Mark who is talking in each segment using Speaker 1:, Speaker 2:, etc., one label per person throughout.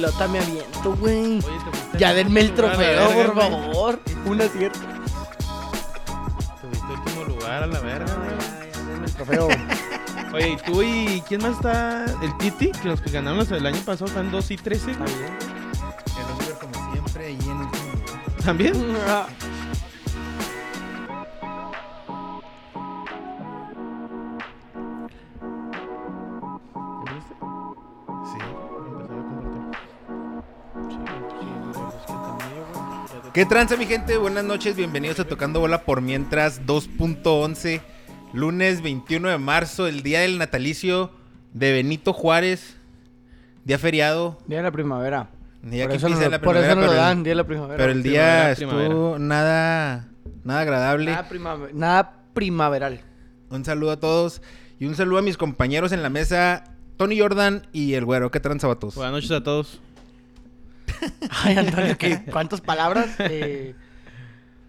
Speaker 1: nota me aviento, güey.
Speaker 2: Oye, te fuiste
Speaker 1: Ya denme el
Speaker 2: último lugar, a
Speaker 1: trofeo,
Speaker 2: la verga,
Speaker 1: por
Speaker 2: güey.
Speaker 1: favor. Un acierto.
Speaker 2: Te fuiste último lugar a la verga, güey.
Speaker 3: El trofeo.
Speaker 2: Oye, ¿y tú y quién más está? El Titi, que los que ganaron los- el año pasado están 2 y 13, güey.
Speaker 4: El Oliver, como siempre, ahí en último lugar.
Speaker 2: ¿También? ¿Ya viste?
Speaker 4: Sí.
Speaker 2: Empezaba a compartir.
Speaker 4: ¿Qué tranza, mi gente? Buenas noches, bienvenidos a Tocando Bola por Mientras 2.11, lunes 21 de marzo, el día del natalicio de Benito Juárez, día feriado,
Speaker 1: Día de la primavera.
Speaker 4: día
Speaker 1: por
Speaker 4: que
Speaker 1: eso no,
Speaker 4: empieza
Speaker 1: lo-
Speaker 4: la
Speaker 1: por eso
Speaker 4: primavera,
Speaker 1: no lo
Speaker 4: pero el-
Speaker 1: dan, día de la primavera.
Speaker 4: pero el día
Speaker 2: Primavera,
Speaker 4: estuvo nada, nada agradable.
Speaker 1: Nada, primave- nada primaveral.
Speaker 4: Un saludo a todos y un saludo a mis compañeros en la mesa, Tony Jordan y el güero. ¿Qué tranza, vatos?
Speaker 2: Buenas noches a todos.
Speaker 1: Ay, Antonio, ¿qué? ¿cuántas palabras?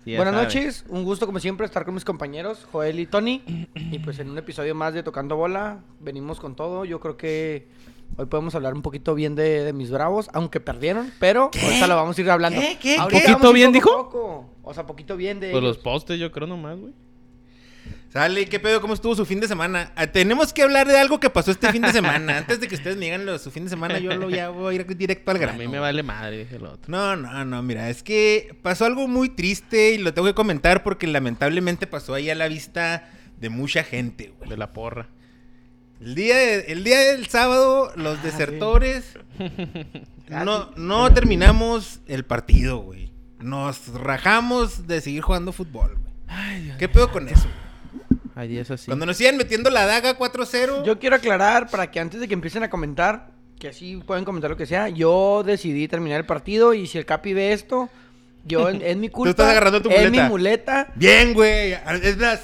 Speaker 1: Eh, buenas noches, un gusto como siempre estar con mis compañeros, Joel y Tony. Y pues en un episodio más de Tocando Bola, venimos con todo. Yo creo que hoy podemos hablar un poquito bien de, de mis bravos, aunque perdieron, pero ahorita lo vamos a ir hablando.
Speaker 4: ¿Qué? ¿Qué?
Speaker 1: Ahorita
Speaker 2: ¿Poquito
Speaker 1: vamos a ir
Speaker 2: bien,
Speaker 1: poco a
Speaker 2: dijo?
Speaker 1: poco. O sea, poquito bien de...
Speaker 2: Pues los postes, yo creo nomás, güey.
Speaker 4: Sale, ¿qué pedo? ¿Cómo estuvo su fin de semana? Ah, tenemos que hablar de algo que pasó este fin de semana. Antes de que ustedes me digan lo de su fin de semana, yo lo ya voy a ir directo al
Speaker 2: A
Speaker 4: grano.
Speaker 2: mí me vale madre, dije el otro.
Speaker 4: No, no, no, mira, es que pasó algo muy triste y lo tengo que comentar porque lamentablemente pasó ahí a la vista de mucha gente, güey.
Speaker 2: De la porra.
Speaker 4: El día, de- el día del sábado,
Speaker 2: Ah,
Speaker 4: los desertores. No, no terminamos el partido, güey. Nos rajamos de seguir jugando fútbol, güey. ¿Qué pedo con eso?
Speaker 2: Ahí es así.
Speaker 4: Cuando nos iban metiendo la daga 4-0.
Speaker 1: Yo quiero aclarar para que antes de que empiecen a comentar, que así pueden comentar lo que sea, yo decidí terminar el partido y si el Capi ve esto, yo es mi culpa.
Speaker 4: estás agarrando tu
Speaker 1: Es mi
Speaker 4: muleta.
Speaker 1: muleta.
Speaker 4: Bien, güey. Es más,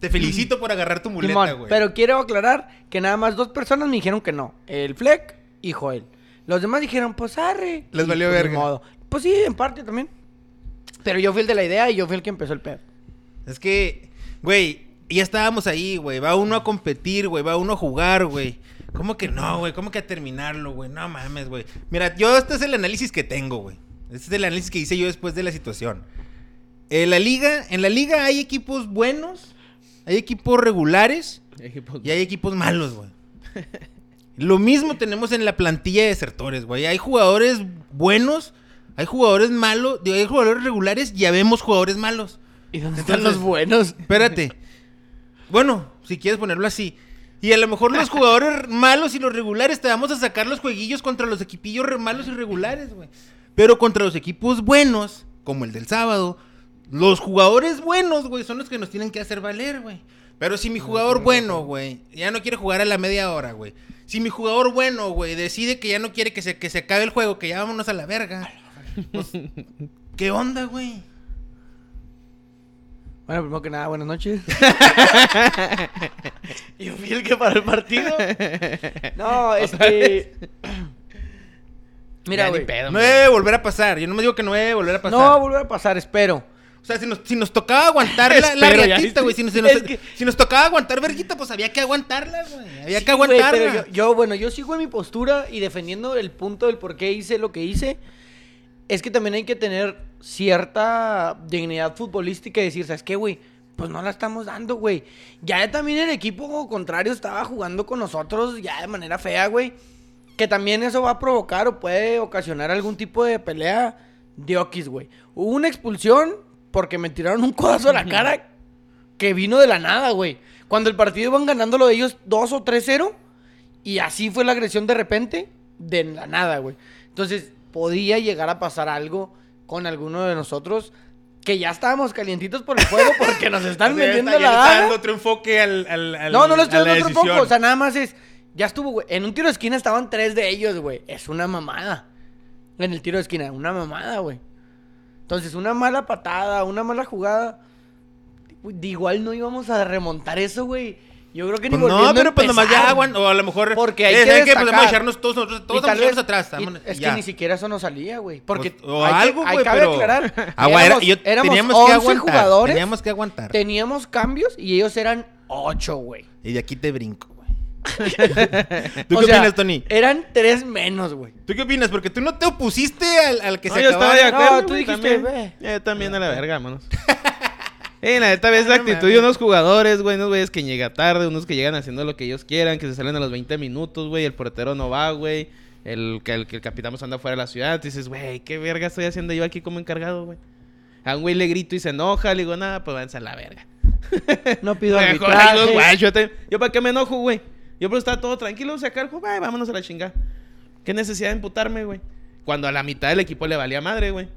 Speaker 4: te felicito por agarrar tu muleta,
Speaker 1: Mm. Simón,
Speaker 4: güey.
Speaker 1: pero quiero aclarar que nada más dos personas me dijeron que no, el Fleck y Joel. Los demás dijeron, pues arre.
Speaker 4: Les
Speaker 1: Y,
Speaker 4: valió
Speaker 1: pues, ni
Speaker 4: verga.
Speaker 1: modo. Pues sí, en parte también. Pero yo fui el de la idea y yo fui el que empezó el pedo.
Speaker 4: Es que, güey, ya estábamos ahí, güey. Va uno a competir, güey. Va uno a jugar, güey. ¿Cómo que no, güey? ¿Cómo que a terminarlo, güey? No mames, güey. Mira, yo este es el análisis que tengo, güey. Este es el análisis que hice yo después de la situación. En la liga, en la liga hay equipos buenos, hay equipos regulares
Speaker 2: pues,
Speaker 4: y hay equipos malos, güey. Lo mismo tenemos en la plantilla de desertores, güey. Hay jugadores buenos, hay jugadores malos, digo, hay jugadores regulares y habemos jugadores malos.
Speaker 1: ¿Y dónde
Speaker 4: están los
Speaker 1: buenos?
Speaker 4: Espérate. Bueno, si quieres ponerlo así. Y a lo mejor los jugadores malos y los regulares te vamos a sacar los jueguillos contra los equipillos re- malos y regulares, güey. Pero contra los equipos buenos, como el del sábado, los jugadores buenos, güey, son los que nos tienen que hacer valer, güey. Pero si mi jugador bueno, güey, ya no quiere jugar a la media hora, güey. Si mi jugador bueno, güey, decide que ya no quiere que se, que se acabe el juego, que ya vámonos a la verga. pues, ¿Qué onda, güey?
Speaker 1: Bueno, primero que nada, buenas noches. Yo fui el que paró el partido. No, este. Mira,
Speaker 2: Ya ni
Speaker 1: güey.
Speaker 2: pedo,
Speaker 4: No
Speaker 2: hombre.
Speaker 4: debe volver a pasar. Yo no me digo que no debe volver a pasar.
Speaker 1: No va a volver a pasar, espero.
Speaker 4: O sea, si nos, si nos tocaba aguantar la, la
Speaker 2: Espero, ya viste.
Speaker 4: riatita, güey. Si, nos- si nos-
Speaker 1: Es que-
Speaker 4: si nos tocaba aguantar verguita, pues había que aguantarla, güey. Había
Speaker 1: Sí,
Speaker 4: que
Speaker 1: güey,
Speaker 4: aguantarla.
Speaker 1: pero yo, yo, bueno, yo sigo en mi postura y defendiendo el punto del por qué hice lo que hice. Es que también hay que tener cierta dignidad futbolística y decir, ¿sabes qué, güey? Pues no la estamos dando, güey. Ya también el equipo contrario estaba jugando con nosotros ya de manera fea, güey. Que también eso va a provocar o puede ocasionar algún tipo de pelea de Oquis, güey. Hubo una expulsión porque me tiraron un codazo a la cara que vino de la nada, güey. Cuando el partido iban ganando lo de ellos 2 o 3-0 y así fue la agresión de repente, de la nada, güey. Entonces, podía llegar a pasar algo con alguno de nosotros que ya estábamos calientitos por el juego porque nos están metiendo la daga.
Speaker 4: otro enfoque al,
Speaker 1: No, no lo estoy dando otro poco, o sea, nada más es ya estuvo, güey. En un tiro de esquina estaban tres de ellos, güey. Es una mamada. En el tiro de esquina, una mamada, güey. Entonces, una mala patada, una mala jugada. güey, De igual no íbamos a remontar eso, güey. Yo creo que ni volviendo
Speaker 4: no,
Speaker 1: a
Speaker 4: pero pues nomás
Speaker 1: empezar.
Speaker 4: ya aguantan. O a lo mejor.
Speaker 1: Porque hay
Speaker 4: eh,
Speaker 1: que
Speaker 4: ¿saben qué? Pues
Speaker 1: destacar.
Speaker 4: vamos a echarnos todos nosotros. Todos
Speaker 1: Y tal
Speaker 4: vamos a echarnos
Speaker 1: vez-
Speaker 4: atrás.
Speaker 1: y
Speaker 4: vámonos,
Speaker 1: es
Speaker 4: ya.
Speaker 1: que ni siquiera eso nos salía, güey. Porque
Speaker 4: Pues, o
Speaker 1: hay que-
Speaker 4: algo,
Speaker 1: hay-
Speaker 4: güey,
Speaker 1: cabe
Speaker 4: pero.
Speaker 1: aclarar.
Speaker 4: Agua, era-
Speaker 1: éramos,
Speaker 4: yo-
Speaker 1: éramos
Speaker 4: teníamos
Speaker 1: 11
Speaker 4: que aguantar.
Speaker 1: jugadores,
Speaker 4: Teníamos que aguantar.
Speaker 1: teníamos cambios y ellos eran 8, güey.
Speaker 4: Y de aquí te brinco, güey. ¿Tú
Speaker 1: O
Speaker 4: qué
Speaker 1: sea,
Speaker 4: opinas, Tony?
Speaker 1: Eran tres menos, güey.
Speaker 4: ¿Tú qué opinas? Porque tú no te opusiste al, al que
Speaker 2: No,
Speaker 4: se
Speaker 2: yo estaba de
Speaker 4: acabara.
Speaker 2: acuerdo.
Speaker 1: No, tú
Speaker 2: güey,
Speaker 1: dijiste,
Speaker 2: también. Yo también a la verga, vámonos. Eh, la neta
Speaker 4: Ah,
Speaker 2: ves la
Speaker 4: no
Speaker 2: actitud
Speaker 4: mames.
Speaker 2: de unos jugadores, güey, unos güeyes que llega tarde, unos que llegan haciendo lo que ellos quieran, que se salen a los 20 minutos, güey, el portero no va, güey, el, que el, que el capitán pues, anda fuera de la ciudad, tú dices, güey, qué verga estoy haciendo yo aquí como encargado, güey. A un güey le grito y se enoja, le digo, nada, pues váyanse a la verga.
Speaker 1: No pido
Speaker 2: Mejor
Speaker 1: arbitraje.
Speaker 2: digo, "Güey, yo, te- yo para qué me enojo, güey. Yo pero estaba todo tranquilo, sacar el juego, "Ay, vámonos a la chingada. ¿Qué necesidad de emputarme, güey? Cuando a la mitad del equipo le valía madre, güey.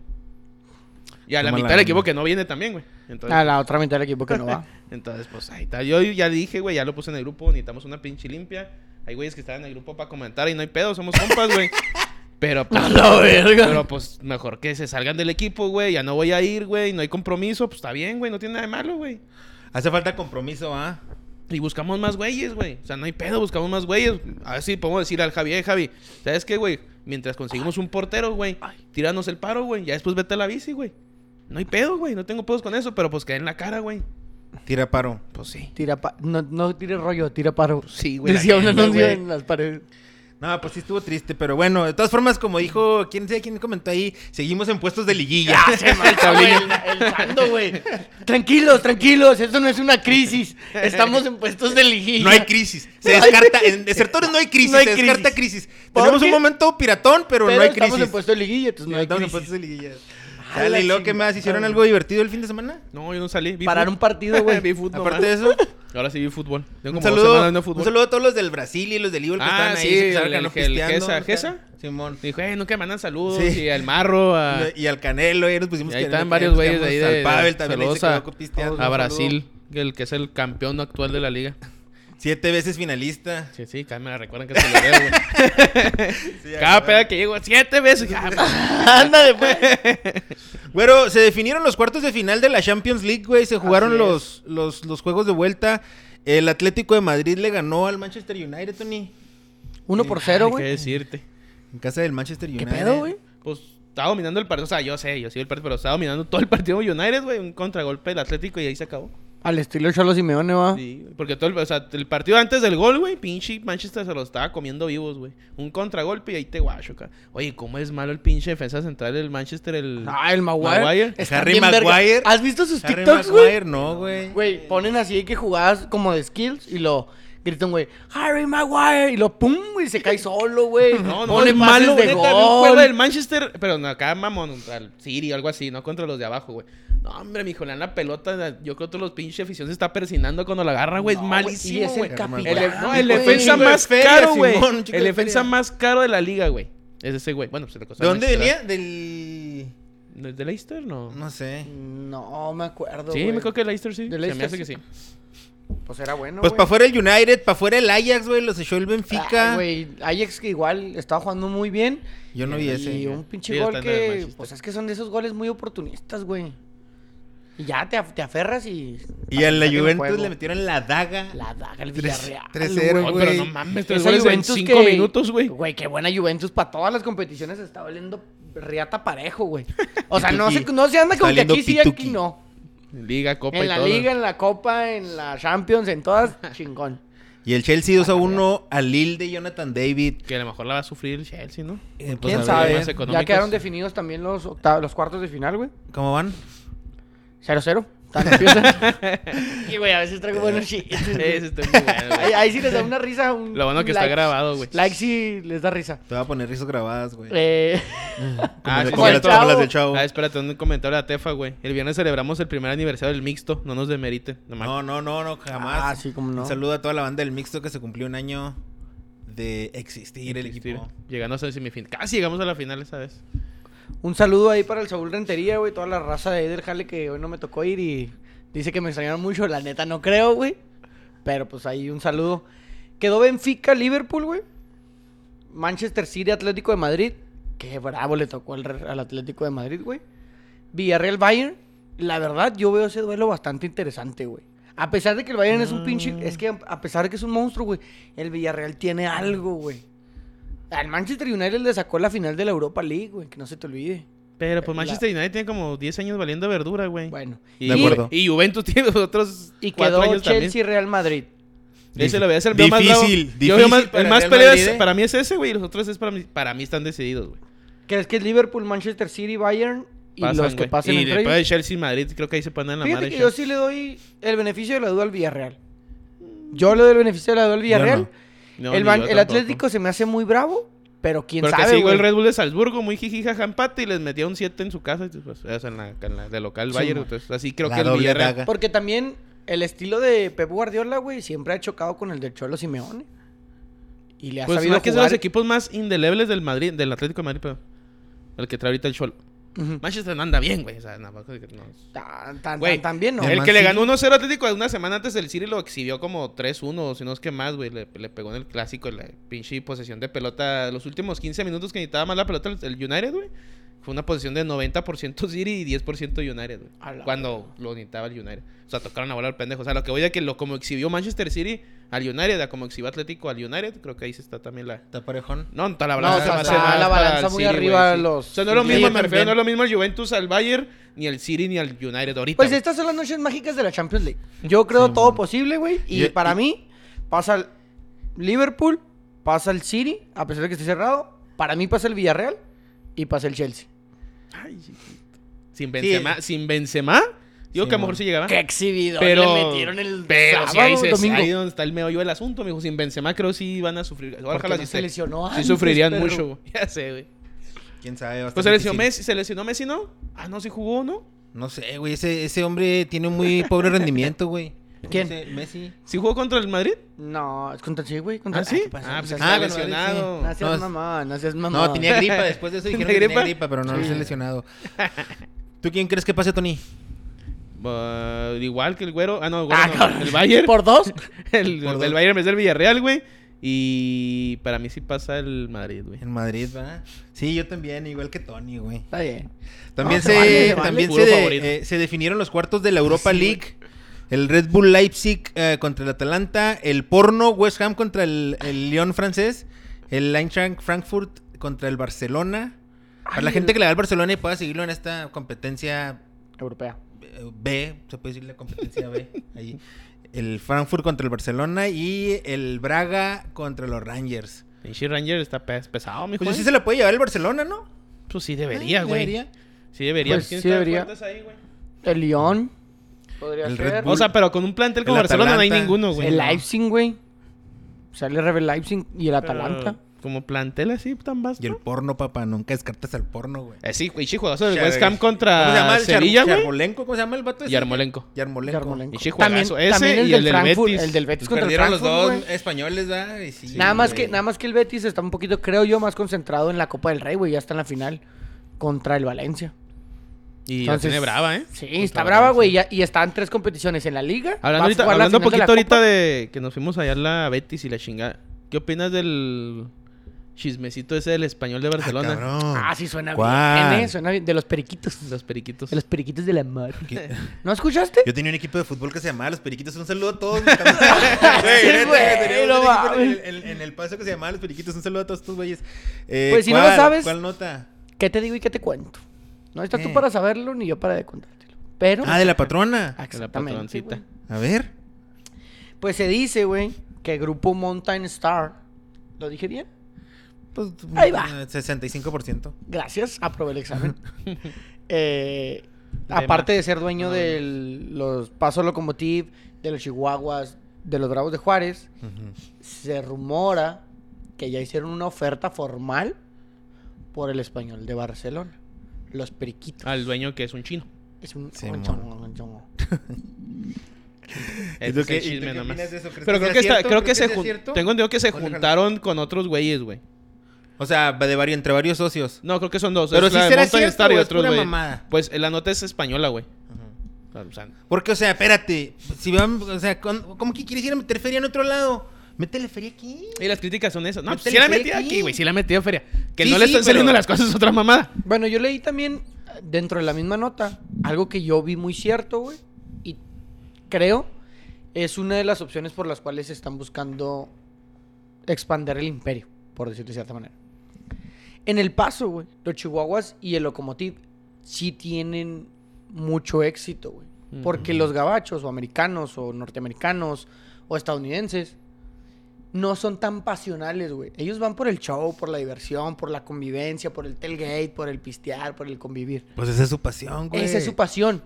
Speaker 2: Y a la
Speaker 4: Toma
Speaker 2: mitad
Speaker 4: la
Speaker 2: del equipo
Speaker 4: onda.
Speaker 2: que no viene también, güey. Entonces,
Speaker 1: A la otra mitad del equipo que no va.
Speaker 2: entonces, pues ahí está. Yo ya dije, güey, ya lo puse en el grupo, necesitamos una pinche limpia. Hay güeyes que están en el grupo para comentar y no hay pedo, somos compas, güey. Pero pues,
Speaker 1: la verga.
Speaker 2: pero pues mejor que se salgan del equipo, güey. Ya no voy a ir, güey. No hay compromiso. Pues está bien, güey. No tiene nada de malo, güey.
Speaker 4: Hace falta compromiso, ¿ah?
Speaker 2: Y buscamos más güeyes, güey. O sea, no hay pedo, buscamos más güeyes. A ver si podemos decir al Javi, "Eh, Javi, ¿sabes qué, güey? Mientras conseguimos un portero, güey, tíranos el paro, güey. Ya después vete a la bici, güey. No hay pedo, güey. No tengo pedos con eso, pero pues cae en la cara, güey.
Speaker 4: Tira paro.
Speaker 2: Pues sí.
Speaker 1: Tira pa- no, no tire rollo, tira paro.
Speaker 2: Sí, güey, la
Speaker 1: Decía un
Speaker 2: neta,
Speaker 1: anuncio
Speaker 2: güey.
Speaker 1: en las paredes.
Speaker 4: No, pues sí estuvo triste, pero bueno, de todas formas, como dijo, quién sé quién comentó ahí, seguimos en puestos de liguilla.
Speaker 1: Ah, el, sando, güey. Tranquilos, tranquilos. Esto no es una crisis. Estamos en puestos de liguilla.
Speaker 4: No hay crisis. Se descarta, en desertores no hay crisis,
Speaker 1: No hay
Speaker 4: se descarta crisis.
Speaker 1: ¿Por
Speaker 4: Tenemos
Speaker 1: qué?
Speaker 4: un momento piratón, pero,
Speaker 1: Pero
Speaker 4: no hay
Speaker 1: estamos
Speaker 4: crisis.
Speaker 1: en puestos de liguilla, entonces no hay
Speaker 4: Estamos en
Speaker 1: crisis.
Speaker 4: puestos de liguilla.
Speaker 1: A
Speaker 4: Dale,
Speaker 1: la
Speaker 4: ¿y luego qué
Speaker 1: chingada.
Speaker 4: más? ¿Hicieron algo divertido el fin de semana?
Speaker 2: No, yo no salí. Vi
Speaker 1: Parar
Speaker 2: fut-
Speaker 1: un partido, güey.
Speaker 2: vi fútbol.
Speaker 4: Aparte
Speaker 2: man.
Speaker 4: de eso,
Speaker 2: Ahora sí vi fútbol. Tengo como dos
Speaker 4: un saludo,
Speaker 2: semanas no fútbol.
Speaker 4: un saludo a todos los del Brasil y los del Líbal que
Speaker 2: Ah,
Speaker 4: estaban ahí.
Speaker 2: sí,
Speaker 4: se empezaron
Speaker 2: el-
Speaker 4: a ganar
Speaker 2: el- el
Speaker 4: pisteando,
Speaker 2: Gesa,
Speaker 4: acá.
Speaker 2: Gesa.
Speaker 4: Simón.
Speaker 2: Dijo, eh, nunca mandan saludos.
Speaker 4: Sí.
Speaker 2: Y al Marro, a,
Speaker 4: Y al Canelo, ahí nos pusimos
Speaker 2: Ah. Y ahí
Speaker 4: que-
Speaker 2: están
Speaker 4: que
Speaker 2: varios
Speaker 4: nos
Speaker 2: güeyes de ahí
Speaker 4: quedamos
Speaker 2: de-
Speaker 4: Al Pavel también ahí se
Speaker 2: saludos a-
Speaker 4: quedó pisteando.
Speaker 2: a Brasil, el que es el campeón actual de la liga.
Speaker 4: Siete veces finalista.
Speaker 2: Sí, sí, cada vez me la recuerdan que se lo veo, güey. Cada peda que llego, siete veces. Ah, pues,
Speaker 1: Ándale, pues.
Speaker 4: Bueno, se definieron los cuartos de final de la Champions League, güey. Se jugaron
Speaker 1: es.
Speaker 4: los, los, los juegos de vuelta. El Atlético de Madrid le ganó al Manchester United, Tony.
Speaker 1: Uno por cero,
Speaker 2: ¿Qué
Speaker 1: güey.
Speaker 2: decirte?
Speaker 4: En casa del Manchester
Speaker 1: ¿Qué
Speaker 4: United.
Speaker 1: pedo, güey?
Speaker 2: Pues estaba dominando el partido. O sea, yo sé, yo sigo el partido, pero estaba dominando todo el partido United, güey. Un contragolpe del Atlético y ahí se acabó.
Speaker 1: Al estilo Cholo Simeone, va.
Speaker 2: Sí, porque todo el, o sea, el partido antes del gol, güey, pinche Manchester se lo estaba comiendo vivos, güey. Un contragolpe y ahí te guacho, ca- Oye, ¿cómo es malo el pinche defensa central del Manchester? El...
Speaker 1: Ah, el Maguire.
Speaker 2: Maguire.
Speaker 1: Están
Speaker 4: Harry
Speaker 1: bien verga.
Speaker 4: Maguire.
Speaker 1: ¿Has visto sus
Speaker 4: Harry
Speaker 1: TikToks, güey?
Speaker 4: Maguire, no, güey.
Speaker 1: Güey, ponen así que jugabas como de skills y lo gritan, güey, Harry Maguire. Y lo pum, y se cae solo, güey.
Speaker 2: No, no,
Speaker 1: Ponen
Speaker 2: es malo,
Speaker 1: pases
Speaker 2: neta, vi
Speaker 1: de
Speaker 2: un juego del
Speaker 1: gol.
Speaker 2: Manchester, pero no, acá mamón, al City o algo así, no contra los de abajo, güey. No, hombre, mijo, le dan la pelota, la- yo creo que todos los pinches afición se está persinando cuando la agarra, güey, es
Speaker 1: No, güey, y
Speaker 2: malísimo,
Speaker 1: es el
Speaker 2: güey.
Speaker 1: capitán,
Speaker 2: El, e- no, el
Speaker 1: güey.
Speaker 2: defensa
Speaker 4: Chingo de
Speaker 2: más
Speaker 4: feria,
Speaker 2: caro, güey.
Speaker 4: Simón, un chingo
Speaker 2: El
Speaker 4: de
Speaker 2: defensa
Speaker 4: feria.
Speaker 2: más caro de la liga, güey. Es ese güey. Bueno, pues se le costó
Speaker 4: ¿De
Speaker 2: al
Speaker 4: dónde
Speaker 2: Manchester,
Speaker 4: venía? Del.
Speaker 2: ¿verdad? ¿De Leicester? No.
Speaker 4: No sé.
Speaker 1: No, me acuerdo,
Speaker 2: sí,
Speaker 1: güey.
Speaker 2: me creo que Leicester sí.
Speaker 1: De
Speaker 2: se me
Speaker 1: Leicester,
Speaker 2: hace que
Speaker 1: sí.
Speaker 2: sí.
Speaker 1: Pues era bueno,
Speaker 4: Pues
Speaker 1: güey.
Speaker 4: para afuera el United, para afuera el Ajax, güey. Los echó el Benfica.
Speaker 1: Ah, Güey, Ajax que igual estaba jugando muy bien.
Speaker 4: Yo no vi
Speaker 1: y
Speaker 4: ese.
Speaker 1: un pinche
Speaker 2: Sí,
Speaker 1: gol
Speaker 2: está en el
Speaker 1: que,
Speaker 2: Manchester.
Speaker 1: pues es que son de esos goles muy oportunistas, güey. Y ya te, af- te aferras y...
Speaker 4: Y a la
Speaker 1: saquen el
Speaker 4: Juventus
Speaker 1: juego.
Speaker 4: le metieron la daga.
Speaker 1: La daga, el
Speaker 4: Tres-
Speaker 1: Villarreal,
Speaker 4: 3-0,
Speaker 1: güey.
Speaker 2: Ay,
Speaker 4: güey.
Speaker 2: pero no mames, tres
Speaker 1: Esa
Speaker 2: goles en
Speaker 1: Juventus
Speaker 2: cinco
Speaker 1: que-
Speaker 2: minutos, güey.
Speaker 1: Güey, qué buena Juventus. Para todas las competiciones está valiendo riata parejo, güey. O sea, no se,
Speaker 4: Pituqui.
Speaker 1: no se anda con que
Speaker 4: Valiendo
Speaker 1: aquí sí, aquí
Speaker 4: pituqui.
Speaker 1: no.
Speaker 2: Liga, Copa y
Speaker 1: En la
Speaker 2: todo.
Speaker 1: Liga, en la Copa, en la Champions, en todas, chingón.
Speaker 4: Y el Chelsea 2 a 1 al Lille de Jonathan David.
Speaker 2: Que a lo mejor la va a sufrir el Chelsea, ¿no?
Speaker 4: Eh, pues, a
Speaker 1: ¿Quién
Speaker 4: ver,
Speaker 1: sabe?
Speaker 2: más económicos.
Speaker 1: Ya quedaron definidos también los, octa- los cuartos de final, güey.
Speaker 4: ¿Cómo van?
Speaker 1: 0-0. Tan nervioso. y, güey, a veces traigo buenos chistes. güey.
Speaker 2: Ese está muy bueno, güey.
Speaker 1: Ahí, ahí sí les da una risa. Un,
Speaker 2: Lo bueno que
Speaker 1: un
Speaker 2: está
Speaker 1: like.
Speaker 2: grabado, güey.
Speaker 1: Like sí les da risa.
Speaker 4: Te voy a poner risas grabadas, güey.
Speaker 1: Eh,
Speaker 4: Como
Speaker 2: Ah, sí,
Speaker 4: la- como
Speaker 1: sí.
Speaker 4: las-
Speaker 1: Chavo.
Speaker 4: como las del Chavo.
Speaker 2: Ah, espérate, un comentario de la Tefa, güey. El viernes celebramos el primer aniversario del mixto. No nos demeriten. nomás.
Speaker 4: No, no, no, no, jamás.
Speaker 1: Ah, sí, cómo no.
Speaker 4: Un saludo a toda la banda del mixto que se cumplió un año de existir el
Speaker 2: Existir.
Speaker 4: equipo.
Speaker 2: Llegando hasta el semifinal. Casi llegamos a la final esa vez.
Speaker 1: un saludo ahí para el Saúl Rentería, güey. Toda la raza de ahí del Jale que hoy no me tocó ir y dice que me extrañaron mucho. La neta no creo, güey. Pero pues ahí un saludo. Quedó Benfica, Liverpool, güey. Manchester City, Atlético de Madrid. Qué bravo le tocó al, re- al Atlético de Madrid, güey. Villarreal, Bayern. La verdad, yo veo ese duelo bastante interesante, güey. A pesar de que el Bayern es un pinche. Es que a pesar de que es un monstruo, güey. El Villarreal tiene algo, güey. Al Manchester United le sacó la final de la Europa League, güey. Que no se te olvide.
Speaker 2: Pero pues
Speaker 1: La-
Speaker 2: Manchester United tiene como 10 años valiendo verdura, güey.
Speaker 1: Bueno.
Speaker 2: Y,
Speaker 4: De acuerdo.
Speaker 2: y Juventus tiene otros
Speaker 1: Y
Speaker 2: cuatro
Speaker 1: quedó
Speaker 2: años
Speaker 1: Chelsea,
Speaker 2: también.
Speaker 1: Real Madrid.
Speaker 2: De hecho,
Speaker 4: Dif-
Speaker 2: la verdad es el veo más bravo.
Speaker 4: difícil,
Speaker 2: Yo veo más-
Speaker 4: difícil para
Speaker 2: el más
Speaker 4: Real
Speaker 2: peleado
Speaker 4: Madrid,
Speaker 2: es-
Speaker 4: ¿eh?
Speaker 2: para mí es ese, güey. Y los otros es para mí, para mí están decididos, güey.
Speaker 1: ¿Crees que es Liverpool, Manchester City, Bayern y
Speaker 2: Pasan,
Speaker 1: los que
Speaker 2: güey.
Speaker 1: pasen
Speaker 2: Y
Speaker 1: entre
Speaker 2: después de
Speaker 1: ellos?
Speaker 2: Chelsea y Madrid, creo que ahí se ponen la
Speaker 1: Fíjate
Speaker 2: madre.
Speaker 1: que yo
Speaker 2: Chelsea.
Speaker 1: sí le doy el beneficio de la duda al Villarreal. Yo le doy el beneficio de la duda al Villarreal.
Speaker 2: No,
Speaker 1: el,
Speaker 2: ni
Speaker 1: Man-
Speaker 2: yo
Speaker 1: el
Speaker 2: tampoco.
Speaker 1: Atlético se me hace muy bravo, pero quién
Speaker 2: Porque
Speaker 1: sabe,
Speaker 2: así, güey,
Speaker 1: güey.
Speaker 2: el Red Bull de Salzburgo, muy jijijaja empate y les metía un 7 en su casa. y Pues, o sea, en la, en la de local
Speaker 1: Sí,
Speaker 2: Bayern.
Speaker 1: man.
Speaker 2: Entonces, así creo
Speaker 4: La
Speaker 2: que el
Speaker 4: doble
Speaker 2: Villarreal.
Speaker 4: daga.
Speaker 1: Porque también el estilo de Pep Guardiola, güey, siempre ha chocado con el del Cholo Simeone. Y le ha
Speaker 2: Pues
Speaker 1: sabido
Speaker 2: no, que es de los
Speaker 1: jugar.
Speaker 2: equipos más indelebles del Madrid, del Atlético de Madrid, pero el que trae ahorita el Cholo.
Speaker 1: Ujú.
Speaker 2: Manchester no anda bien, güey. O sea, nada más que no.
Speaker 1: Tan- tan-
Speaker 2: Güey,
Speaker 1: tan- También, ¿no?
Speaker 4: el
Speaker 2: el
Speaker 4: Man
Speaker 2: que le
Speaker 4: City.
Speaker 2: ganó 1-0 a Atlético una semana antes el City lo exhibió como 3-1, o si no es que más, güey. Le, le pegó en el clásico, en la pinche posesión de pelota. Los últimos 15 minutos que necesitaba más la pelota el- el United, güey. Fue una posición de 90% City y 10% United,
Speaker 1: A la
Speaker 2: güey. Cuando lo necesitaba el United. O sea, tocaron a volar al pendejo. O sea, lo que voy a que lo como exhibió Manchester City al United, a como exhibió Atlético al United, creo que ahí se está también la,
Speaker 4: Está parejón.
Speaker 2: no, está la
Speaker 1: No,
Speaker 2: balanza.
Speaker 1: o sea,
Speaker 2: va a
Speaker 1: está
Speaker 2: ser más
Speaker 1: la
Speaker 2: para
Speaker 1: balanza
Speaker 2: el
Speaker 1: muy
Speaker 2: City,
Speaker 1: arriba
Speaker 2: güey,
Speaker 1: a
Speaker 2: sí.
Speaker 1: los-
Speaker 2: O sea, no es lo
Speaker 1: Sí,
Speaker 2: mismo, me
Speaker 4: también.
Speaker 2: refiero, no es lo mismo el Juventus al Bayern, ni el City, ni al United ahorita.
Speaker 1: Pues
Speaker 2: güey.
Speaker 1: estas son las noches mágicas de la Champions League. Yo creo todo posible, güey. Y
Speaker 4: Yo-
Speaker 1: para
Speaker 4: y-
Speaker 1: mí, pasa el Liverpool, pasa el City, a pesar de que esté cerrado. Para mí pasa el Villarreal y pasa el Chelsea.
Speaker 2: Sin Benzema, sin Benzema, digo
Speaker 4: Sí,
Speaker 2: que a lo mejor
Speaker 4: man.
Speaker 2: sí llegaba.
Speaker 1: Ah. Qué exhibido.
Speaker 2: Pero,
Speaker 1: le metieron el
Speaker 2: pero sí, ahí,
Speaker 1: sábado,
Speaker 2: se-
Speaker 1: domingo.
Speaker 2: ahí donde está el meollo del asunto, me dijo, sin Benzema creo sí van a sufrir. Ojalá
Speaker 1: Porque no
Speaker 2: sí
Speaker 1: se lesionó
Speaker 2: Sí
Speaker 1: antes,
Speaker 2: sufrirían
Speaker 1: perro.
Speaker 2: mucho, güey. ya sé, güey.
Speaker 4: ¿Quién sabe? va a
Speaker 2: Pues se
Speaker 4: estar
Speaker 2: lesionó
Speaker 4: difícil.
Speaker 2: Messi, se lesionó Messi, ¿no? Ah, no, sí jugó, ¿no?
Speaker 4: No sé, güey. Ese, ese hombre tiene muy pobre rendimiento, güey.
Speaker 1: ¿Quién?
Speaker 4: Ese Messi.
Speaker 2: ¿Sí jugó contra el Madrid?
Speaker 1: No, es contra el sí, güey. Contra...
Speaker 2: ¿Ah, sí?
Speaker 1: ¿qué pasó?
Speaker 2: Ah, pues
Speaker 1: No seas-
Speaker 2: está
Speaker 4: ah, bueno,
Speaker 2: lesionado.
Speaker 1: no seas
Speaker 4: no, es-
Speaker 1: mamá, no seas mamá.
Speaker 4: No, tenía gripa. Después de eso dijeron que
Speaker 2: ¿Tenía
Speaker 4: tenía
Speaker 2: gripa?
Speaker 4: gripa, pero no lo he lesionado. ¿Tú quién crees que pase, Tony?
Speaker 2: Ah, igual que el güero. Ah, no, el güero
Speaker 1: Ah,
Speaker 2: no,
Speaker 1: cabrón.
Speaker 2: el Bayern.
Speaker 1: ¿Por dos?
Speaker 2: El,
Speaker 4: Por
Speaker 2: el
Speaker 4: dos.
Speaker 2: Bayern es el Villarreal, güey. Y para mí sí pasa el Madrid, güey.
Speaker 4: En Madrid, ¿verdad? Sí, yo también, igual que Tony, güey.
Speaker 1: Está bien.
Speaker 4: También,
Speaker 1: No,
Speaker 4: se,
Speaker 1: se vale, se vale.
Speaker 4: también
Speaker 2: Puro
Speaker 4: se, de-
Speaker 2: favorito.
Speaker 4: eh, se definieron los cuartos de la Europa League. El Red Bull Leipzig eh, contra el Atalanta. El porno West Ham contra el, el Lyon francés. El Eintracht Frankfurt contra el Barcelona. Para la
Speaker 1: Ay,
Speaker 4: gente que le va al Barcelona y pueda seguirlo en esta competencia
Speaker 1: Europea.
Speaker 4: eh, B, se puede decir la competencia B. ahí. El Frankfurt contra el Barcelona y el Braga contra los Rangers.
Speaker 2: Pinche Ranger está pes- pesado, mijo.
Speaker 4: Pues
Speaker 2: Pues
Speaker 4: sí se la puede llevar el Barcelona, ¿no?
Speaker 2: Pues sí debería,
Speaker 4: Ah,
Speaker 2: güey. Sí debería.
Speaker 1: Pues
Speaker 2: ¿Quién
Speaker 1: sí
Speaker 2: está en
Speaker 1: debería.
Speaker 2: cuentas ahí, güey?
Speaker 1: El Lyon. Podría
Speaker 4: El Red
Speaker 1: ser.
Speaker 4: Bull.
Speaker 2: O sea, pero con un plantel como
Speaker 4: El
Speaker 2: Barcelona no hay
Speaker 4: Atalanta.
Speaker 2: ninguno, güey.
Speaker 1: El Leipzig, güey. Sale Rebel Leipzig y el
Speaker 2: Pero
Speaker 1: Atalanta.
Speaker 2: Como plantel así tan vasto.
Speaker 4: Y el porno, papá, nunca descartas al porno, güey.
Speaker 2: Eh, sí, güey, sí, jugadoso del
Speaker 4: Char-
Speaker 2: West Ham
Speaker 4: ¿Cómo se llama
Speaker 2: contra
Speaker 4: el Char-
Speaker 2: Sevilla, güey.
Speaker 4: Yarmolenko, ¿cómo se llama el vato ese?
Speaker 2: Yarmolenko.
Speaker 4: Yarmolenko.
Speaker 1: Yarmolenko.
Speaker 2: Y sí,
Speaker 1: También,
Speaker 2: juegazo. Ese
Speaker 1: también el,
Speaker 2: y
Speaker 1: del
Speaker 2: el del
Speaker 1: Frankfurt,
Speaker 2: Betis.
Speaker 1: el del Betis
Speaker 4: Pues
Speaker 1: contra el
Speaker 4: perdieron los
Speaker 1: Frankfurt,
Speaker 4: dos
Speaker 1: güey.
Speaker 2: eh.
Speaker 4: españoles, ¿verdad? Y sí,
Speaker 1: nada más
Speaker 4: güey.
Speaker 1: que nada más que el Betis está un poquito creo yo más concentrado en la Copa del Rey, güey, ya está en la final contra el Valencia.
Speaker 2: Y la
Speaker 1: Entonces,
Speaker 2: tiene brava, ¿eh?
Speaker 1: Sí,
Speaker 2: Contra
Speaker 1: está brava,
Speaker 2: Valencia.
Speaker 1: güey, ya- y están tres competiciones en la liga. va a
Speaker 2: Hablando, ahorita,
Speaker 1: jugar la
Speaker 2: hablando
Speaker 1: final de la
Speaker 2: poquito ahorita
Speaker 1: Copa.
Speaker 2: de que nos fuimos allá a la Betis y la chingada. ¿Qué opinas del chismecito ese del español de
Speaker 4: Ah,
Speaker 2: Barcelona?
Speaker 4: cabrón.
Speaker 1: Ah, sí suena
Speaker 4: ¿Cuál?
Speaker 1: bien, eh, suena bien de los periquitos,
Speaker 2: Los periquitos.
Speaker 1: de los periquitos de la mar.
Speaker 4: ¿Qué?
Speaker 1: ¿No escuchaste?
Speaker 4: Yo tenía un equipo de fútbol que se llamaba Los Periquitos. Un saludo a todos. mis camaradas. Güey,
Speaker 1: Sí,
Speaker 4: neta,
Speaker 1: güey,
Speaker 4: teníamos
Speaker 1: no
Speaker 4: un equipo
Speaker 1: mames.
Speaker 4: En, en- en el paso que se llamaba Los Periquitos. Un saludo a todos tus güeyes. Eh,
Speaker 1: Pues, si no lo
Speaker 4: ¿cuál-
Speaker 1: sabes-
Speaker 4: ¿Cuál nota?
Speaker 1: ¿Qué te digo y qué te cuento? No estás
Speaker 4: Eh.
Speaker 1: tú para saberlo ni yo para contártelo. Pero
Speaker 4: Ah, de la patrona.
Speaker 1: Ah,
Speaker 2: De la
Speaker 1: exactamente,
Speaker 2: patroncita.
Speaker 1: güey.
Speaker 4: A ver.
Speaker 1: Pues se dice, güey, que el grupo Mountain Star. ¿Lo dije bien?
Speaker 4: Pues,
Speaker 1: Ahí va.
Speaker 4: eh, 65%.
Speaker 1: Gracias, aprobé el examen. Eh,
Speaker 2: De
Speaker 1: aparte
Speaker 2: más.
Speaker 1: de ser dueño
Speaker 2: No,
Speaker 1: de los Paso Locomotiv, de los Chihuahuas, de los Bravos de Juárez, se rumora que ya hicieron una oferta formal por el español de Barcelona. Los periquitos.
Speaker 2: Al dueño que es un chino.
Speaker 1: Es un,
Speaker 4: Simón.
Speaker 1: un chongo, un chongo.
Speaker 2: Ese
Speaker 4: tú
Speaker 2: es
Speaker 4: qué-
Speaker 2: el
Speaker 4: y tú
Speaker 2: chisme
Speaker 4: qué
Speaker 2: nomás.
Speaker 4: opinas de eso? ¿Crees
Speaker 2: Pero
Speaker 4: que
Speaker 2: creo
Speaker 4: sea
Speaker 2: que, está,
Speaker 4: cierto?
Speaker 2: creo que
Speaker 4: ¿Crees
Speaker 2: se
Speaker 4: que sea
Speaker 2: jun-
Speaker 4: cierto?
Speaker 2: tengo entendido que se
Speaker 4: Déjalo.
Speaker 2: juntaron con otros güeyes, güey.
Speaker 4: O sea, de varios, entre varios socios.
Speaker 2: No, creo que son dos.
Speaker 4: Pero
Speaker 2: Es
Speaker 4: sí
Speaker 2: la de
Speaker 4: será
Speaker 2: Mountain
Speaker 4: cierto,
Speaker 2: Star y
Speaker 4: güey, es
Speaker 2: otros,
Speaker 4: pura
Speaker 2: güey.
Speaker 4: mamada.
Speaker 2: Pues eh, la nota es española, güey. O sea,
Speaker 4: Porque, o sea, espérate, si van, o sea, con- ¿cómo que quieres ir a meter feria en otro lado? Métele feria aquí.
Speaker 2: y las críticas son esas. No,
Speaker 4: Métele
Speaker 2: pues, sí la
Speaker 4: feria
Speaker 2: metí
Speaker 4: aquí.
Speaker 2: aquí, güey. Sí la metí a feria. Que
Speaker 4: Sí,
Speaker 2: no le
Speaker 4: sí,
Speaker 2: están saliendo
Speaker 4: pero-
Speaker 2: las cosas es otra mamada.
Speaker 1: Bueno, yo leí también eh, dentro de la misma nota algo que yo vi muy cierto, güey. Y creo es una de las opciones por las cuales están buscando expandir el imperio, por decirlo de cierta manera. En El Paso, güey, los Chihuahuas y el Locomotiv sí tienen mucho éxito, güey. Porque los gabachos o americanos o norteamericanos o estadounidenses no son tan pasionales, güey. Ellos van por el show, por la diversión, por la convivencia, por el tailgate, por el pistear, por el convivir.
Speaker 4: Pues esa es su pasión, güey.
Speaker 1: Esa es su pasión.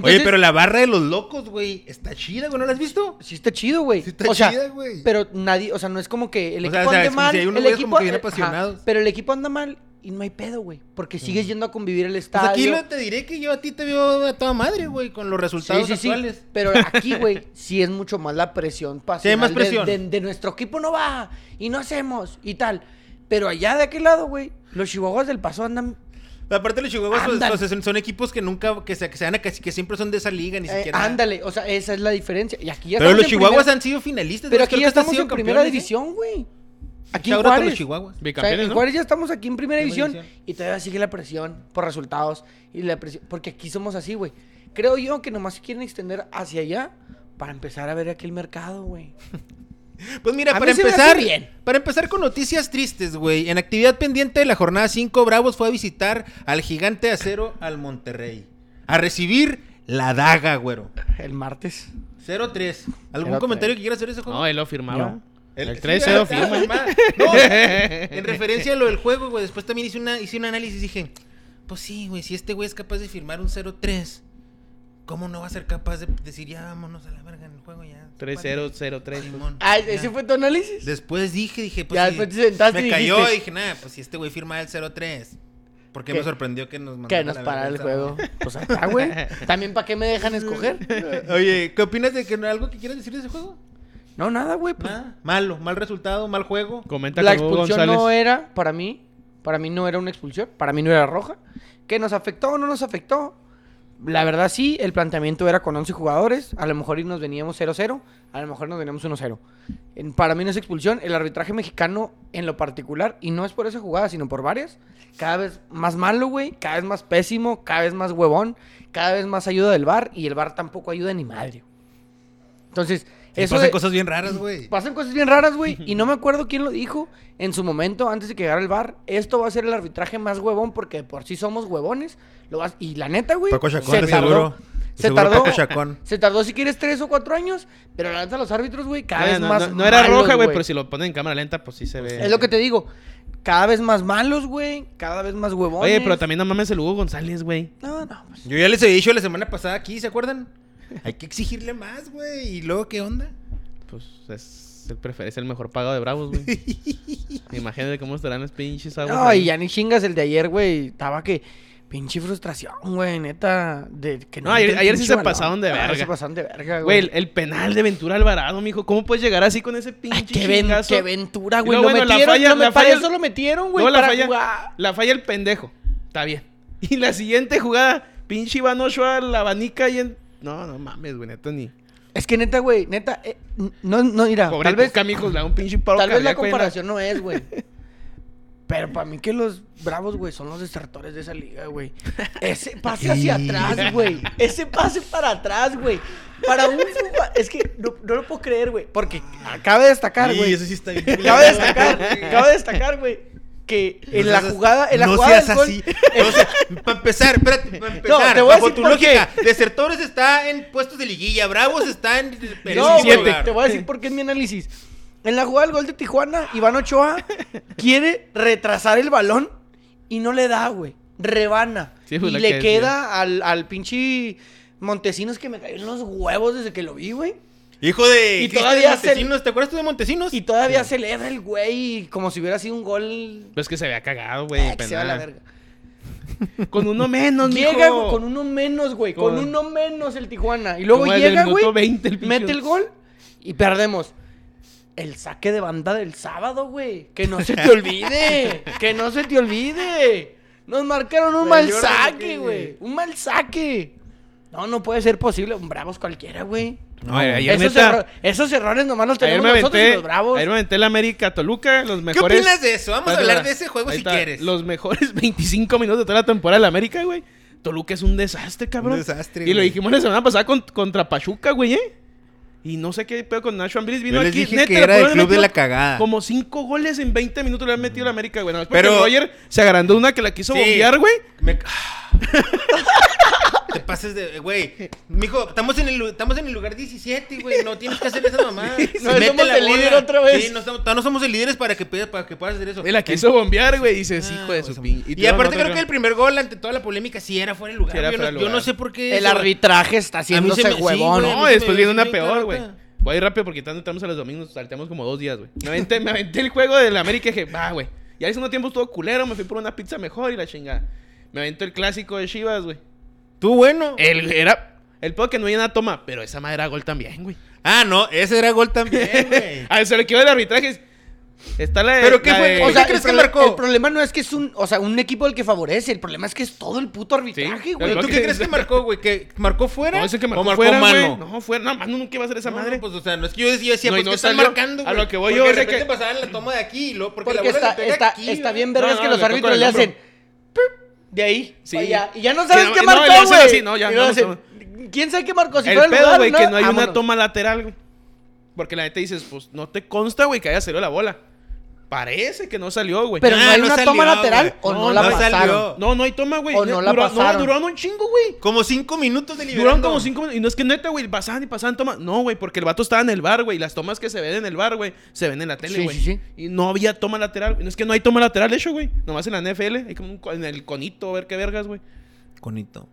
Speaker 4: Oye, pero la barra de los locos, güey, está chida, güey. ¿No la has visto?
Speaker 1: Sí está chido, güey.
Speaker 4: Sí está
Speaker 1: o sea,
Speaker 4: chida, güey.
Speaker 1: Pero nadie, o sea, no es como que el
Speaker 4: O sea,
Speaker 1: equipo
Speaker 4: o sea,
Speaker 1: ande
Speaker 4: es como
Speaker 1: mal.
Speaker 4: si hay unos
Speaker 1: el
Speaker 4: güeyes como
Speaker 1: equipo,
Speaker 4: que bien
Speaker 1: eh, ajá,
Speaker 4: apasionados.
Speaker 1: pero el equipo anda mal y no hay pedo, güey. Porque sigues yendo a convivir al
Speaker 4: Pues
Speaker 1: estadio.
Speaker 4: aquí lo- te diré que yo a ti te veo a toda madre, güey, con los resultados
Speaker 1: sí, sí,
Speaker 4: actuales.
Speaker 1: Sí. Pero aquí, güey, sí es mucho más la presión pasional.
Speaker 4: más
Speaker 1: de-
Speaker 4: presión.
Speaker 1: De, de nuestro equipo no va y no hacemos y tal. Pero allá de aquel lado, güey, los chihuahuas del paso andan.
Speaker 4: Aparte los Chihuahuas pues,
Speaker 1: Ándale.
Speaker 4: pues, son, son equipos que nunca, que se, que se van a casi, que siempre son de esa liga, ni
Speaker 1: eh,
Speaker 4: siquiera.
Speaker 1: ándale, o sea, esa es la diferencia. Y aquí ya
Speaker 4: Pero
Speaker 1: estamos
Speaker 4: los
Speaker 1: en
Speaker 4: Chihuahuas
Speaker 1: primera-
Speaker 4: han sido finalistas.
Speaker 1: Pero
Speaker 4: creo
Speaker 1: aquí
Speaker 4: que
Speaker 1: ya
Speaker 4: hasta han
Speaker 1: estamos
Speaker 4: sido
Speaker 1: en primera
Speaker 4: campeones, ¿eh?
Speaker 1: división, güey. Aquí en
Speaker 4: Shout out a los
Speaker 1: Juárez.
Speaker 4: Chihuahuas.
Speaker 1: O sea,
Speaker 2: Bicampeones,
Speaker 1: en
Speaker 2: ¿no?
Speaker 1: Juárez ya estamos aquí en primera
Speaker 4: Primera
Speaker 1: división
Speaker 4: división.
Speaker 1: y todavía sigue la presión por resultados y la presión, porque aquí somos así, güey. Creo yo que nomás quieren extender hacia allá para empezar a ver aquí el mercado, güey.
Speaker 4: Pues mira,
Speaker 1: A mí
Speaker 4: para
Speaker 1: se me hace
Speaker 4: empezar,
Speaker 1: bien.
Speaker 4: para empezar con noticias tristes, güey. En actividad pendiente de la jornada 5, Bravos fue a visitar al gigante de acero al Monterrey. A recibir la daga, güero.
Speaker 1: El martes.
Speaker 4: 0-3. ¿Algún
Speaker 1: 0-3.
Speaker 4: comentario que quieras hacer ese juego?
Speaker 2: No, él lo firmaba.
Speaker 1: No.
Speaker 2: El,
Speaker 4: sí,
Speaker 2: 3-0
Speaker 4: sí,
Speaker 2: firma.
Speaker 4: firma. No, en referencia a lo del juego, güey. Después también hice, una, hice un análisis y dije: Pues sí, güey, si este güey es capaz de firmar un 0-3, ¿cómo no va a ser capaz de decir ya vámonos a la verga en el juego ya?
Speaker 2: 3-0, 0-3.
Speaker 4: Simón,
Speaker 1: Ah,
Speaker 4: ya.
Speaker 1: ¿ese fue tu análisis?
Speaker 4: Después dije, dije, pues.
Speaker 1: Ya,
Speaker 4: sí.
Speaker 1: después te sentaste
Speaker 4: Me
Speaker 1: y
Speaker 4: cayó
Speaker 1: dijiste-
Speaker 4: y dije, nada, pues si este güey firma el 03. Porque
Speaker 1: ¿Qué?
Speaker 4: me sorprendió que nos mandó
Speaker 1: Que
Speaker 4: a
Speaker 1: nos
Speaker 4: la
Speaker 1: para el
Speaker 4: verga
Speaker 1: juego. Pues ahí está, güey. También, ¿para qué me dejan escoger?
Speaker 4: sábado. Oye, ¿qué opinas de que algo que quieras decir de ese juego?
Speaker 1: No, nada, güey. pues,
Speaker 4: Nada. Malo, mal resultado, mal juego.
Speaker 2: Comenta
Speaker 1: la
Speaker 2: con Hugo
Speaker 1: expulsión
Speaker 2: González.
Speaker 1: no era, para mí, para mí no era una expulsión. Para mí no era roja. ¿Que nos afectó o no nos afectó? La verdad sí, el planteamiento era con 11 jugadores. A lo mejor y nos veníamos 0-0. A lo mejor nos veníamos 1-0. En- Para mí no es expulsión. El arbitraje mexicano en lo particular, y no es por esa jugada, sino por varias, cada vez más malo, güey. Cada vez más pésimo. Cada vez más huevón. Cada vez más ayuda del VAR. Y el VAR tampoco ayuda ni madre. Entonces,
Speaker 4: Sí,
Speaker 1: eso
Speaker 4: pasan
Speaker 1: de-
Speaker 4: cosas bien raras, güey.
Speaker 1: Pasan cosas bien raras, güey. Y no me acuerdo quién lo dijo en su momento, antes de que llegara el bar. Esto va a ser el arbitraje más huevón, porque de por sí somos huevones. Lo vas... Y la neta, güey.
Speaker 4: Paco Chacón, de seguro. De
Speaker 1: Se
Speaker 4: seguro
Speaker 1: tardó.
Speaker 4: Paco Chacón.
Speaker 1: Se tardó, si quieres, tres o cuatro años. Pero la neta, los árbitros, güey, cada
Speaker 2: Ah,
Speaker 1: vez
Speaker 2: no,
Speaker 1: más.
Speaker 2: no- no era
Speaker 1: malos,
Speaker 2: roja, güey, pero si lo ponen en cámara lenta, pues sí se ve.
Speaker 1: Es lo que te digo. Cada vez más malos, güey. Cada vez más huevones.
Speaker 2: Oye, pero también no mames el Hugo González, güey.
Speaker 1: No, no, pues.
Speaker 4: Yo ya les había dicho la semana pasada aquí, ¿se acuerdan? Hay que exigirle más, güey. ¿Y luego qué onda?
Speaker 2: Pues es el, prefer- es el mejor pagado de Bravos, güey. Imagínate cómo estarán los pinches aguas.
Speaker 1: No,
Speaker 2: ahí.
Speaker 1: y ya ni chingas el de ayer, güey. Estaba que. Pinche frustración, güey, neta. De, que
Speaker 2: No, ayer-
Speaker 1: meten
Speaker 2: ayer sí
Speaker 1: pinche
Speaker 2: se
Speaker 1: balón.
Speaker 2: pasaron de
Speaker 1: Ayer Se
Speaker 2: verga.
Speaker 1: pasaron de verga,
Speaker 2: Güey, el, el penal de Ventura Alvarado, mijo. ¿Cómo puedes llegar así con ese pinche
Speaker 1: Ay, Ah, qué, ven-
Speaker 2: chingazo?
Speaker 1: qué ventura,
Speaker 2: Y
Speaker 1: güey.
Speaker 2: luego,
Speaker 1: lo
Speaker 2: bueno, la
Speaker 1: metieron,
Speaker 2: falla-
Speaker 1: no me-
Speaker 2: la
Speaker 1: para
Speaker 2: falla-
Speaker 1: eso lo metieron, güey.
Speaker 2: Luego la
Speaker 1: para
Speaker 2: falla,
Speaker 1: jugar.
Speaker 2: la falla el pendejo. Está bien. Y la siguiente jugada, pinche Iván Ochoa, la abanica y en... No, no mames, güey, neta ni...
Speaker 1: Es que neta, güey, neta, eh, no, no, mira,
Speaker 2: Pobre
Speaker 1: Ah, tal vez,
Speaker 2: Tuca, mijo, le da un pinche paro
Speaker 1: tal vez la
Speaker 2: cardíaco ahí en
Speaker 1: comparación no es, güey. Pero para mí que los bravos, güey, son los desertores de esa liga, güey. Ese pase hacia atrás, güey. Ese pase para atrás, güey. Para un jugua- Es que no, no lo puedo creer, güey. Porque acaba de destacar,
Speaker 4: Sí,
Speaker 1: güey.
Speaker 4: eso sí está bien.
Speaker 1: Acaba de destacar, acaba de destacar, güey. Que en la jugada, en la
Speaker 4: no
Speaker 1: jugada
Speaker 4: seas
Speaker 1: del gol-
Speaker 4: así. No seas- para empezar, espérate, para empezar.
Speaker 1: te voy a
Speaker 4: bajo
Speaker 1: decir
Speaker 4: tu
Speaker 1: por
Speaker 4: lógica, Desertores está en puestos de liguilla, Bravos está en en
Speaker 1: No,
Speaker 4: último
Speaker 1: güey,
Speaker 4: lugar.
Speaker 1: te voy a decir por qué es mi análisis. En la jugada del gol de Tijuana, Iván Ochoa quiere retrasar el balón y no le da, güey. Rebana.
Speaker 2: Sí,
Speaker 1: y
Speaker 2: fue lo
Speaker 1: le
Speaker 2: que
Speaker 1: queda al, al pinche Montesinos que me cayó en los huevos desde que lo vi, güey.
Speaker 4: Hijo de
Speaker 1: Y
Speaker 4: Cristian
Speaker 1: todavía se-
Speaker 4: Montesinos, ¿te acuerdas tú de Montesinos?
Speaker 1: Y todavía celebra el güey como si hubiera sido un gol.
Speaker 2: Pues que se había cagado, güey,
Speaker 1: eh,
Speaker 2: el
Speaker 1: que se va a
Speaker 2: penal.
Speaker 1: la verga.
Speaker 2: Con uno menos, mijo.
Speaker 1: Llega güey, con uno menos, güey. Con
Speaker 2: Con-
Speaker 1: uno menos el Tijuana. Y luego
Speaker 2: Como desde
Speaker 1: llega,
Speaker 2: el
Speaker 1: güey.
Speaker 2: minuto 20 el pinche-
Speaker 1: mete el gol y perdemos. El saque de banda del sábado, güey. Que no se te olvide. que no se te olvide. Nos marcaron un
Speaker 4: Me
Speaker 1: mal
Speaker 4: llora,
Speaker 1: saque,
Speaker 4: güey.
Speaker 1: güey. Un mal saque. No, no puede ser posible. Un bravos cualquiera, güey.
Speaker 2: No, ayer,
Speaker 1: Esos,
Speaker 2: neta,
Speaker 1: erro- esos errores nomás los
Speaker 2: ayer
Speaker 1: tenemos
Speaker 2: me
Speaker 1: nosotros y
Speaker 2: aventé,
Speaker 1: los bravos.
Speaker 2: ayer me aventé el América Toluca, los
Speaker 4: ¿Qué
Speaker 2: mejores...
Speaker 4: opinas de eso? Vamos a
Speaker 2: Espérate,
Speaker 4: hablar
Speaker 2: espérate.
Speaker 4: de ese juego
Speaker 2: Ahí
Speaker 4: si
Speaker 2: está,
Speaker 4: quieres.
Speaker 2: Los mejores 25 minutos de toda la temporada del América, güey. Toluca es un desastre, cabrón.
Speaker 4: Un desastre,
Speaker 2: Y lo
Speaker 4: güey.
Speaker 2: dijimos la semana pasada con- contra Pachuca, güey, ¿eh? Y no sé qué pedo con Nacho Ambriz. Vino
Speaker 4: Yo les
Speaker 2: aquí,
Speaker 4: dije
Speaker 2: neta,
Speaker 4: que
Speaker 2: le
Speaker 4: era el
Speaker 2: pudieron
Speaker 4: club de
Speaker 2: haber
Speaker 4: la
Speaker 2: metido
Speaker 4: cagada.
Speaker 2: Como 5 goles en 20 minutos le han metido a la América, güey. Pero
Speaker 4: Pero-
Speaker 2: Roger se agrandó una que la quiso
Speaker 4: Sí.
Speaker 2: bombear, güey.
Speaker 4: Me- Te pases de, güey. Mijo, estamos en el, lu- estamos en el lugar 17, güey. No tienes que hacer esa mamá.
Speaker 1: no somos el líder otra vez.
Speaker 4: Sí, no, estamos- no somos el líderes para que, pe- para que puedas hacer eso.
Speaker 2: Él la quiso bombear, güey. Y dices,
Speaker 4: Ah,
Speaker 2: hijo de
Speaker 4: güey,
Speaker 2: su
Speaker 4: esa
Speaker 2: pin.
Speaker 4: madre. Y, aparte creo que el primer gol ante toda la polémica sí era fuera de lugar.
Speaker 2: Sí era
Speaker 4: yo,
Speaker 2: fuera
Speaker 4: no,
Speaker 2: de
Speaker 4: yo no
Speaker 2: lugar.
Speaker 4: sé por qué
Speaker 1: El
Speaker 4: eso-
Speaker 1: arbitraje está
Speaker 4: me-
Speaker 1: haciéndose
Speaker 4: sí,
Speaker 1: huevón.
Speaker 4: güey.
Speaker 2: No,
Speaker 4: me-
Speaker 2: después
Speaker 4: me-
Speaker 2: viene
Speaker 4: me-
Speaker 2: una
Speaker 4: me-
Speaker 2: peor,
Speaker 4: me-
Speaker 2: güey.
Speaker 4: me-
Speaker 2: Voy a ir rápido porque tanto entramos a los domingos, salteamos como dos días, güey. Me aventé, me aventé el juego del América y dije, va, güey. Y al segundo tiempo estuvo culero, me fui por una pizza mejor y la chingada. Me aventó el clásico de Chivas, güey.
Speaker 4: Tú bueno.
Speaker 2: El era. El pedo que no viene a toma, pero esa madre era gol también, güey.
Speaker 4: Ah, no, ese era gol también, güey.
Speaker 2: A ver, se le quedó el arbitraje. es- Está la de-
Speaker 4: ¿Pero qué
Speaker 2: la
Speaker 4: fue?
Speaker 2: de-
Speaker 4: O
Speaker 1: O sea,
Speaker 4: ¿Qué crees
Speaker 1: el
Speaker 4: que
Speaker 1: proble-
Speaker 4: marcó?
Speaker 1: El problema no es que es un, o sea, un equipo el que favorece, el problema es que es todo el puto arbitraje,
Speaker 2: Sí,
Speaker 1: güey.
Speaker 4: Pero
Speaker 2: Creo
Speaker 4: tú qué
Speaker 2: que-
Speaker 4: crees que marcó, güey? ¿Que marcó fuera?
Speaker 2: no, ese que marcó,
Speaker 4: ¿O marcó
Speaker 2: fuera, güey.
Speaker 4: mano?
Speaker 2: No, fuera. No, mano nunca iba a hacer esa
Speaker 4: No,
Speaker 2: madre.
Speaker 4: Pues, o sea, no es que yo decía, yo decía
Speaker 2: No, y
Speaker 4: pues
Speaker 2: no
Speaker 4: que están
Speaker 2: salió.
Speaker 4: marcando,
Speaker 2: A
Speaker 4: güey?
Speaker 2: lo que voy
Speaker 4: Porque
Speaker 2: yo
Speaker 4: de
Speaker 2: es de
Speaker 4: repente
Speaker 2: que-
Speaker 4: pasaban la toma de aquí y luego porque,
Speaker 1: Porque,
Speaker 4: la bola
Speaker 1: está,
Speaker 4: le pega
Speaker 1: está,
Speaker 4: aquí,
Speaker 1: está
Speaker 4: güey.
Speaker 1: bien vergas
Speaker 2: No,
Speaker 1: que
Speaker 2: no,
Speaker 1: los
Speaker 2: le toca
Speaker 1: árbitros
Speaker 2: el
Speaker 1: le
Speaker 2: hombro.
Speaker 1: hacen de ahí
Speaker 2: Sí.
Speaker 1: pa' allá, y ya no
Speaker 2: Sí,
Speaker 1: sabes
Speaker 2: no,
Speaker 1: qué
Speaker 2: no,
Speaker 1: marcó,
Speaker 2: y lo hacen
Speaker 1: güey.
Speaker 2: así, no, ya
Speaker 1: Y lo
Speaker 2: no,
Speaker 1: hacen, ¿Quién sabe qué marcó? Si
Speaker 2: el
Speaker 1: fuera el
Speaker 2: pedo,
Speaker 1: lugar,
Speaker 2: güey, que no hay una
Speaker 1: Vámonos.
Speaker 2: toma lateral, güey. Porque la neta dices, pues no te consta, güey, que haya salido la bola. Parece que no salió, güey.
Speaker 1: Pero
Speaker 4: Ah,
Speaker 1: no hay
Speaker 4: no
Speaker 1: una
Speaker 4: salió,
Speaker 1: toma lateral
Speaker 4: güey.
Speaker 1: o no,
Speaker 2: No,
Speaker 1: la
Speaker 2: no
Speaker 1: pasaron.
Speaker 4: salió.
Speaker 2: No, no hay toma, güey.
Speaker 1: O no la
Speaker 2: duró,
Speaker 1: pasaron.
Speaker 2: duraron un chingo, güey.
Speaker 4: Como cinco minutos de liberación.
Speaker 2: Duraron como cinco minutos. Y no es que neta, güey, pasaban y pasaban tomas. No, güey, porque el vato estaba en el bar, güey. y Las tomas que se ven en el bar, güey, se ven en la tele,
Speaker 1: Sí,
Speaker 2: güey.
Speaker 1: sí, sí.
Speaker 2: Y no había toma lateral. güey. No es que no hay toma lateral, de hecho, güey. Nomás en la NFL. Hay como un co- en el conito, a ver qué vergas, güey.
Speaker 4: Conito.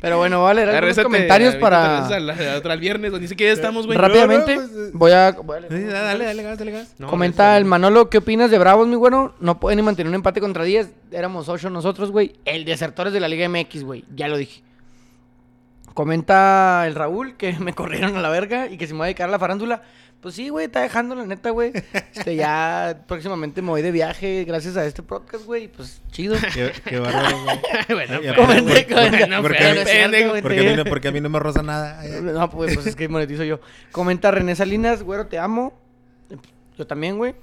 Speaker 1: Pero bueno, vale, leer algunos
Speaker 2: Agradecete,
Speaker 1: comentarios
Speaker 2: ahorita te
Speaker 1: para...
Speaker 2: regresas al- al- al- al viernes, donde dice que ya estamos, güey.
Speaker 1: Rápidamente,
Speaker 4: No, no, pues,
Speaker 1: voy a... voy a
Speaker 2: eh.
Speaker 1: leer algunos
Speaker 4: Dale, dale gas, dale gas.
Speaker 2: No,
Speaker 1: Comenta
Speaker 2: no,
Speaker 1: el Manolo, ¿qué opinas de Bravos, mi bueno? No pueden ni mantener un empate contra 10. Éramos 8 nosotros, güey. El desertores de la Liga MX, güey. Ya lo dije. Comenta el Raúl que me corrieron a la verga y que se me va a dedicar a la farándula. Pues sí, güey, está dejando la neta, güey. Este, ya próximamente me voy de viaje gracias a este podcast, güey. Pues chido.
Speaker 4: Qué, qué bárbaro, güey.
Speaker 2: bueno,
Speaker 4: Ya,
Speaker 2: pero-
Speaker 1: Comenté
Speaker 4: ¿por-
Speaker 1: con-
Speaker 2: bueno,
Speaker 1: Porque-
Speaker 2: pero
Speaker 1: no es
Speaker 2: pendejo.
Speaker 1: cierto, güey,
Speaker 4: Porque a,
Speaker 1: te-
Speaker 4: mí no, porque a mí no me roza nada. Eh,
Speaker 1: No, pues, pues, es que monetizo yo. Comenta René Salinas, güero, te amo. Yo también, güey.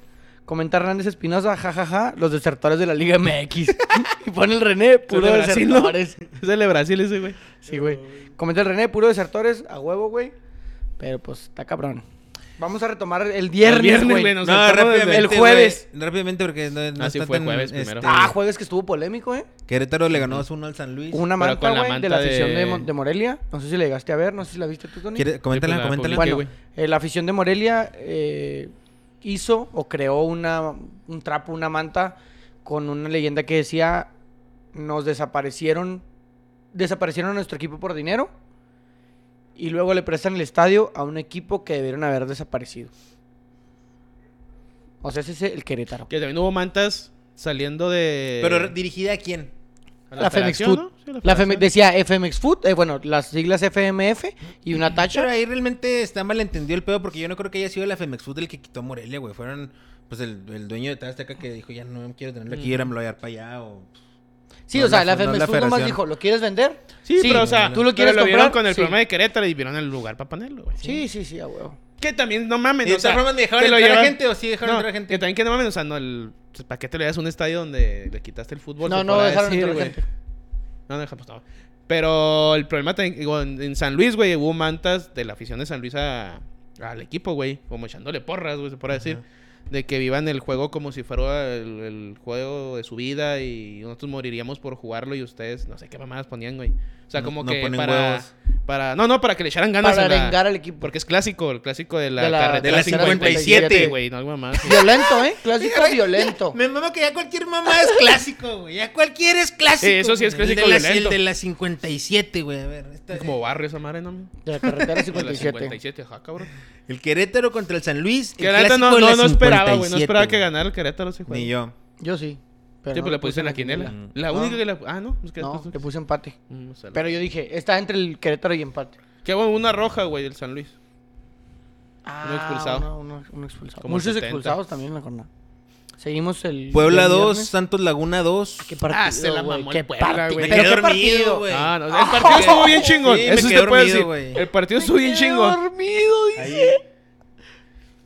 Speaker 1: Comenta Hernández Espinosa, jajaja, los desertores de la Liga MX. y pone el René, puro
Speaker 2: de Brasil, ¿no?
Speaker 1: desertores.
Speaker 2: Es el de Brasil ese, güey.
Speaker 1: Sí, güey. Comenta el René, puro desertores, a huevo, güey. Pero pues está cabrón. Vamos a retomar el
Speaker 2: El
Speaker 1: viernes,
Speaker 2: viernes,
Speaker 1: güey.
Speaker 2: güey, nos saltamos desde-
Speaker 1: el jueves.
Speaker 4: güey. rápidamente porque no, no
Speaker 2: Ah, sí,
Speaker 4: está
Speaker 2: fue
Speaker 4: tan, este,
Speaker 2: jueves primero.
Speaker 1: Ah, jueves que estuvo polémico, ¿eh?
Speaker 4: Querétaro le ganó 2-1 al San Luis.
Speaker 1: Una manta,
Speaker 2: con la
Speaker 1: güey, de
Speaker 2: manta
Speaker 1: la afición de...
Speaker 2: de-
Speaker 1: Mon- de Morelia. No sé si la llegaste a ver, no sé si la viste tú, Tony.
Speaker 4: ¿Quiere- Coméntala,
Speaker 2: Sí, pues, la
Speaker 4: coméntala.
Speaker 2: publiqué,
Speaker 1: Bueno,
Speaker 2: güey.
Speaker 1: eh, la afición de Morelia eh, hizo o creó una, un trapo, una manta con una leyenda que decía nos desaparecieron, desaparecieron a nuestro equipo por dinero y luego le prestan el estadio a un equipo que debieron haber desaparecido. O sea, ese es el Querétaro.
Speaker 2: Que también hubo mantas saliendo de.
Speaker 4: Pero dirigida a quién?
Speaker 2: a
Speaker 1: La Femex
Speaker 2: federación,
Speaker 1: Food.
Speaker 2: ¿no? Sí, a
Speaker 1: La Feme-
Speaker 2: federación.
Speaker 1: decía FMX Food, eh, bueno, las siglas FMF y una
Speaker 4: Pero
Speaker 1: tacha.
Speaker 4: ahí realmente está malentendido el pedo porque yo no creo que haya sido la Femex Food el que quitó a Morelia, güey. Fueron, pues, el, el dueño de Tazteca que dijo, ya no quiero tenerlo
Speaker 2: Mm.
Speaker 4: aquí, ahora me lo voy a dar para allá o...
Speaker 1: Sí,
Speaker 4: no
Speaker 1: o sea, la
Speaker 4: la- no
Speaker 1: FMX
Speaker 4: la
Speaker 1: Food nomás
Speaker 4: federación.
Speaker 1: dijo, ¿lo quieres vender?
Speaker 2: Sí, pero o sea,
Speaker 1: ¿tú lo
Speaker 2: pero
Speaker 1: quieres
Speaker 2: lo vieron
Speaker 1: comprar?
Speaker 2: con el
Speaker 1: Sí.
Speaker 2: problema de Querétaro y vieron el lugar para ponerlo, güey.
Speaker 1: Sí, sí, sí, a huevo.
Speaker 2: Que también, no mames.
Speaker 4: ¿Y de
Speaker 2: o sea,
Speaker 4: todas formas me dejaron
Speaker 2: te lo
Speaker 4: entrar a
Speaker 2: llevan-
Speaker 4: gente o sí dejaron
Speaker 2: No,
Speaker 4: entrar a gente?
Speaker 2: Que también que no mames, o sea, no, el... pues, ¿para qué te le das un estadio donde le quitaste el fútbol?
Speaker 1: No,
Speaker 2: Se
Speaker 1: no
Speaker 2: podrá
Speaker 1: dejaron
Speaker 2: decir,
Speaker 1: entrar a
Speaker 2: güey.
Speaker 1: gente.
Speaker 2: No, no dejamos, no. Pero el problema también, digo, en, en San Luis, güey, hubo mantas de la afición de San Luis a- al equipo, güey. Como echándole porras, güey, se podrá decir. De que vivan el juego como si fuera el, el juego de su vida y nosotros moriríamos por jugarlo y ustedes, no sé qué mamadas ponían, güey. O sea,
Speaker 4: No-
Speaker 2: como
Speaker 4: no
Speaker 2: que
Speaker 4: ponen
Speaker 2: para,
Speaker 4: huevos.
Speaker 2: para... No, no, para que le echaran ganas
Speaker 1: Para
Speaker 2: a la-
Speaker 1: arengar al equipo.
Speaker 2: porque es clásico, el clásico de la,
Speaker 1: De la-
Speaker 2: carretera
Speaker 4: de la
Speaker 2: 57,
Speaker 1: 57,
Speaker 2: güey, no algo más.
Speaker 1: Violento, ¿eh? Clásico violento.
Speaker 4: Me mama que ya cualquier mamá es clásico, güey. Ya cualquier es clásico.
Speaker 2: Eh, eso sí es
Speaker 4: güey.
Speaker 2: clásico
Speaker 4: El de, la,
Speaker 2: violento.
Speaker 4: el de la 57, güey. A ver. esta-
Speaker 2: Como barrio esa madre, ¿no?
Speaker 1: De la carretera
Speaker 2: De la
Speaker 1: 57.
Speaker 2: 57, ajá, cabrón.
Speaker 4: El Querétaro contra el San Luis.
Speaker 2: Que
Speaker 4: el
Speaker 2: la neta no,
Speaker 4: clásico de
Speaker 2: no,
Speaker 4: la
Speaker 2: no esperaba, güey. No
Speaker 4: 57,
Speaker 2: esperaba que
Speaker 4: güey.
Speaker 2: ganara el Querétaro ese juego.
Speaker 4: Ni yo.
Speaker 1: Yo sí. Pero
Speaker 2: Sí,
Speaker 1: no
Speaker 2: pues le puse en la quinela. La
Speaker 1: No.
Speaker 2: única que la. Ah, no. pues que
Speaker 1: No,
Speaker 2: después-
Speaker 1: le puse empate.
Speaker 2: Mm, o sea, la-
Speaker 1: Pero yo dije, está entre el Querétaro y empate.
Speaker 2: Que hubo una roja, güey, del San Luis.
Speaker 1: Ah,
Speaker 2: expulsado.
Speaker 1: uno- uno- uno expulsado.
Speaker 2: Como
Speaker 1: Muchos
Speaker 2: 70.
Speaker 1: expulsados también en la jornada. Seguimos el.
Speaker 4: Puebla
Speaker 1: el
Speaker 4: 2,
Speaker 1: viernes.
Speaker 4: Santos Laguna 2.
Speaker 1: Qué partido.
Speaker 2: Ah, se la
Speaker 1: güey,
Speaker 2: mamó el
Speaker 1: Qué
Speaker 2: Puebla,
Speaker 1: partido.
Speaker 2: güey.
Speaker 1: Pero
Speaker 4: Me
Speaker 1: qué
Speaker 4: quedé dormido,
Speaker 1: partido.
Speaker 4: güey.
Speaker 2: Ah, no. El partido estuvo bien chingón.
Speaker 4: Sí, me
Speaker 2: Eso sí
Speaker 4: quedé
Speaker 2: te puedo
Speaker 4: dormido,
Speaker 2: decir.
Speaker 4: güey.
Speaker 2: El partido estuvo bien chingón.
Speaker 1: dormido, dice.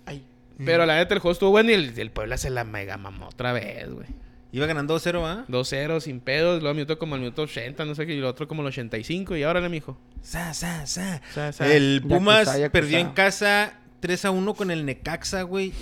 Speaker 1: Ay.
Speaker 2: Pero la neta, el juego estuvo bueno y el, el Puebla se la mega mamó otra vez, güey.
Speaker 4: Iba ganando 2-0, ¿ah?
Speaker 2: 2-0, sin pedos. Luego minuto como el minuto 80, no sé qué. Y el otro como el 85. Y ahora le mijo.
Speaker 4: Sa, sa, sa.
Speaker 2: Sa, sa.
Speaker 4: El
Speaker 1: Yakuza,
Speaker 4: Pumas
Speaker 1: Yakuza.
Speaker 4: perdió en casa 3-1 con el Necaxa, güey.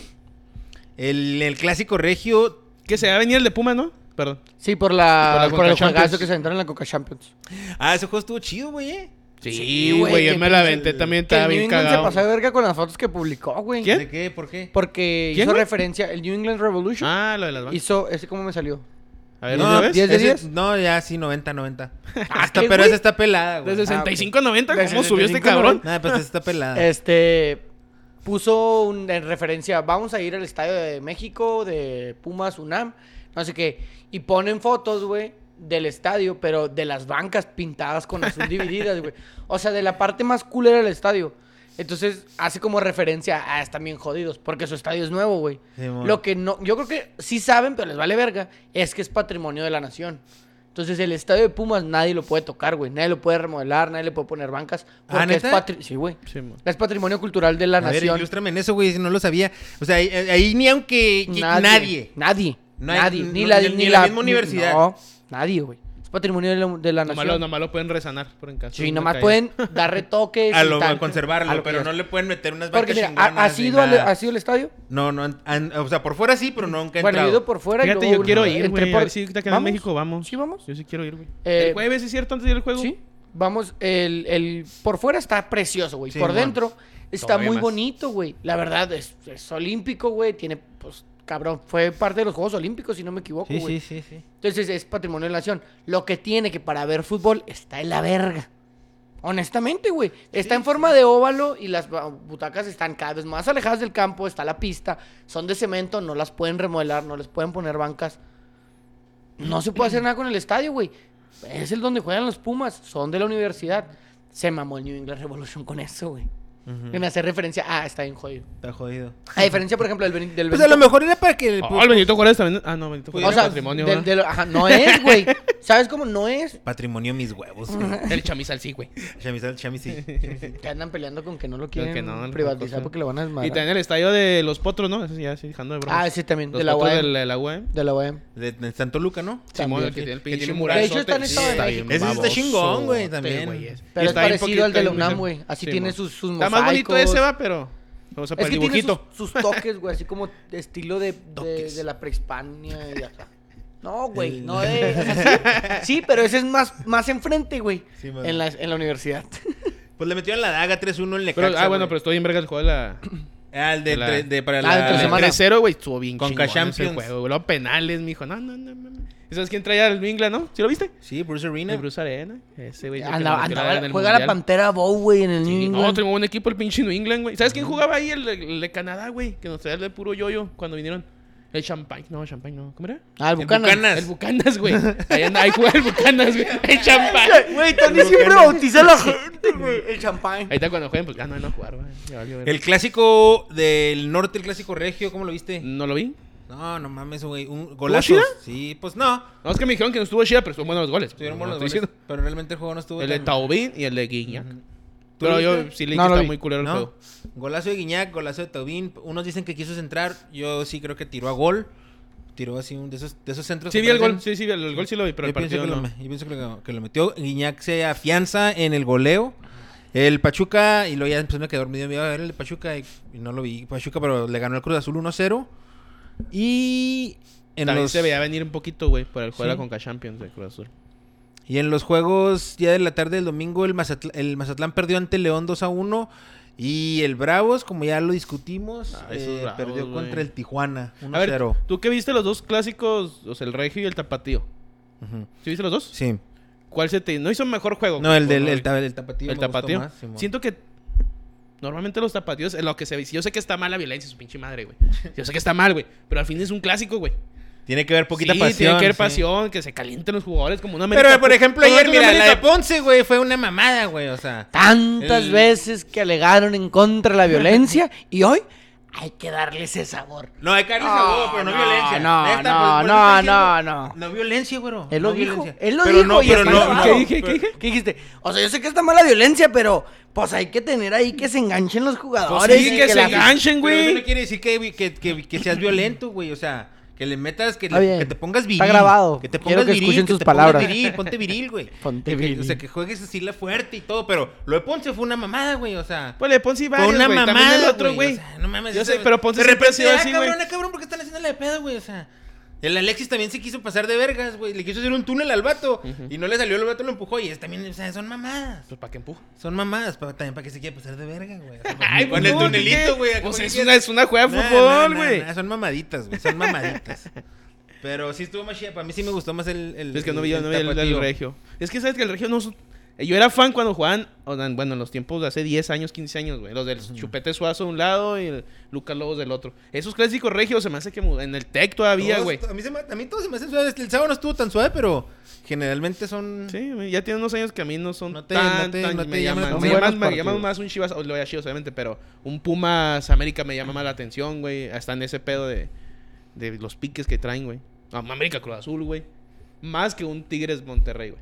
Speaker 4: El, el clásico regio
Speaker 2: Que se va a venir el de Puma, ¿no? Perdón.
Speaker 1: Sí, por, la,
Speaker 2: Por la Conca
Speaker 1: por el juegazo
Speaker 2: Champions.
Speaker 1: que se entraron en la Coca Champions.
Speaker 4: Ah, ese juego estuvo chido, güey, eh.
Speaker 1: Sí,
Speaker 2: Sí,
Speaker 1: güey,
Speaker 2: güey,
Speaker 1: que
Speaker 2: yo me la
Speaker 1: pinche-
Speaker 2: aventé también,
Speaker 1: Que
Speaker 2: estaba
Speaker 1: el New
Speaker 2: bien
Speaker 1: England se
Speaker 2: cagado.
Speaker 1: pasó de verga con las fotos que publicó, güey.
Speaker 2: ¿Quién?
Speaker 4: ¿De qué? ¿Por qué?
Speaker 1: Porque
Speaker 2: ¿Quién,
Speaker 1: hizo
Speaker 2: güey?
Speaker 1: referencia, el New England Revolution
Speaker 2: Ah, lo de las bancas.
Speaker 1: hizo, ese cómo me salió.
Speaker 2: A ver,
Speaker 4: No,
Speaker 2: ¿una vez?
Speaker 1: diez- de
Speaker 4: Ese-
Speaker 1: 10?
Speaker 4: No, ya sí, 90, 90. Hasta,
Speaker 1: ¿qué,
Speaker 4: pero
Speaker 1: güey?
Speaker 4: esa está pelada, güey.
Speaker 2: De
Speaker 1: Ah,
Speaker 2: 65 a 90,
Speaker 1: De
Speaker 2: ¿cómo subió este
Speaker 1: 65 a
Speaker 2: cabrón? Eh,
Speaker 4: Nada, pues esa está pelada.
Speaker 1: Este puso un- en referencia, vamos a ir al estadio de México, de Pumas, UNAM, no sé qué. Y ponen fotos, güey, del estadio, pero de las bancas pintadas con azul divididas, güey. O sea, de la parte más culera del estadio. Entonces hace como referencia a "Ah, están bien jodidos, porque su estadio es nuevo, güey.
Speaker 4: Simón.
Speaker 1: Lo que no, yo creo que sí saben, pero les vale verga, es que es patrimonio de la nación. Entonces el estadio de Pumas nadie lo puede tocar, güey. Nadie lo puede remodelar, nadie le puede poner bancas.
Speaker 4: ¿Ah,
Speaker 1: Porque es
Speaker 4: neta?
Speaker 1: patri- Sí, güey.
Speaker 2: Sí, mo.
Speaker 1: Es patrimonio cultural de la
Speaker 4: A ver,
Speaker 1: nación.
Speaker 4: ilústrame en eso, güey, si no lo sabía. O sea, ahí, ahí ni aunque nadie.
Speaker 1: Nadie. Nadie.
Speaker 4: No hay-
Speaker 1: nadie.
Speaker 4: no-
Speaker 1: Ni la,
Speaker 4: ni-
Speaker 1: ni
Speaker 4: ni
Speaker 1: la
Speaker 4: la misma universidad.
Speaker 1: No, nadie, güey. Es patrimonio de la, de la
Speaker 2: Nomás lo,
Speaker 1: nación.
Speaker 2: nomás lo pueden resanar por en caso. de
Speaker 1: Sí,
Speaker 2: una
Speaker 1: nomás
Speaker 2: caída.
Speaker 1: pueden dar retoques.
Speaker 4: A
Speaker 1: y
Speaker 4: lo
Speaker 1: tal.
Speaker 4: conservarlo,
Speaker 1: A lo que
Speaker 4: pero
Speaker 1: ya
Speaker 4: no
Speaker 1: está.
Speaker 4: le pueden meter unas
Speaker 1: Porque
Speaker 4: bancas
Speaker 1: mira,
Speaker 4: chingonas
Speaker 1: ¿ha- ¿has
Speaker 4: ni
Speaker 1: ido, al,
Speaker 4: nada.
Speaker 1: ¿has ido al estadio?
Speaker 4: No, no, han- han- o sea, por fuera sí, pero nunca he
Speaker 1: Bueno, yo he
Speaker 4: entrado.
Speaker 1: ido por fuera. y
Speaker 2: Fíjate,
Speaker 1: luego
Speaker 2: yo quiero ir,
Speaker 1: entré
Speaker 2: güey.
Speaker 1: por-
Speaker 2: A ver si ahorita que ando en México vamos.
Speaker 1: ¿Sí vamos?
Speaker 2: Yo sí quiero ir, güey.
Speaker 1: Eh,
Speaker 2: el jueves, ¿es cierto? Antes de ir al juego.
Speaker 1: Sí, vamos. El, el- por fuera está precioso, güey.
Speaker 4: Sí,
Speaker 1: por
Speaker 4: mon.
Speaker 1: dentro está
Speaker 2: Todavía
Speaker 1: muy
Speaker 2: más.
Speaker 1: bonito, güey. La verdad, es, es olímpico, güey. Tiene, pues, cabrón, fue parte de los Juegos Olímpicos, si no me equivoco, güey.
Speaker 4: sí, sí.
Speaker 1: Entonces es patrimonio de la nación. Lo que tiene que para ver fútbol está en la verga. Honestamente, güey. Está en forma de óvalo y las ba- butacas están cada vez más alejadas del campo. Está la pista. Son de cemento. No las pueden remodelar. No les pueden poner bancas. No se puede hacer nada con el estadio, güey. Es el donde juegan los Pumas. Son de la universidad. Se mamó el New England Revolution con eso, güey. En hacer referencia. Ah, está bien jodido.
Speaker 4: Está jodido.
Speaker 1: A diferencia, por ejemplo, del, Beni- del
Speaker 4: Pues a lo
Speaker 1: Benito
Speaker 4: mejor era para que... el
Speaker 2: Oh, el Benito Juárez también. Ah, no, Benito Juárez.
Speaker 1: o sea,
Speaker 2: patrimonio,
Speaker 1: del-
Speaker 2: ¿verdad?
Speaker 1: del- ajá, no es, güey. ¿Sabes cómo no es?
Speaker 4: Patrimonio mis huevos.
Speaker 2: El chamizal, sí, güey.
Speaker 4: Chamisal, chamis, sí.
Speaker 1: Que andan peleando con que no lo
Speaker 2: que
Speaker 1: quieren
Speaker 2: no, no,
Speaker 1: privatizar
Speaker 2: cosa.
Speaker 1: porque lo van a
Speaker 2: Y
Speaker 1: desmadrar.
Speaker 2: también el estadio de los potros, ¿no? Eso ya sí, dejando de broma.
Speaker 1: Ah, sí, también.
Speaker 2: Los
Speaker 1: de la
Speaker 2: potros
Speaker 1: UAM.
Speaker 2: del- de la UAM.
Speaker 1: De la UAM.
Speaker 4: De, de Santo Luca, ¿no?
Speaker 2: Simón,
Speaker 1: También.
Speaker 2: el que tiene el
Speaker 4: Que tiene
Speaker 2: pinche
Speaker 4: un
Speaker 2: mural.
Speaker 1: De hecho, está en Estado de México.
Speaker 4: Ese sí está chingón, güey,
Speaker 2: este
Speaker 4: también.
Speaker 1: Pero es parecido al de la UNAM, güey. Así tiene sus, sus
Speaker 2: Está más bonito
Speaker 1: mosaicos.
Speaker 2: ese, va, pero. O sea, para
Speaker 1: Es
Speaker 2: el
Speaker 1: que tiene sus,
Speaker 2: dibujito.
Speaker 1: sus toques, güey. Así como de estilo de, de,
Speaker 4: Toques.
Speaker 1: de la prehispania y acá. No, güey. No es así. Sí, pero ese es más, más enfrente, güey.
Speaker 4: Sí, man.
Speaker 1: en, la, en la universidad.
Speaker 4: Pues le metieron la daga 3-1 en Necaxa.
Speaker 2: Pero, ah, bueno, pero
Speaker 4: güey.
Speaker 2: estoy en verga el juego de la.
Speaker 4: Ah, el de,
Speaker 2: la-
Speaker 4: tre- de para
Speaker 1: Ah,
Speaker 4: la...
Speaker 1: de entre semana.
Speaker 2: 3-0, güey, estuvo bien
Speaker 4: Conca
Speaker 2: chingón ese
Speaker 4: Champions.
Speaker 2: juego, güey. Los penales, mijo. No, no, no, no. no. ¿Y sabes quién traía el New England, no? ¿Sí lo viste?
Speaker 4: Sí, Bruce
Speaker 2: El
Speaker 4: Arena.
Speaker 2: Bruce Arena. Ese, güey. el que
Speaker 1: Andaba-
Speaker 2: nos metió la-
Speaker 1: andaba-
Speaker 2: en el
Speaker 1: juega la
Speaker 2: Mundial.
Speaker 1: Pantera Bow, güey, en el New
Speaker 2: Sí, no,
Speaker 1: England.
Speaker 2: tengo un equipo el pinche New England, güey. ¿Sabes quién jugaba ahí? El, el de Canadá, güey. Que nos traía el de puro yoyo cuando vinieron. El champagne, no, champagne, no. ¿Cómo era?
Speaker 1: Ah, el
Speaker 4: El
Speaker 1: Bucanas.
Speaker 4: Bucanas.
Speaker 2: El Bucanas, güey. Ahí anda, ahí jugaba el Bucanas, güey. El champagne.
Speaker 1: Güey, Tony siempre bautiza a la gente, güey. El champán.
Speaker 2: Ahí está cuando jueguen, pues ya no van a jugar, güey. Ya valió, güey.
Speaker 4: El clásico del norte, el clásico regio, ¿cómo lo viste?
Speaker 2: ¿No lo vi?
Speaker 4: No, no mames, güey. Un golazo.
Speaker 2: chida?
Speaker 4: Sí, pues no.
Speaker 2: No, es que me dijeron que no estuvo chida, pero estuvieron buenos los goles.
Speaker 4: Tuvieron
Speaker 2: No,
Speaker 4: buenos
Speaker 2: no
Speaker 4: goles,
Speaker 2: estoy diciendo.
Speaker 4: pero realmente el juego no estuvo
Speaker 2: El de
Speaker 4: tan-
Speaker 2: Taubín y el de Guiñac.
Speaker 4: ¿Tú
Speaker 2: Pero
Speaker 4: lo
Speaker 2: yo
Speaker 4: viste?
Speaker 2: sí leí
Speaker 1: No,
Speaker 2: que
Speaker 1: lo
Speaker 2: está
Speaker 1: vi.
Speaker 2: muy culero el
Speaker 4: ¿No?
Speaker 2: juego.
Speaker 4: Golazo de Guiñac, golazo de Taubín. Unos dicen que quiso centrar. Yo sí creo que tiró a gol. Tiró así un de esos, de esos centros.
Speaker 2: Sí
Speaker 4: que
Speaker 2: vi el gol, sí,
Speaker 4: parecen-
Speaker 2: sí, el, el gol sí lo vi, pero
Speaker 4: yo,
Speaker 2: el
Speaker 4: pienso
Speaker 2: partido
Speaker 4: que lo,
Speaker 2: no.
Speaker 4: me- yo pienso que lo, que lo metió. Guiñac se afianza en el goleo. El Pachuca, y luego ya empezó a quedar dormido. Me iba a ver el Pachuca y, y no lo vi. Pachuca, pero le ganó el Cruz Azul 1-0. Y en,
Speaker 2: También
Speaker 4: los,
Speaker 2: se veía venir un poquito, güey, por el juego de
Speaker 4: Sí.
Speaker 2: la Conca Champions de Cruz Azul.
Speaker 4: y en los juegos ya de la tarde del domingo, el Mazatl- el Mazatlán perdió ante León 2-1. Y el Bravos, como ya lo discutimos,
Speaker 2: Ah, esos
Speaker 4: eh,
Speaker 2: Bravos,
Speaker 4: perdió
Speaker 2: güey.
Speaker 4: contra el Tijuana
Speaker 2: A ver,
Speaker 4: 1-0.
Speaker 2: ¿tú qué viste los dos clásicos? O sea, el Regio y el Tapatío.
Speaker 4: Ujú.
Speaker 2: ¿Sí viste los dos?
Speaker 4: Sí.
Speaker 2: ¿Cuál se te... ¿No hizo mejor juego?
Speaker 4: No, el del
Speaker 2: ¿O
Speaker 4: el ta- el tapatío.
Speaker 2: el
Speaker 4: me gustó
Speaker 2: tapatío.
Speaker 4: más, Simón.
Speaker 2: Siento que normalmente los tapatíos, en lo que se ve, yo sé que está mal la violencia, su pinche madre, güey. Yo sé que está mal, güey, pero al fin es un clásico, güey.
Speaker 4: Tiene que ver poquita
Speaker 2: Sí,
Speaker 4: pasión.
Speaker 2: tiene que haber
Speaker 4: sí.
Speaker 2: pasión, que se calienten los jugadores como una
Speaker 4: Pero, por ejemplo,
Speaker 2: como
Speaker 4: ayer,
Speaker 2: una
Speaker 4: mira, la de
Speaker 2: América-
Speaker 4: Ponce, güey, fue una mamada, güey, o sea.
Speaker 1: Tantas
Speaker 4: El-
Speaker 1: veces que alegaron en contra de la violencia y hoy hay que darle ese sabor.
Speaker 4: No, hay carne
Speaker 1: No,
Speaker 4: sabor, pero no,
Speaker 1: no,
Speaker 4: violencia.
Speaker 1: no, no,
Speaker 4: Neta, por- por eso
Speaker 1: no,
Speaker 4: estoy
Speaker 1: no,
Speaker 4: diciendo-
Speaker 1: no.
Speaker 4: No violencia, güero.
Speaker 1: Él lo
Speaker 4: no
Speaker 1: dijo,
Speaker 4: violencia.
Speaker 1: él lo
Speaker 4: Pero
Speaker 1: dijo
Speaker 4: no,
Speaker 1: y
Speaker 4: pero
Speaker 1: está
Speaker 4: no,
Speaker 1: grabado.
Speaker 2: ¿Qué dije? ¿Qué dije?
Speaker 1: ¿Qué dijiste? O sea, yo sé que está mala violencia, pero pues hay que tener ahí que se enganchen los jugadores.
Speaker 2: Pues sí,
Speaker 1: y
Speaker 2: que se
Speaker 1: la-
Speaker 2: enganchen. Canchen,
Speaker 4: Pero eso
Speaker 2: güey.
Speaker 4: no quiere decir que, que, que, que seas violento, güey. O sea, que le metas, que,
Speaker 1: Está
Speaker 4: le-
Speaker 1: bien.
Speaker 4: que te pongas viril.
Speaker 1: Está grabado.
Speaker 4: Que te
Speaker 1: Quiero
Speaker 4: pongas
Speaker 1: que
Speaker 4: viril.
Speaker 1: escuchen
Speaker 4: que
Speaker 1: sus
Speaker 4: te pongas
Speaker 1: palabras.
Speaker 4: viril, ponte viril, güey.
Speaker 1: Ponte
Speaker 4: Que- que-
Speaker 1: viril.
Speaker 4: O sea, que juegues así la fuerte y todo. Pero lo de Ponce fue una mamada, güey. O sea.
Speaker 2: Pues le Ponce y varios,
Speaker 4: fue una
Speaker 2: güey, también
Speaker 4: mamada,
Speaker 2: el otro, güey.
Speaker 4: O sea, no mames.
Speaker 2: Yo
Speaker 4: esa-
Speaker 2: sé, pero Ponce
Speaker 4: De
Speaker 2: siempre ha
Speaker 4: repente,
Speaker 2: sido
Speaker 4: ah,
Speaker 2: así, güey.
Speaker 4: cabrón, ah, cabrón, ¿por qué están haciéndole de pedo, güey? O sea. El Alexis también se quiso pasar de vergas, güey. Le quiso hacer un túnel al vato.
Speaker 2: Ujú.
Speaker 4: Y no le salió, el vato lo empujó. Y es también, o sea, son mamadas.
Speaker 2: Pues para qué empuja.
Speaker 4: Son mamadas, pa- también para que se quiera pasar de verga, güey.
Speaker 2: Ay,
Speaker 4: Con
Speaker 2: pues,
Speaker 4: el
Speaker 2: no, ¿qué?
Speaker 4: tunelito, güey. acá
Speaker 2: Pues
Speaker 4: como
Speaker 2: es
Speaker 4: que-
Speaker 2: una, es una juega de
Speaker 4: Nah,
Speaker 2: fútbol,
Speaker 4: nah, nah,
Speaker 2: güey.
Speaker 4: nah, son mamaditas, güey. Son mamaditas. Pero sí estuvo más chida. Para mí sí me gustó más el. el
Speaker 2: Es que no vi, yo
Speaker 4: el
Speaker 2: no vi el, el
Speaker 4: tapatío.
Speaker 2: regio. Es que sabes que el regio no. son- eh, Yo era fan cuando jugaban, o dan- bueno, en los tiempos de hace 10 años, 15 años, güey. Los del Chupete Suazo de un lado y el Lucas Lobos del otro. Esos clásicos regios se me hace que mu- en el Tec todavía,
Speaker 4: Todos-
Speaker 2: güey.
Speaker 4: A mí, se me- a mí todo se me hace suave. El sábado no estuvo tan suave, pero generalmente son.
Speaker 2: Sí, güey, ya tiene unos años que a mí no son
Speaker 4: No te-
Speaker 2: tan,
Speaker 4: no te-
Speaker 2: tan-
Speaker 4: no
Speaker 2: me
Speaker 4: te
Speaker 2: llaman.
Speaker 4: llaman-
Speaker 1: son
Speaker 2: me
Speaker 1: buenos
Speaker 2: llaman, me llaman
Speaker 1: partidos.
Speaker 2: más un Chivas, o lo voy a Chivas obviamente, pero un Pumas América me llama más la atención, güey. Hasta en ese pedo de, de los piques que traen, güey. Ah, América Cruz Azul, güey. Más que un Tigres Monterrey, güey.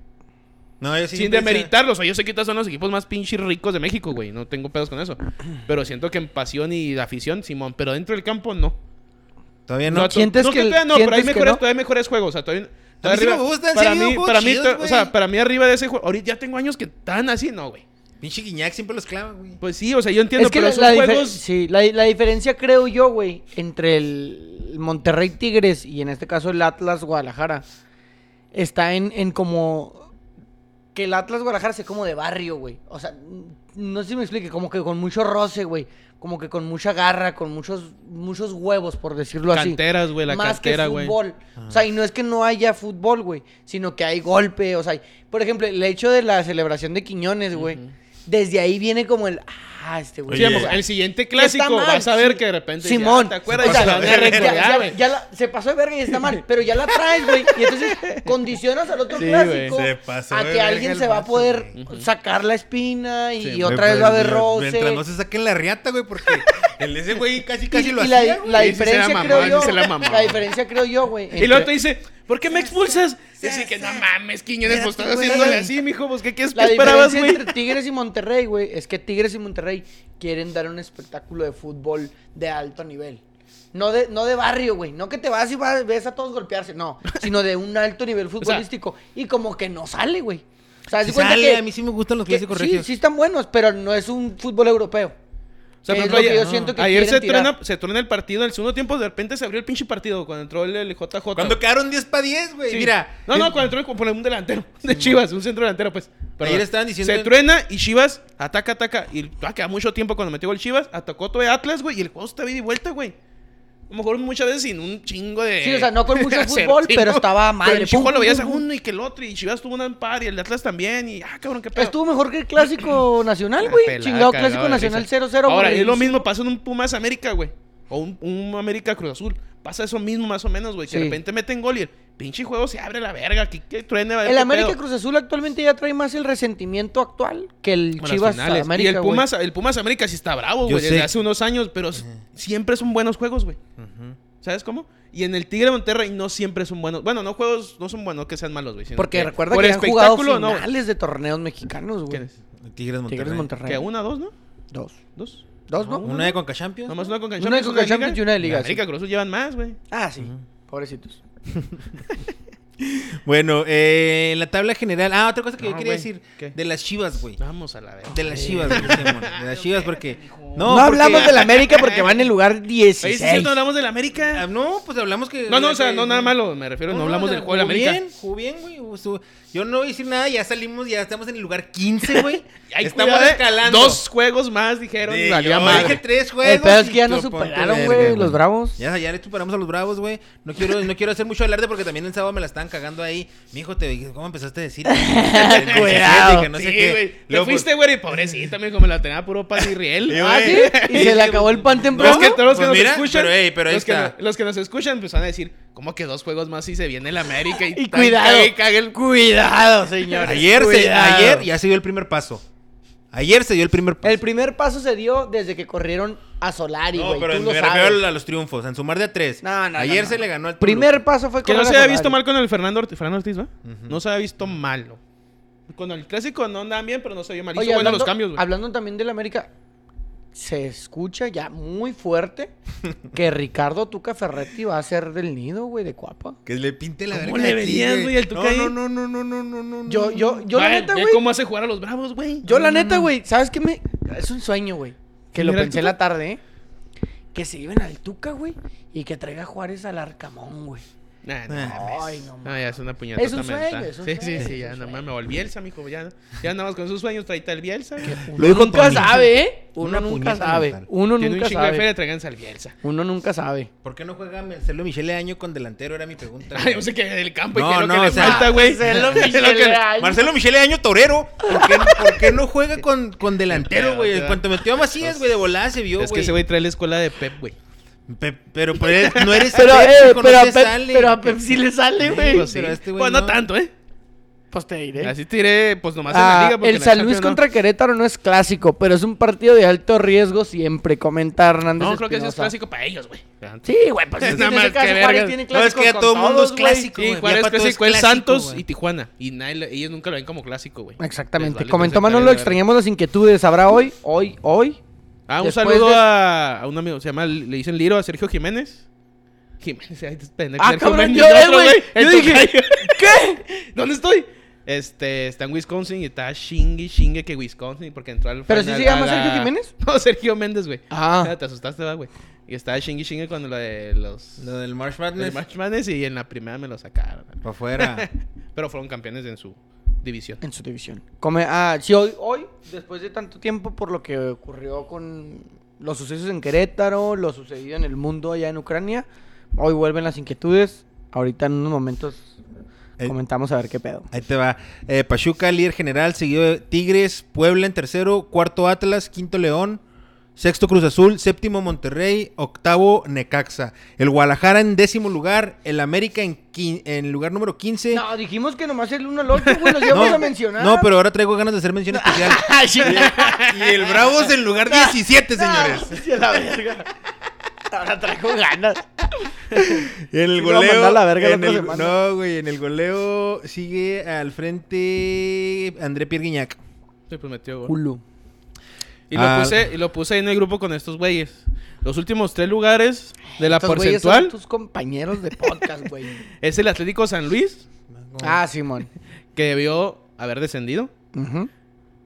Speaker 4: No, yo sí
Speaker 2: Sin
Speaker 4: pensé-
Speaker 2: demeritarlos, o sea, yo sé que estos son los equipos más pinches ricos de México, güey. No tengo pedos con eso. Pero siento que en pasión y afición, Simón. Pero dentro del campo, no.
Speaker 4: Todavía
Speaker 2: No,
Speaker 4: no.
Speaker 2: no,
Speaker 1: ¿Sientes
Speaker 2: no,
Speaker 1: que-
Speaker 2: todavía no, pero hay
Speaker 1: sientes que
Speaker 2: mejores,
Speaker 1: no?
Speaker 2: todavía hay mejores juegos. O sea, todavía,
Speaker 4: A mí sí
Speaker 2: todavía
Speaker 4: me gustan,
Speaker 2: para
Speaker 4: sí,
Speaker 2: mí,
Speaker 4: juegos
Speaker 2: para mí,
Speaker 4: chidos,
Speaker 2: to- o sea,
Speaker 4: güey.
Speaker 2: para mí arriba de ese juego, ahorita ya tengo años que están así, no, güey.
Speaker 4: Pinche Guiñac siempre los clava, güey.
Speaker 2: Pues sí, o sea, yo entiendo,
Speaker 1: es que
Speaker 2: pero
Speaker 1: la,
Speaker 2: esos
Speaker 1: la difer-
Speaker 2: juegos,
Speaker 1: sí, la, la diferencia, creo yo, güey, entre el Monterrey Tigres y en este caso el Atlas Guadalajara, está en, en como que el Atlas Guadalajara sea como de barrio, güey. O sea, n- no sé si me explique, como que con mucho roce, güey. Como que con mucha garra, con muchos, muchos huevos, por decirlo así.
Speaker 2: canteras, güey, la
Speaker 1: más
Speaker 2: cantera,
Speaker 1: que
Speaker 2: güey.
Speaker 1: fútbol. O sea, y no es que no haya fútbol, güey, sino que hay golpe, o sea, por ejemplo, el hecho de la celebración de Quiñones, güey, desde ahí viene como el ah, este güey.
Speaker 2: Sí,
Speaker 4: Oye,
Speaker 1: o
Speaker 2: vamos,
Speaker 1: sea,
Speaker 2: el siguiente
Speaker 1: que está
Speaker 2: clásico,
Speaker 1: mal,
Speaker 2: vas a ver
Speaker 1: sí.
Speaker 2: que de repente. ya,
Speaker 1: Simón,
Speaker 2: ¿Te acuerdas?
Speaker 1: o sea,
Speaker 2: Se la van a
Speaker 1: ya-
Speaker 2: recordar,
Speaker 1: ya-
Speaker 2: güey.
Speaker 1: ya la- se pasó de verga y está mal, pero ya la traes, güey. Y entonces condicionas al otro
Speaker 2: Sí,
Speaker 1: clásico
Speaker 4: güey. Se pasó
Speaker 1: a
Speaker 4: de
Speaker 1: que
Speaker 4: verga
Speaker 1: alguien
Speaker 4: el
Speaker 1: se va a
Speaker 4: vato,
Speaker 1: poder
Speaker 2: güey.
Speaker 1: sacar la espina y,
Speaker 2: Sí,
Speaker 1: y otra vez va a haber roce.
Speaker 4: pues, Mientras no se saquen la riata, güey, porque el ese güey casi
Speaker 1: Y,
Speaker 4: casi lo
Speaker 1: y la,
Speaker 4: hacía, güey.
Speaker 1: la
Speaker 2: Sí, sí se la
Speaker 1: diferencia
Speaker 2: mamó,
Speaker 1: creo
Speaker 2: sí
Speaker 1: yo,
Speaker 2: se la
Speaker 1: la,
Speaker 2: mamó.
Speaker 1: diferencia creo yo, güey.
Speaker 2: Y luego
Speaker 1: entre-
Speaker 2: te dice, ¿por qué me expulsas? Y así que no mames, Quiñones, pues estás haciéndole así, mijo, pues qué, qué
Speaker 1: La
Speaker 2: esperabas,
Speaker 1: diferencia
Speaker 2: güey.
Speaker 1: entre Tigres y Monterrey, güey, es que Tigres y Monterrey quieren dar un espectáculo de fútbol de alto nivel. No de, no de barrio, güey. No que te vas y vas, ves a todos golpearse, no. Sino de un alto nivel futbolístico. y como que no sale, güey. O sea, haz de
Speaker 4: Sí
Speaker 1: cuenta
Speaker 4: sale,
Speaker 1: que,
Speaker 4: a mí sí me gustan los
Speaker 1: que
Speaker 4: clásicos
Speaker 1: sí,
Speaker 4: regios.
Speaker 1: sí están buenos, pero no es un fútbol europeo.
Speaker 2: O sea,
Speaker 1: Que
Speaker 2: por
Speaker 1: es
Speaker 2: ejemplo,
Speaker 1: lo que
Speaker 2: ayer,
Speaker 1: yo siento que
Speaker 2: ayer
Speaker 1: quieren
Speaker 2: se,
Speaker 1: tirar.
Speaker 2: truena, se truena el partido, en el segundo tiempo de repente se abrió el pinche partido cuando entró el, el JJ.
Speaker 4: Cuando quedaron 10 para 10, güey.
Speaker 2: Sí.
Speaker 4: Mira.
Speaker 2: No, no, cuando entró el- por un delantero de Chivas, un centro delantero, pues.
Speaker 4: Ayer estaban diciendo-
Speaker 2: Se truena y Chivas ataca, ataca. Y ah, queda mucho tiempo cuando metió el Chivas, atacó todo el Atlas, güey, y el juego está bien y vuelta, güey. A lo mejor muchas veces sin un chingo de.
Speaker 1: Sí, o sea, no con mucho
Speaker 2: de hacer,
Speaker 1: fútbol, pero
Speaker 2: no.
Speaker 1: estaba madre,
Speaker 2: Pero el Chihuahua
Speaker 1: pum,
Speaker 2: lo veías a
Speaker 1: pum, pum, pum.
Speaker 2: uno y que el otro, y Chivas tuvo un amparo y el Atlas también, y ah, cabrón, qué pedo.
Speaker 1: Estuvo mejor que el Clásico Nacional, güey.
Speaker 2: Pelada,
Speaker 1: Chingado
Speaker 2: cagado
Speaker 1: Clásico
Speaker 2: de
Speaker 1: Nacional
Speaker 2: risa.
Speaker 1: 0-0.
Speaker 2: ah, Ahora, es lo
Speaker 1: aburridísimo.
Speaker 2: mismo pasa en un Pumas América, güey. O un, un América Cruz Azul. Pasa eso mismo, más o menos, güey. Que de
Speaker 1: Sí.
Speaker 2: repente meten gol y el pinche juego se abre la verga. Que, que truene, va a ver
Speaker 1: El
Speaker 2: qué
Speaker 1: América
Speaker 2: pedo.
Speaker 1: Cruz Azul actualmente ya trae más el resentimiento actual que el
Speaker 2: Con las
Speaker 1: Chivas
Speaker 2: finales.
Speaker 1: América.
Speaker 2: Y el
Speaker 1: güey.
Speaker 2: Pumas, el Pumas América sí está bravo,
Speaker 4: Yo
Speaker 2: güey. Desde
Speaker 4: sé.
Speaker 2: hace unos años, pero s- siempre son buenos juegos, güey.
Speaker 4: Ujú.
Speaker 2: ¿Sabes cómo? Y en el Tigre Monterrey no siempre son buenos. Bueno, no juegos, no son buenos que sean malos, güey. sino
Speaker 1: Porque
Speaker 2: que
Speaker 1: recuerda
Speaker 2: por
Speaker 1: que han jugado
Speaker 2: espectáculo, no, güey.
Speaker 1: finales de torneos mexicanos, güey.
Speaker 2: ¿Quiénes?
Speaker 4: Tigres Monterrey.
Speaker 1: Tigres Monterrey.
Speaker 2: Que una, dos, ¿no?
Speaker 1: Dos.
Speaker 2: Dos.
Speaker 1: Dos, ¿no?
Speaker 4: Una de Conca Champions.
Speaker 2: Nomás una con
Speaker 1: Una de
Speaker 2: Champions,
Speaker 1: Conca Champions
Speaker 2: Liga.
Speaker 1: y una de Liga, sí.
Speaker 2: América Cruz Azul llevan más, güey.
Speaker 1: Ah, sí. Pobrecitos.
Speaker 4: Bueno, eh, en la tabla general. Ah, otra cosa que yo
Speaker 2: No,
Speaker 4: quería
Speaker 2: güey.
Speaker 4: decir.
Speaker 2: ¿Qué? Ah,
Speaker 4: De las chivas, güey.
Speaker 2: Vamos a la verga.
Speaker 4: De las chivas, güey. Simón. De las chivas, porque.
Speaker 1: No,
Speaker 4: No, porque-
Speaker 1: hablamos del América porque va en el lugar 16.
Speaker 2: Oye, si cierto, hablamos del
Speaker 4: Ah,
Speaker 2: América.
Speaker 4: No, pues hablamos que.
Speaker 2: No, no, o sea, no nada malo, me refiero, no,
Speaker 4: No, no,
Speaker 2: hablamos
Speaker 4: o sea,
Speaker 2: del juego del
Speaker 4: jugó
Speaker 2: América.
Speaker 4: Bien, jugó bien, güey. Estuvo- Yo no voy a decir nada, ya salimos, ya estamos en el lugar 15, güey.
Speaker 2: Ay,
Speaker 4: estamos
Speaker 2: cuidado, eh.
Speaker 4: escalando.
Speaker 2: Dos juegos más dijeron,
Speaker 4: Sí,
Speaker 2: valía
Speaker 4: yo
Speaker 2: madre.
Speaker 4: dije tres juegos.
Speaker 1: El peor es que ya
Speaker 4: y
Speaker 1: no
Speaker 4: tú ponte
Speaker 1: superaron,
Speaker 4: verga,
Speaker 1: güey, los bravos.
Speaker 4: Ya, ya le superamos a los bravos, güey. No quiero, no quiero hacer mucho alarde porque también el sábado me la estaban cagando ahí. Mi hijo, te dije, ¿cómo empezaste a decir?
Speaker 1: Cuidado.
Speaker 4: Que no sé
Speaker 2: sí,
Speaker 4: qué.
Speaker 2: güey. Te
Speaker 4: Luego,
Speaker 2: fuiste, güey, y pobrecita, me dijo, me la tenía puro paz y riel.
Speaker 4: Sí,
Speaker 1: Ah, sí.
Speaker 4: güey.
Speaker 1: Y se le acabó el pan
Speaker 2: Pero
Speaker 1: temprano.
Speaker 2: es que todos los que
Speaker 4: Pues
Speaker 2: nos
Speaker 4: mira,
Speaker 2: escuchan,
Speaker 4: pero, ey, pero ahí
Speaker 2: los, que
Speaker 4: está.
Speaker 2: no- los que nos escuchan, pues van a decir, ¿cómo que dos juegos más y se viene el América? Y,
Speaker 1: Y cuidado.
Speaker 2: cague- cague el cu-
Speaker 1: Cuidado, señores.
Speaker 4: Ayer, se-
Speaker 1: cuidado.
Speaker 4: ayer ya se dio el primer paso. Ayer se dio el primer paso.
Speaker 1: El primer paso se dio desde que corrieron a Solari, güey.
Speaker 4: no, pero
Speaker 1: Tú lo
Speaker 4: me refiero
Speaker 1: sabes.
Speaker 4: a los triunfos, en sumar de a tres.
Speaker 1: No, no,
Speaker 4: Ayer
Speaker 1: no,
Speaker 4: se
Speaker 1: no.
Speaker 4: le ganó al Toluca.
Speaker 1: Primer paso fue
Speaker 2: Que no
Speaker 1: correr a
Speaker 2: se había visto
Speaker 1: Solari.
Speaker 2: mal con el Fernando Ortiz, Fernando Ortiz, ¿va? No se había visto malo. Con el clásico no andaban bien, pero no se vio mal. Hizo bueno los cambios, güey.
Speaker 1: hablando también del América, se escucha ya muy fuerte que Ricardo Tuca Ferretti va a ser del nido, güey, de Cuapa.
Speaker 4: Que le pinte la
Speaker 2: ¿Cómo
Speaker 4: verga.
Speaker 2: le
Speaker 4: a ti,
Speaker 2: verías, güey, al Tuca ahí?
Speaker 4: No, no, no, no, no, no, no.
Speaker 1: Yo, yo, yo la
Speaker 2: Ve-
Speaker 1: neta,
Speaker 2: ve
Speaker 1: güey.
Speaker 2: cómo hace jugar a los bravos, güey.
Speaker 1: Yo la neta, güey, ¿sabes qué me...? Es un sueño, güey, que lo
Speaker 2: Mira,
Speaker 1: pensé
Speaker 2: Tuca.
Speaker 1: en la tarde, ¿eh? Que se lleven al Tuca, güey, y que traiga a Juárez al Arcamón, güey.
Speaker 2: Nah, no.
Speaker 4: Nah.
Speaker 1: Ay, no
Speaker 2: No, ya es una puñetota
Speaker 1: Es un sueño,
Speaker 2: mental.
Speaker 1: es un
Speaker 2: sí,
Speaker 1: sueño,
Speaker 2: sí,
Speaker 1: es
Speaker 2: sí,
Speaker 1: un
Speaker 2: ya,
Speaker 1: sueño.
Speaker 2: nomás me volví Bielsa, mijo, ya. Ya andamos con sus sueños, traita el Bielsa.
Speaker 1: Uno nunca
Speaker 4: Tony.
Speaker 1: sabe, ¿eh? Uno
Speaker 4: Una
Speaker 1: nunca
Speaker 4: puñeta
Speaker 1: sabe.
Speaker 4: mental.
Speaker 1: Uno
Speaker 2: Tiene un
Speaker 1: nunca
Speaker 2: chingo de
Speaker 1: sabe.
Speaker 2: feria, tráiganse al Bielsa.
Speaker 1: Uno nunca sabe.
Speaker 4: ¿Por qué no juega Marcelo Michele Año con delantero? Era mi pregunta.
Speaker 2: Ay,
Speaker 4: güey.
Speaker 2: yo sé que el campo y
Speaker 4: No,
Speaker 2: que lo
Speaker 4: no,
Speaker 2: que le
Speaker 4: o sea,
Speaker 2: falta, güey.
Speaker 1: Marcelo
Speaker 2: Es lo que-
Speaker 1: Michele Año.
Speaker 4: Marcelo Michele Año torero. ¿Por qué, por qué no juega con, con delantero,
Speaker 2: Pero,
Speaker 4: güey? En
Speaker 2: pero-
Speaker 4: cuanto metió a Macías, güey, de volada se vio, güey.
Speaker 2: Es que ese güey trae la escuela de Pep, güey.
Speaker 4: Pe- pero pues, no eres
Speaker 1: Pero,
Speaker 4: atlético,
Speaker 1: eh,
Speaker 4: no
Speaker 1: pero, a
Speaker 4: te
Speaker 1: Pep,
Speaker 4: sale.
Speaker 1: pero a Pep sí le sale,
Speaker 4: Sí,
Speaker 1: güey.
Speaker 4: pues,
Speaker 2: Pues sí.
Speaker 4: pero este güey
Speaker 2: Pues no
Speaker 4: no.
Speaker 2: tanto, ¿eh?
Speaker 1: Pues te diré.
Speaker 2: Así tiré, pues nomás en
Speaker 1: Ah,
Speaker 2: la liga. porque en
Speaker 1: el
Speaker 2: la
Speaker 1: San Luis
Speaker 2: Champions no.
Speaker 1: contra Querétaro no es clásico, pero es un partido de alto riesgo siempre, comenta Hernández.
Speaker 2: No, creo que ese es
Speaker 1: Espinosa.
Speaker 2: clásico para ellos, güey.
Speaker 1: Sí, güey, pues es
Speaker 2: Nada
Speaker 1: en ese
Speaker 2: más que
Speaker 1: caso Juárez
Speaker 2: vergas.
Speaker 1: tiene
Speaker 4: No, es
Speaker 1: clásicos
Speaker 4: que ya
Speaker 1: con
Speaker 4: todo el mundo es
Speaker 1: todos, güey.
Speaker 4: clásico,
Speaker 2: Sí,
Speaker 4: güey.
Speaker 2: Juárez
Speaker 4: Ya para todos
Speaker 2: clásico, el
Speaker 4: clásico,
Speaker 2: Santos
Speaker 4: güey.
Speaker 2: y Tijuana. Y nadie le- ellos nunca lo ven como clásico, güey.
Speaker 1: Exactamente.
Speaker 2: Les Pues, vale
Speaker 1: Comentó
Speaker 2: tres
Speaker 1: Manolo,
Speaker 2: hectáreas,
Speaker 1: extrañamos las inquietudes. Habrá hoy, hoy, hoy.
Speaker 2: Ah, un
Speaker 1: Después
Speaker 2: saludo
Speaker 1: de-
Speaker 2: a, a un amigo, se llama, le dicen Liro, a Sergio Jiménez. Jiménez, ahí te pendejo.
Speaker 1: Ah,
Speaker 2: Sergio
Speaker 1: cabrón,
Speaker 2: Méndez,
Speaker 1: yo,
Speaker 2: otro,
Speaker 1: eh, güey.
Speaker 2: el
Speaker 1: Yo dije,
Speaker 2: tocayo.
Speaker 1: ¿Qué?
Speaker 2: ¿Dónde estoy? Este, está en Wisconsin y está chingue, chingue que Wisconsin porque entró al
Speaker 1: ¿Pero sí
Speaker 2: final
Speaker 1: se llama
Speaker 2: a la-
Speaker 1: Sergio Jiménez?
Speaker 2: No, Sergio Méndez, güey.
Speaker 1: Ah,
Speaker 2: Te asustaste, va, güey. Y estaba chingue, chingue cuando lo de los...
Speaker 4: Lo del Marsh
Speaker 2: de
Speaker 4: Madness.
Speaker 2: March Madness y en la primera me lo sacaron.
Speaker 4: Para afuera.
Speaker 2: Pero fueron campeones en su división.
Speaker 1: en su división. Come, ah, sí, hoy, hoy, después de tanto tiempo por lo que ocurrió con los sucesos en Querétaro, lo sucedido en el mundo allá en Ucrania, hoy vuelven las inquietudes. Ahorita en unos momentos
Speaker 4: Eh.
Speaker 1: comentamos a ver qué pedo.
Speaker 4: Ahí te va. Eh, Pachuca, líder general, seguido de Tigres, Puebla en tercero, cuarto Atlas, quinto León, sexto Cruz Azul, séptimo Monterrey, octavo Necaxa. El Guadalajara en décimo lugar, el América en, quin- en lugar número 15.
Speaker 1: No, dijimos que nomás el uno al otro, güey, los íbamos a mencionar.
Speaker 4: no, pero ahora traigo ganas de hacer mención especial. y el Bravos en lugar 17, señores.
Speaker 1: Ah, Sí, a la verga. Ahora traigo ganas.
Speaker 4: Y en el
Speaker 1: Sí, lo va a mandar
Speaker 4: goleo.
Speaker 1: a la verga la
Speaker 4: en
Speaker 1: otra
Speaker 4: el-
Speaker 1: semana.
Speaker 4: no, güey, en el goleo sigue al frente André Pierre Guignac.
Speaker 2: Se prometió, güey.
Speaker 1: Culo.
Speaker 2: Y lo,
Speaker 4: Ah.
Speaker 2: puse, y lo puse ahí en el grupo con estos güeyes. Los últimos tres lugares de la
Speaker 1: Estos güeyes son
Speaker 2: porcentual
Speaker 1: tus compañeros de podcast, güey.
Speaker 2: es el Atlético San Luis,
Speaker 1: ah, Simón.
Speaker 2: que debió haber descendido.
Speaker 1: Ujú,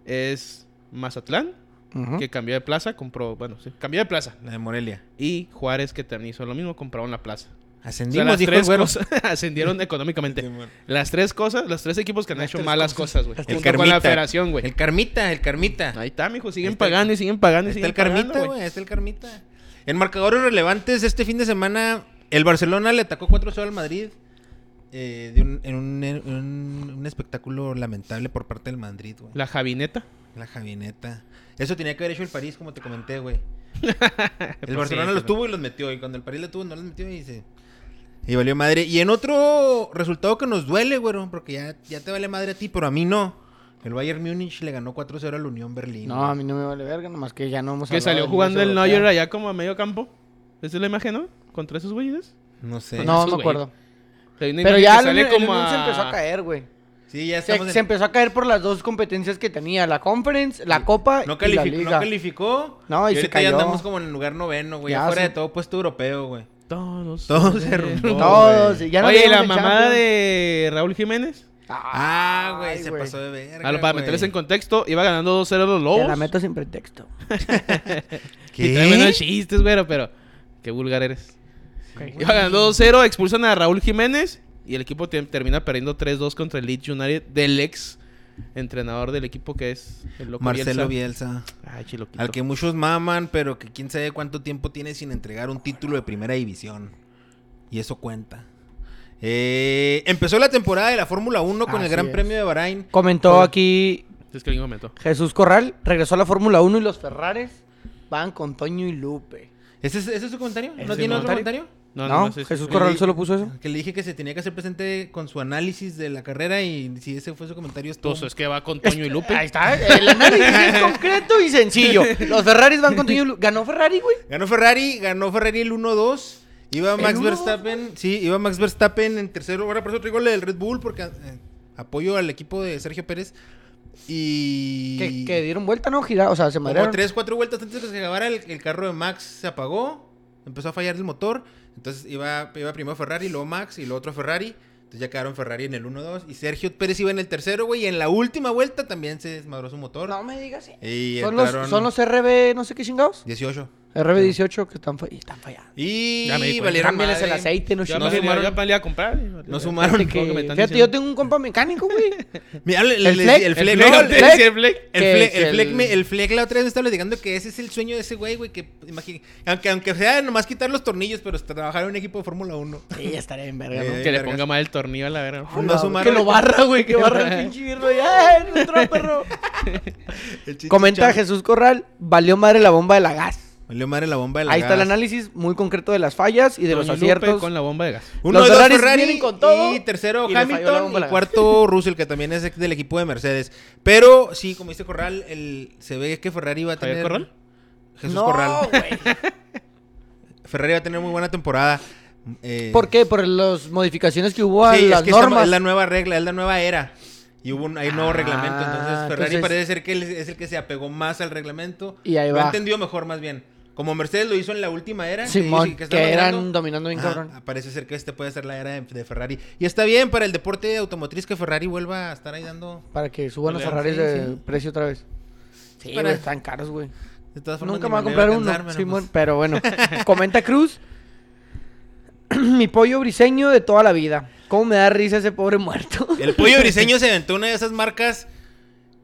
Speaker 2: Es Mazatlán,
Speaker 1: ujú.
Speaker 2: que cambió de plaza, compró, bueno, sí, cambió de plaza.
Speaker 4: La de Morelia.
Speaker 2: Y Juárez, que también hizo lo mismo, compraron la plaza. O sea,
Speaker 4: Ascendimos,
Speaker 2: las
Speaker 4: dijo el
Speaker 2: tres
Speaker 4: güero.
Speaker 2: cosas ascendieron económicamente. Las tres cosas, los tres equipos que han hecho
Speaker 1: tres
Speaker 2: malas
Speaker 1: cosas.
Speaker 2: cosas, güey.
Speaker 1: Las
Speaker 4: El
Speaker 2: Junto con la
Speaker 4: Carmita.
Speaker 2: federación, güey.
Speaker 4: El Carmita, el Carmita.
Speaker 2: Ahí está, mijo,
Speaker 4: Ahí
Speaker 2: siguen
Speaker 4: está el-
Speaker 2: pagando y siguen pagando
Speaker 4: Ahí
Speaker 2: y
Speaker 4: está
Speaker 2: siguen
Speaker 4: el Carmita,
Speaker 2: pagando,
Speaker 4: güey. ahí está el Carmita. En marcadores relevantes, este fin de semana, el Barcelona le atacó 4-0 al Madrid. eh, de un- en un, en un- un espectáculo lamentable por parte del Madrid, güey. La,
Speaker 2: La Javineta.
Speaker 4: Javineta. Eso tenía que haber hecho el París, como te comenté, güey. El
Speaker 2: Pues
Speaker 4: Barcelona
Speaker 2: sí,
Speaker 4: los
Speaker 2: pero-
Speaker 4: tuvo y los metió. Y cuando el París los tuvo, no los metió y se. Y valió madre. Y en otro resultado que nos duele, güero, porque ya, ya te vale madre a ti, pero a mí no. El Bayern Múnich le ganó 4-0 al Unión Berlín.
Speaker 1: No, a mí no me vale verga, nomás que ya no hemos
Speaker 2: Que
Speaker 1: hablado
Speaker 2: salió
Speaker 1: del
Speaker 2: jugando
Speaker 1: Luis
Speaker 2: el
Speaker 1: Europeo.
Speaker 2: Neuer allá como a medio campo. Esa es la imagen, ¿no? Contra esos güeyes.
Speaker 4: No sé.
Speaker 1: No,
Speaker 2: esos
Speaker 1: me
Speaker 2: güeyes.
Speaker 1: acuerdo.
Speaker 2: Hay una
Speaker 1: Pero
Speaker 2: imagen
Speaker 1: ya
Speaker 2: que
Speaker 1: el,
Speaker 2: sale
Speaker 1: el
Speaker 2: como
Speaker 1: Unión se
Speaker 2: a-
Speaker 1: empezó a caer, güey.
Speaker 4: Sí, ya estamos
Speaker 1: Se,
Speaker 4: en-
Speaker 1: se empezó a caer por las dos competencias que tenía, la conference, la copa
Speaker 4: No
Speaker 1: y la
Speaker 4: calificó,
Speaker 1: liga.
Speaker 4: no calificó.
Speaker 1: No, y se
Speaker 4: ahorita
Speaker 1: cayó.
Speaker 4: ya andamos como en el lugar noveno, güey.
Speaker 1: Ya,
Speaker 4: Afuera
Speaker 1: sí.
Speaker 4: de todo puesto europeo, güey.
Speaker 2: Todos.
Speaker 4: Todo se derrumbó.
Speaker 1: Todos,
Speaker 4: güey.
Speaker 1: ya no
Speaker 2: Oye, ¿y
Speaker 1: llegamos
Speaker 2: la
Speaker 1: en
Speaker 2: mamada
Speaker 1: Champions.
Speaker 2: de Raúl Jiménez.
Speaker 4: Ah, güey,
Speaker 1: Ay, Ah,
Speaker 4: se pasó de verga.
Speaker 2: A lo- para
Speaker 4: güey.
Speaker 2: meterles en contexto, iba ganando 2-0 los
Speaker 1: Te la
Speaker 2: Lobos.
Speaker 1: meto sin pretexto.
Speaker 2: Y trae buenos
Speaker 4: ¿Qué?
Speaker 2: chistes, güero, pero qué vulgar eres.
Speaker 1: Ok.
Speaker 2: Iba ganando 2-0, expulsan a Raúl Jiménez y el equipo te- termina perdiendo 3-2 contra el Leeds United del ex entrenador del equipo que es el loco
Speaker 4: Marcelo
Speaker 2: Bielsa.
Speaker 4: Bielsa.
Speaker 2: Ay, chiloquito.
Speaker 4: Al que muchos maman, pero que quién sabe cuánto tiempo tiene sin entregar un título de primera división. Y eso cuenta. Eh, empezó la temporada de la Fórmula 1 con el
Speaker 1: Así
Speaker 4: Gran
Speaker 1: es.
Speaker 4: Premio de Bahrein.
Speaker 1: Comentó aquí
Speaker 2: Es que alguien comentó.
Speaker 1: Jesús Corral, regresó a la Fórmula 1 y los Ferrares van con Toño y Lupe.
Speaker 4: ¿Ese es, ese es su comentario? ¿No
Speaker 1: Ese
Speaker 4: tiene
Speaker 2: es mi
Speaker 4: otro comentario?
Speaker 1: ¿No?
Speaker 2: nomás es-
Speaker 1: Jesús
Speaker 2: es-
Speaker 1: Corral
Speaker 4: Sí.
Speaker 1: solo puso eso.
Speaker 4: Que le dije que se tenía que hacer presente con su análisis de la carrera y si ese fue su comentario estuvo.
Speaker 2: Entonces, es que va con Toño y Lupe.
Speaker 1: Ahí está, el análisis es concreto y sencillo. Los Ferraris van con Toño y Lupe. ¿Ganó Ferrari, güey?
Speaker 4: Ganó Ferrari, ganó Ferrari el 1-2. Iba
Speaker 1: ¿El
Speaker 4: Max
Speaker 1: 1-2,
Speaker 4: Verstappen, sí, iba Max Verstappen en tercero. Ahora por eso traigo la del Red Bull porque eh, apoyo al equipo de Sergio Pérez. Y
Speaker 1: Que, que dieron vuelta, ¿no? Girar, o sea, se
Speaker 4: como
Speaker 1: madrearon.
Speaker 4: tres, cuatro vueltas antes de que se acabara el, el carro de Max se apagó, empezó a fallar el motor. Entonces iba, iba primero Ferrari, luego Max y luego otro Ferrari. Entonces ya quedaron Ferrari en el 1-2 y Sergio Pérez iba en el tercero, güey, y en la última vuelta también se desmadró su motor.
Speaker 1: No me digas. eh.
Speaker 4: Y
Speaker 1: ¿Son los,
Speaker 4: entraron
Speaker 1: ¿Son los RB no sé qué chingados?
Speaker 4: 18.
Speaker 1: RB18 que están, fa- y están fallando.
Speaker 4: Y
Speaker 2: Ya me di cuenta.
Speaker 4: valieron
Speaker 1: Cámbiales el
Speaker 4: madre.
Speaker 1: aceite, no
Speaker 2: Yo
Speaker 1: chingues.
Speaker 2: no
Speaker 4: sumaron-
Speaker 2: sumaron. Yo para ir a comprar.
Speaker 4: No
Speaker 1: Fíjate
Speaker 4: sumaron.
Speaker 2: Creo que
Speaker 1: que-
Speaker 2: me están
Speaker 1: Fíjate,
Speaker 2: diciendo.
Speaker 1: yo tengo un compa mecánico, güey.
Speaker 4: Mira, le- le-
Speaker 1: ¿El
Speaker 4: le-
Speaker 1: Fleck?
Speaker 4: el
Speaker 2: El
Speaker 4: Fleck, Eh,
Speaker 2: Fleck,
Speaker 4: no,
Speaker 2: el
Speaker 4: el-
Speaker 2: Fleck, el Fleck.
Speaker 4: El
Speaker 1: Que
Speaker 4: Fleck,
Speaker 1: es
Speaker 4: el,
Speaker 1: el-
Speaker 4: Fleck me- el Fleck la otra vez me estaba platicando que ese es el sueño de ese güey, güey, que imagina, aunque, aunque sea nomás quitar los tornillos, pero trabajar en un equipo de Fórmula 1.
Speaker 1: Sí, ya estaría en verga, ¿no?
Speaker 4: Eh,
Speaker 2: Que le
Speaker 4: vergas.
Speaker 2: ponga mal el tornillo a la verga.
Speaker 4: No
Speaker 1: Hola,
Speaker 4: sumaron.
Speaker 1: Ah, Que lo barra, güey, que barra el pinche birro. y, ¡Ay, no entró, perro!
Speaker 4: El chichi
Speaker 1: Comenta
Speaker 4: chavo.
Speaker 1: Jesús Corral, valió madre la bomba de la gas.
Speaker 4: Valió madre la bomba de la
Speaker 1: Ahí está el
Speaker 4: gas.
Speaker 1: análisis muy concreto de las fallas y de los
Speaker 2: Doña Lupe
Speaker 1: aciertos.
Speaker 2: Con la bomba de gas.
Speaker 4: Uno,
Speaker 1: Los
Speaker 4: dos
Speaker 1: Ferraris
Speaker 4: Ferrari
Speaker 1: vienen con todo,
Speaker 4: y tercero
Speaker 1: y le falló la
Speaker 4: Hamilton
Speaker 1: bomba a
Speaker 4: y
Speaker 1: la-
Speaker 4: cuarto Russell, que también es del equipo de Mercedes. Pero sí, como dice Corral, el, se ve que Ferrari va a
Speaker 2: ¿Javier
Speaker 4: tener...
Speaker 2: Corral?
Speaker 4: Jesús
Speaker 1: no,
Speaker 4: Corral.
Speaker 1: güey.
Speaker 4: Ferrari va a tener muy buena temporada. Eh,
Speaker 1: ¿Por qué? Por las modificaciones que hubo a
Speaker 4: Sí,
Speaker 1: las
Speaker 4: es que esta-
Speaker 1: normas.
Speaker 4: es la nueva regla, es la nueva era. Y hubo un, hay nuevo
Speaker 1: Ah,
Speaker 4: reglamento, entonces Ferrari
Speaker 1: entonces-
Speaker 4: parece ser que él es el que se apegó más al reglamento.
Speaker 1: Y ahí
Speaker 4: lo
Speaker 1: va.
Speaker 4: entendió mejor más bien. Como Mercedes lo hizo en la última era, que
Speaker 1: Simón,
Speaker 4: ellos-
Speaker 1: que,
Speaker 4: estaban
Speaker 1: eran
Speaker 4: ganando,
Speaker 1: dominando Ah, bien
Speaker 4: ajá,
Speaker 1: cabrón.
Speaker 4: parece ser que este puede ser la era de, de Ferrari. Y está bien para el deporte automotriz que Ferrari vuelva a estar ahí dando.
Speaker 1: Para que suban los
Speaker 2: León,
Speaker 1: Ferraris
Speaker 4: sí,
Speaker 1: de
Speaker 4: sí.
Speaker 1: precio otra vez. Sí,
Speaker 4: Para-
Speaker 1: güey, están caros, güey.
Speaker 4: De todas formas,
Speaker 1: Nunca
Speaker 4: ni
Speaker 1: me va a
Speaker 4: le iba
Speaker 1: comprar uno,
Speaker 4: alcanzar, pero
Speaker 1: Simón.
Speaker 4: pues-
Speaker 1: Pero bueno, comenta Cruz. Mi pollo briseño de toda la vida. ¿Cómo me da risa ese pobre muerto?
Speaker 4: El pollo briseño se aventó una de esas marcas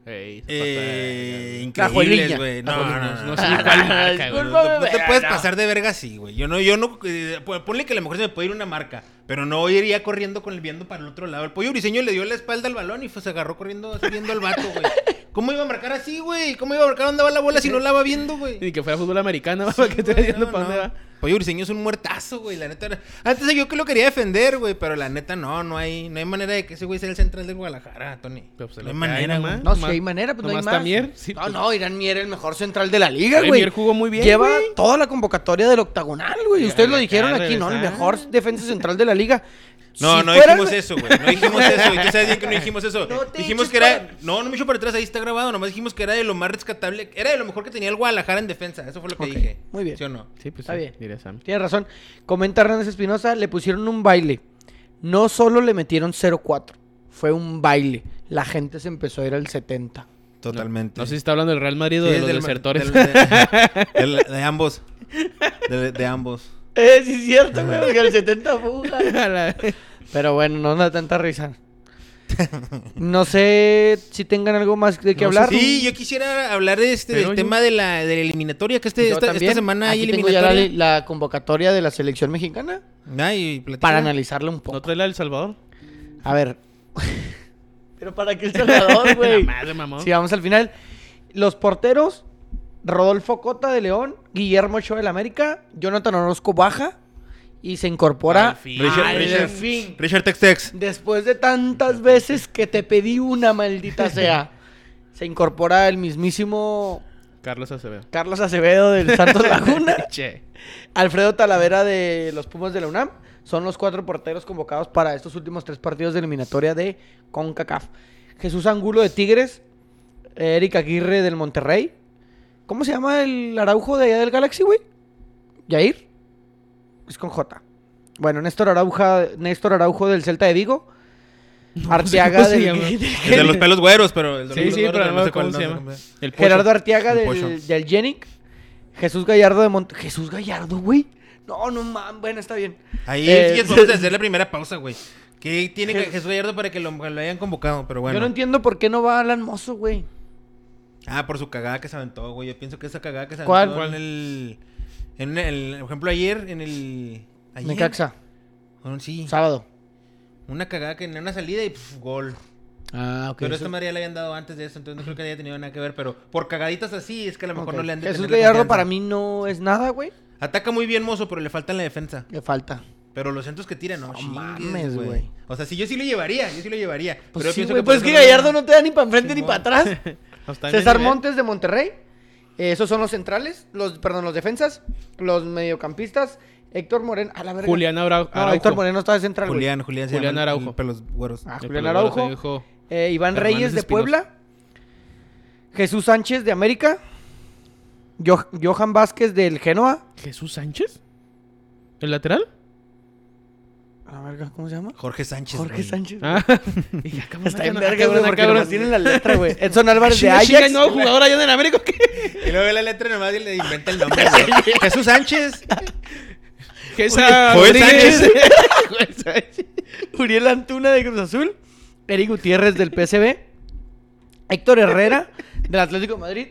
Speaker 2: Ey,
Speaker 4: eh,
Speaker 1: La
Speaker 4: increíbles,
Speaker 1: Jueliña.
Speaker 4: güey.
Speaker 1: La
Speaker 4: No,
Speaker 2: no,
Speaker 4: no, no,
Speaker 2: no
Speaker 4: no.
Speaker 2: sé ni cuál marca, güey.
Speaker 1: Disculpa.
Speaker 4: No, no te
Speaker 1: Ah,
Speaker 4: puedes
Speaker 1: no.
Speaker 4: pasar de verga así, güey. Yo no, yo no. eh, pon- ponle que a lo mejor se me puede ir una marca, pero no iría corriendo con el viendo para el otro lado. El pollo briseño le dio la espalda al balón y fue- se agarró corriendo así viendo al vato, güey. ¿Cómo iba a marcar así, güey? ¿Cómo iba a marcar dónde va la bola si no la va viendo, güey?
Speaker 2: Ni que fuera fútbol americano,
Speaker 4: Sí,
Speaker 2: ¿para que esté
Speaker 4: güey,
Speaker 2: viendo
Speaker 4: no,
Speaker 2: para dónde
Speaker 4: no.
Speaker 2: va?
Speaker 4: Pollo Briseño Pues es un muertazo, güey. La neta. Antes yo que lo quería defender, güey. Pero la neta, no, no hay, no hay manera de que ese güey sea el central del Guadalajara, Tony.
Speaker 2: Pero, pues, se
Speaker 4: no
Speaker 2: lo
Speaker 4: hay
Speaker 2: cae
Speaker 4: manera,
Speaker 2: nomás.
Speaker 4: güey.
Speaker 1: No, si
Speaker 2: Nomás-
Speaker 1: hay manera, pues no hay
Speaker 2: nomás
Speaker 1: más.
Speaker 2: Tamier, sí,
Speaker 1: no,
Speaker 2: pues.
Speaker 1: no, Irán Mier, el mejor central de la liga,
Speaker 2: Irán
Speaker 1: güey.
Speaker 2: Mier jugó muy bien,
Speaker 1: Lleva
Speaker 2: güey. ah,
Speaker 1: toda la convocatoria del octagonal, güey.
Speaker 2: Ya,
Speaker 1: Ustedes lo
Speaker 2: ya,
Speaker 1: dijeron
Speaker 2: ya,
Speaker 1: aquí, ¿no? El
Speaker 2: regresar.
Speaker 1: mejor defensa central de la liga.
Speaker 4: No,
Speaker 1: Si
Speaker 4: no
Speaker 1: fuera el
Speaker 4: dijimos
Speaker 1: me-
Speaker 4: eso, güey. No dijimos eso. Tú sabes bien que no dijimos eso.
Speaker 1: No te
Speaker 4: dijimos
Speaker 1: eches
Speaker 4: que era.
Speaker 1: para-
Speaker 4: No, no me echo para atrás. Ahí está grabado. Nomás dijimos que era de lo más rescatable. Era de lo mejor que tenía el Guadalajara en defensa. Eso fue lo que
Speaker 1: Ok,
Speaker 4: dije.
Speaker 1: muy bien.
Speaker 4: ¿Sí o no?
Speaker 2: Sí, pues
Speaker 1: Está
Speaker 2: sí,
Speaker 1: bien.
Speaker 2: diría Sam.
Speaker 1: Tienes razón. Comenta Hernández Espinosa, le pusieron un baile. No solo le metieron 0-4, fue un baile. La gente se empezó a ir al 70.
Speaker 4: Totalmente.
Speaker 2: No sé si está hablando del Real Madrid o de los desertores.
Speaker 4: de ambos. De, ambos.
Speaker 1: Eh, sí es cierto, güey, porque el 70 fuga.
Speaker 2: A la-
Speaker 1: Pero bueno, no da tanta risa. No sé si tengan algo más de qué
Speaker 2: No sé
Speaker 1: hablar.
Speaker 4: Sí, yo este, quisiera hablar de este,
Speaker 2: Pero
Speaker 4: del
Speaker 2: yo-
Speaker 4: tema de la, de la eliminatoria. Que este,
Speaker 1: Yo
Speaker 4: esta, esta
Speaker 1: también.
Speaker 4: semana hay
Speaker 1: Aquí tengo ya la,
Speaker 4: eliminatoria.
Speaker 1: la convocatoria de la selección mexicana
Speaker 4: Ay, platícala.
Speaker 1: para analizarla un
Speaker 2: ¿No
Speaker 1: poco.
Speaker 2: trae la del Salvador?
Speaker 1: A ver. Pero para qué el Salvador, güey.
Speaker 2: Nada más, de mamón.
Speaker 1: Si vamos al final. Los porteros, Rodolfo Cota de León, Guillermo Ochoa del América, Jonathan Orozco baja y se incorpora
Speaker 2: Al fin.
Speaker 4: Richard,
Speaker 1: al
Speaker 4: Richard,
Speaker 1: fin.
Speaker 4: Richard Tex Tex.
Speaker 1: Después de tantas veces que te pedí una maldita sea, se incorpora el mismísimo
Speaker 2: Carlos Acevedo.
Speaker 1: Carlos Acevedo del Santos Laguna,
Speaker 2: Che.
Speaker 1: Alfredo Talavera de los Pumas de la UNAM. Son los cuatro porteros convocados para estos últimos tres partidos de eliminatoria de CONCACAF. Jesús Angulo de Tigres, Eric Aguirre del Monterrey. ¿Cómo se llama el Araujo de allá del Galaxy, güey? Yair. Es con J. Bueno, Néstor Arauja, Néstor Araujo del Celta de Vigo. Arteaga
Speaker 2: cómo se
Speaker 1: del,
Speaker 2: llama.
Speaker 4: El de los pelos güeros, pero el de los
Speaker 2: Sí,
Speaker 4: pelos
Speaker 2: sí,
Speaker 4: güeros,
Speaker 2: pero no sé
Speaker 4: cuál-
Speaker 2: cómo se
Speaker 4: sé
Speaker 2: llama. El Pocho.
Speaker 1: Gerardo Arteaga
Speaker 4: El
Speaker 1: del,
Speaker 4: pollo.
Speaker 1: del Genic. Jesús Gallardo de Mont... Jesús Gallardo, güey. No, no mames. Bueno, está bien.
Speaker 4: Ahí
Speaker 1: Eh,
Speaker 4: sí que podemos hacer la primera pausa, güey. ¿Qué tiene que
Speaker 1: Je-
Speaker 4: Jesús Gallardo para que lo, lo hayan convocado? Pero bueno.
Speaker 1: Yo no entiendo por qué no va Alan Mozo, güey.
Speaker 4: Ah, por su cagada que se aventó, güey. Yo pienso que esa cagada que se
Speaker 1: ¿Cuál?
Speaker 4: aventó
Speaker 1: ¿Cuál?
Speaker 4: en el... En el... Por ejemplo, ayer en el... Ayer.
Speaker 1: Necaxa,
Speaker 4: Bueno, sí.
Speaker 1: sábado.
Speaker 4: Una cagada que en una salida y pf, gol.
Speaker 1: Ah, ok.
Speaker 4: Pero esta María le habían dado antes de eso, entonces no creo que haya tenido nada que ver. Pero por cagaditas así es que a lo mejor no le han de
Speaker 1: Jesús
Speaker 4: tener la
Speaker 1: Gallardo
Speaker 4: confianza.
Speaker 1: para mí no es nada, güey.
Speaker 4: Ataca muy bien, mozo, pero le falta en la defensa.
Speaker 1: Le falta.
Speaker 4: Pero los centros que tira, no,
Speaker 1: No
Speaker 4: chingues,
Speaker 1: mames,
Speaker 4: güey.
Speaker 1: güey.
Speaker 4: O sea, sí, yo sí lo llevaría, yo sí lo llevaría.
Speaker 1: Pues
Speaker 4: Pero yo
Speaker 1: sí,
Speaker 4: pienso
Speaker 1: güey.
Speaker 4: por
Speaker 1: Pues es
Speaker 4: eso
Speaker 1: que
Speaker 4: lo-
Speaker 1: Gallardo no te da ni para enfrente ni
Speaker 4: Simón.
Speaker 1: para atrás.
Speaker 2: No, está bien,
Speaker 1: César
Speaker 2: ¿eh?
Speaker 1: Montes de Monterrey. Eh, esos son los centrales. Los, perdón, los defensas. Los mediocampistas. Héctor Moreno. A la verga.
Speaker 2: Julián Arau-
Speaker 1: No,
Speaker 2: Araujo.
Speaker 1: Héctor Moreno está de central, güey.
Speaker 4: Julián, Julián, se
Speaker 2: Julián
Speaker 4: llama el-
Speaker 2: Araujo.
Speaker 4: el Pelos güeros.
Speaker 1: Ah,
Speaker 2: El
Speaker 1: Julián
Speaker 2: Pelagoro
Speaker 1: Araujo.
Speaker 2: también dijo-
Speaker 1: Eh, Iván
Speaker 2: Hernández
Speaker 1: Reyes de
Speaker 2: Espinosa.
Speaker 1: Puebla. Jesús Sánchez de América. Yo- Johan Vázquez del Genoa.
Speaker 2: ¿Jesús Sánchez? ¿El lateral?
Speaker 1: A la verga, ¿cómo se llama?
Speaker 4: Jorge Sánchez.
Speaker 1: Jorge
Speaker 4: güey.
Speaker 1: Sánchez.
Speaker 2: Ah, y ya, cabrón,
Speaker 1: Está en
Speaker 2: ah,
Speaker 1: verga,
Speaker 2: cabrón,
Speaker 1: güey,
Speaker 2: ah,
Speaker 1: porque
Speaker 2: cabrón.
Speaker 1: nomás tienen la letra, güey. Edson Álvarez de
Speaker 2: Chinga, chinga,
Speaker 1: Ajax.
Speaker 2: ¿hay nuevo jugador allá en el América o qué?
Speaker 4: Y luego ve la letra nomás y le inventa el nombre, güey. Jesús Sánchez.
Speaker 2: ¿Qué es a
Speaker 4: Joel
Speaker 2: Rodríguez?
Speaker 4: Sánchez.
Speaker 2: Joel Sánchez.
Speaker 1: Uriel Antuna de Cruz Azul. Eric Gutiérrez del PSV. Héctor Herrera del Atlético de Madrid.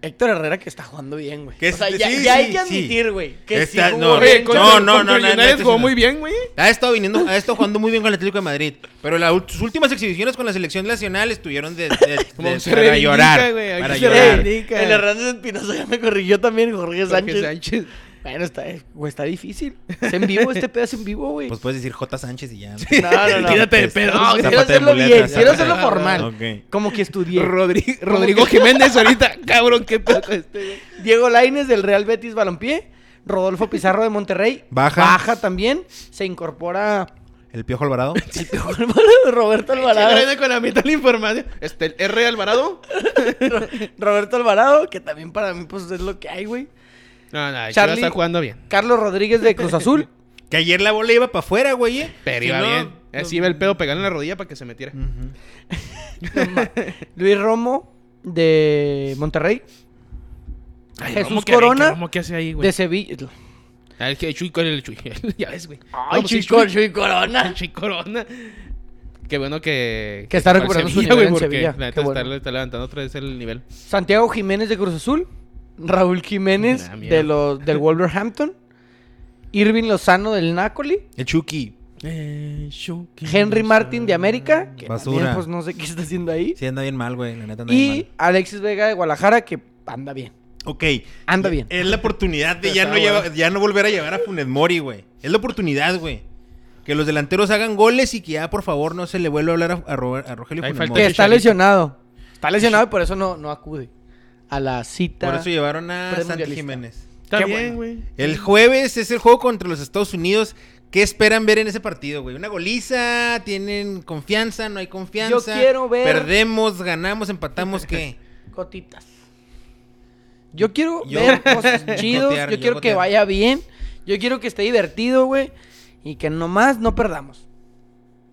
Speaker 1: Héctor Herrera que está jugando bien, güey.
Speaker 4: Que
Speaker 1: O sea,
Speaker 4: sí,
Speaker 1: ya,
Speaker 4: sí,
Speaker 1: ya hay
Speaker 4: sí,
Speaker 1: que
Speaker 4: sí.
Speaker 1: admitir, güey. Que sí
Speaker 4: Está-
Speaker 1: jugó
Speaker 4: no,
Speaker 1: bien
Speaker 2: Oye,
Speaker 1: con-
Speaker 2: contra,
Speaker 4: no,
Speaker 2: no,
Speaker 4: no,
Speaker 2: no,
Speaker 4: no, no, no,
Speaker 2: jugó
Speaker 4: no.
Speaker 2: muy bien, güey.
Speaker 4: Ha estado viniendo, ha estado jugando muy bien con el Atlético de Madrid. Pero las sus últimas exhibiciones con la selección nacional estuvieron de, de- de-
Speaker 2: Como
Speaker 4: de-
Speaker 2: se
Speaker 4: para
Speaker 2: reivindica,
Speaker 4: llorar.
Speaker 2: güey, aquí
Speaker 4: para
Speaker 2: se
Speaker 4: llorar.
Speaker 2: reivindica.
Speaker 1: Ey, El Hernández Espinosa ya me corrigió también, Jorge Sánchez.
Speaker 2: Jorge Sánchez.
Speaker 1: Bueno, está, eh, güey, está difícil. Es en vivo, este pedazo en vivo, güey.
Speaker 4: Pues puedes decir J. Sánchez y ya.
Speaker 1: no, no, no.
Speaker 2: Tírate de pedo.
Speaker 1: No, quiero
Speaker 4: Zápate de
Speaker 1: hacerlo
Speaker 4: muleta,
Speaker 1: bien,
Speaker 4: zápate
Speaker 1: quiero
Speaker 4: de
Speaker 1: hacerlo
Speaker 2: muleta.
Speaker 1: formal.
Speaker 4: Ok.
Speaker 1: Como que estudié.
Speaker 2: Rodri- Rodrigo Jiménez ahorita, cabrón, qué pedo con este, güey.
Speaker 1: Diego Laines del Real Betis Balompié. Rodolfo Pizarro de Monterrey.
Speaker 4: Baja.
Speaker 1: Baja también. Se incorpora
Speaker 4: El Piojo Alvarado.
Speaker 1: el Piojo Alvarado, Roberto
Speaker 2: Chingada,
Speaker 1: Alvarado.
Speaker 2: viene con la mitad de la información. Este, el R. Alvarado.
Speaker 1: Roberto Alvarado, que también para mí pues es lo que hay, güey.
Speaker 2: No, no, Charlie
Speaker 1: Charlie-
Speaker 2: está jugando bien.
Speaker 1: Carlos Rodríguez de Cruz Azul.
Speaker 4: Que ayer la bola iba para afuera, güey. eh.
Speaker 2: Pero
Speaker 4: Si
Speaker 2: iba
Speaker 4: no,
Speaker 2: bien. Así iba el pedo pegando en la rodilla para que se metiera.
Speaker 1: Luis Romo de Monterrey.
Speaker 2: Ay,
Speaker 1: Jesús
Speaker 2: ¿cómo que-
Speaker 1: Corona,
Speaker 2: ¿Cómo que hace ahí, güey?
Speaker 1: De Sevilla.
Speaker 2: Ah, El que Chuy con el Chuy. ya ves, güey.
Speaker 1: Ay,
Speaker 2: No, pues sí,
Speaker 1: chico,
Speaker 2: Chuy-
Speaker 1: Chuy Corona.
Speaker 2: Chuy Corona. Qué bueno que.
Speaker 1: Que está
Speaker 2: fue al
Speaker 1: recuperando su
Speaker 2: Sevilla,
Speaker 1: nivel en
Speaker 2: porque La
Speaker 1: Sevilla.
Speaker 2: neta está-
Speaker 1: Qué bueno.
Speaker 2: le está levantando otra vez el nivel.
Speaker 1: Santiago Jiménez de Cruz Azul. Raúl Jiménez
Speaker 2: Mira, mira.
Speaker 1: de los, del Wolverhampton. Irving Lozano del Nácoli.
Speaker 4: El Chucky.
Speaker 1: Henry Martin de América. Que
Speaker 4: Basura.
Speaker 1: también, pues no sé qué está haciendo ahí.
Speaker 4: Sí, anda bien mal, güey. La neta anda bien
Speaker 1: y
Speaker 4: mal.
Speaker 1: Alexis Vega de Guadalajara, que anda bien.
Speaker 4: Ok.
Speaker 1: Anda bien.
Speaker 4: Es la oportunidad de ya
Speaker 2: Está
Speaker 4: no, lleva-
Speaker 2: bueno.
Speaker 4: ya no volver a llevar a Funes Mori, güey. Es la oportunidad, güey. Que los delanteros hagan goles y que ya, por favor, no se le vuelva a hablar a, a Robert- a Rogelio
Speaker 2: Ahí
Speaker 4: Funes
Speaker 2: falta
Speaker 1: Que
Speaker 4: Mori.
Speaker 2: el-
Speaker 1: está
Speaker 2: Chicharito.
Speaker 1: lesionado. Está lesionado y por eso no, no acude a la cita.
Speaker 4: Por eso llevaron a Santi
Speaker 1: Premundialista.
Speaker 4: Jiménez.
Speaker 2: Está
Speaker 1: Qué
Speaker 2: bien,
Speaker 1: bueno.
Speaker 2: güey.
Speaker 4: El jueves es el juego contra los Estados Unidos. ¿Qué esperan ver en ese partido, güey? ¿Una goliza? ¿Tienen confianza? ¿No hay confianza?
Speaker 1: Yo quiero ver-
Speaker 4: ¿Perdemos? ¿Ganamos? ¿Empatamos? ¿Qué?
Speaker 1: Cotitas. Yo quiero
Speaker 4: Yo-
Speaker 1: ver cosas
Speaker 4: yo
Speaker 1: chidos,
Speaker 4: gotear,
Speaker 1: yo,
Speaker 4: yo
Speaker 1: quiero que
Speaker 4: gotear.
Speaker 1: vaya bien, yo quiero que esté divertido, güey, y que nomás no perdamos.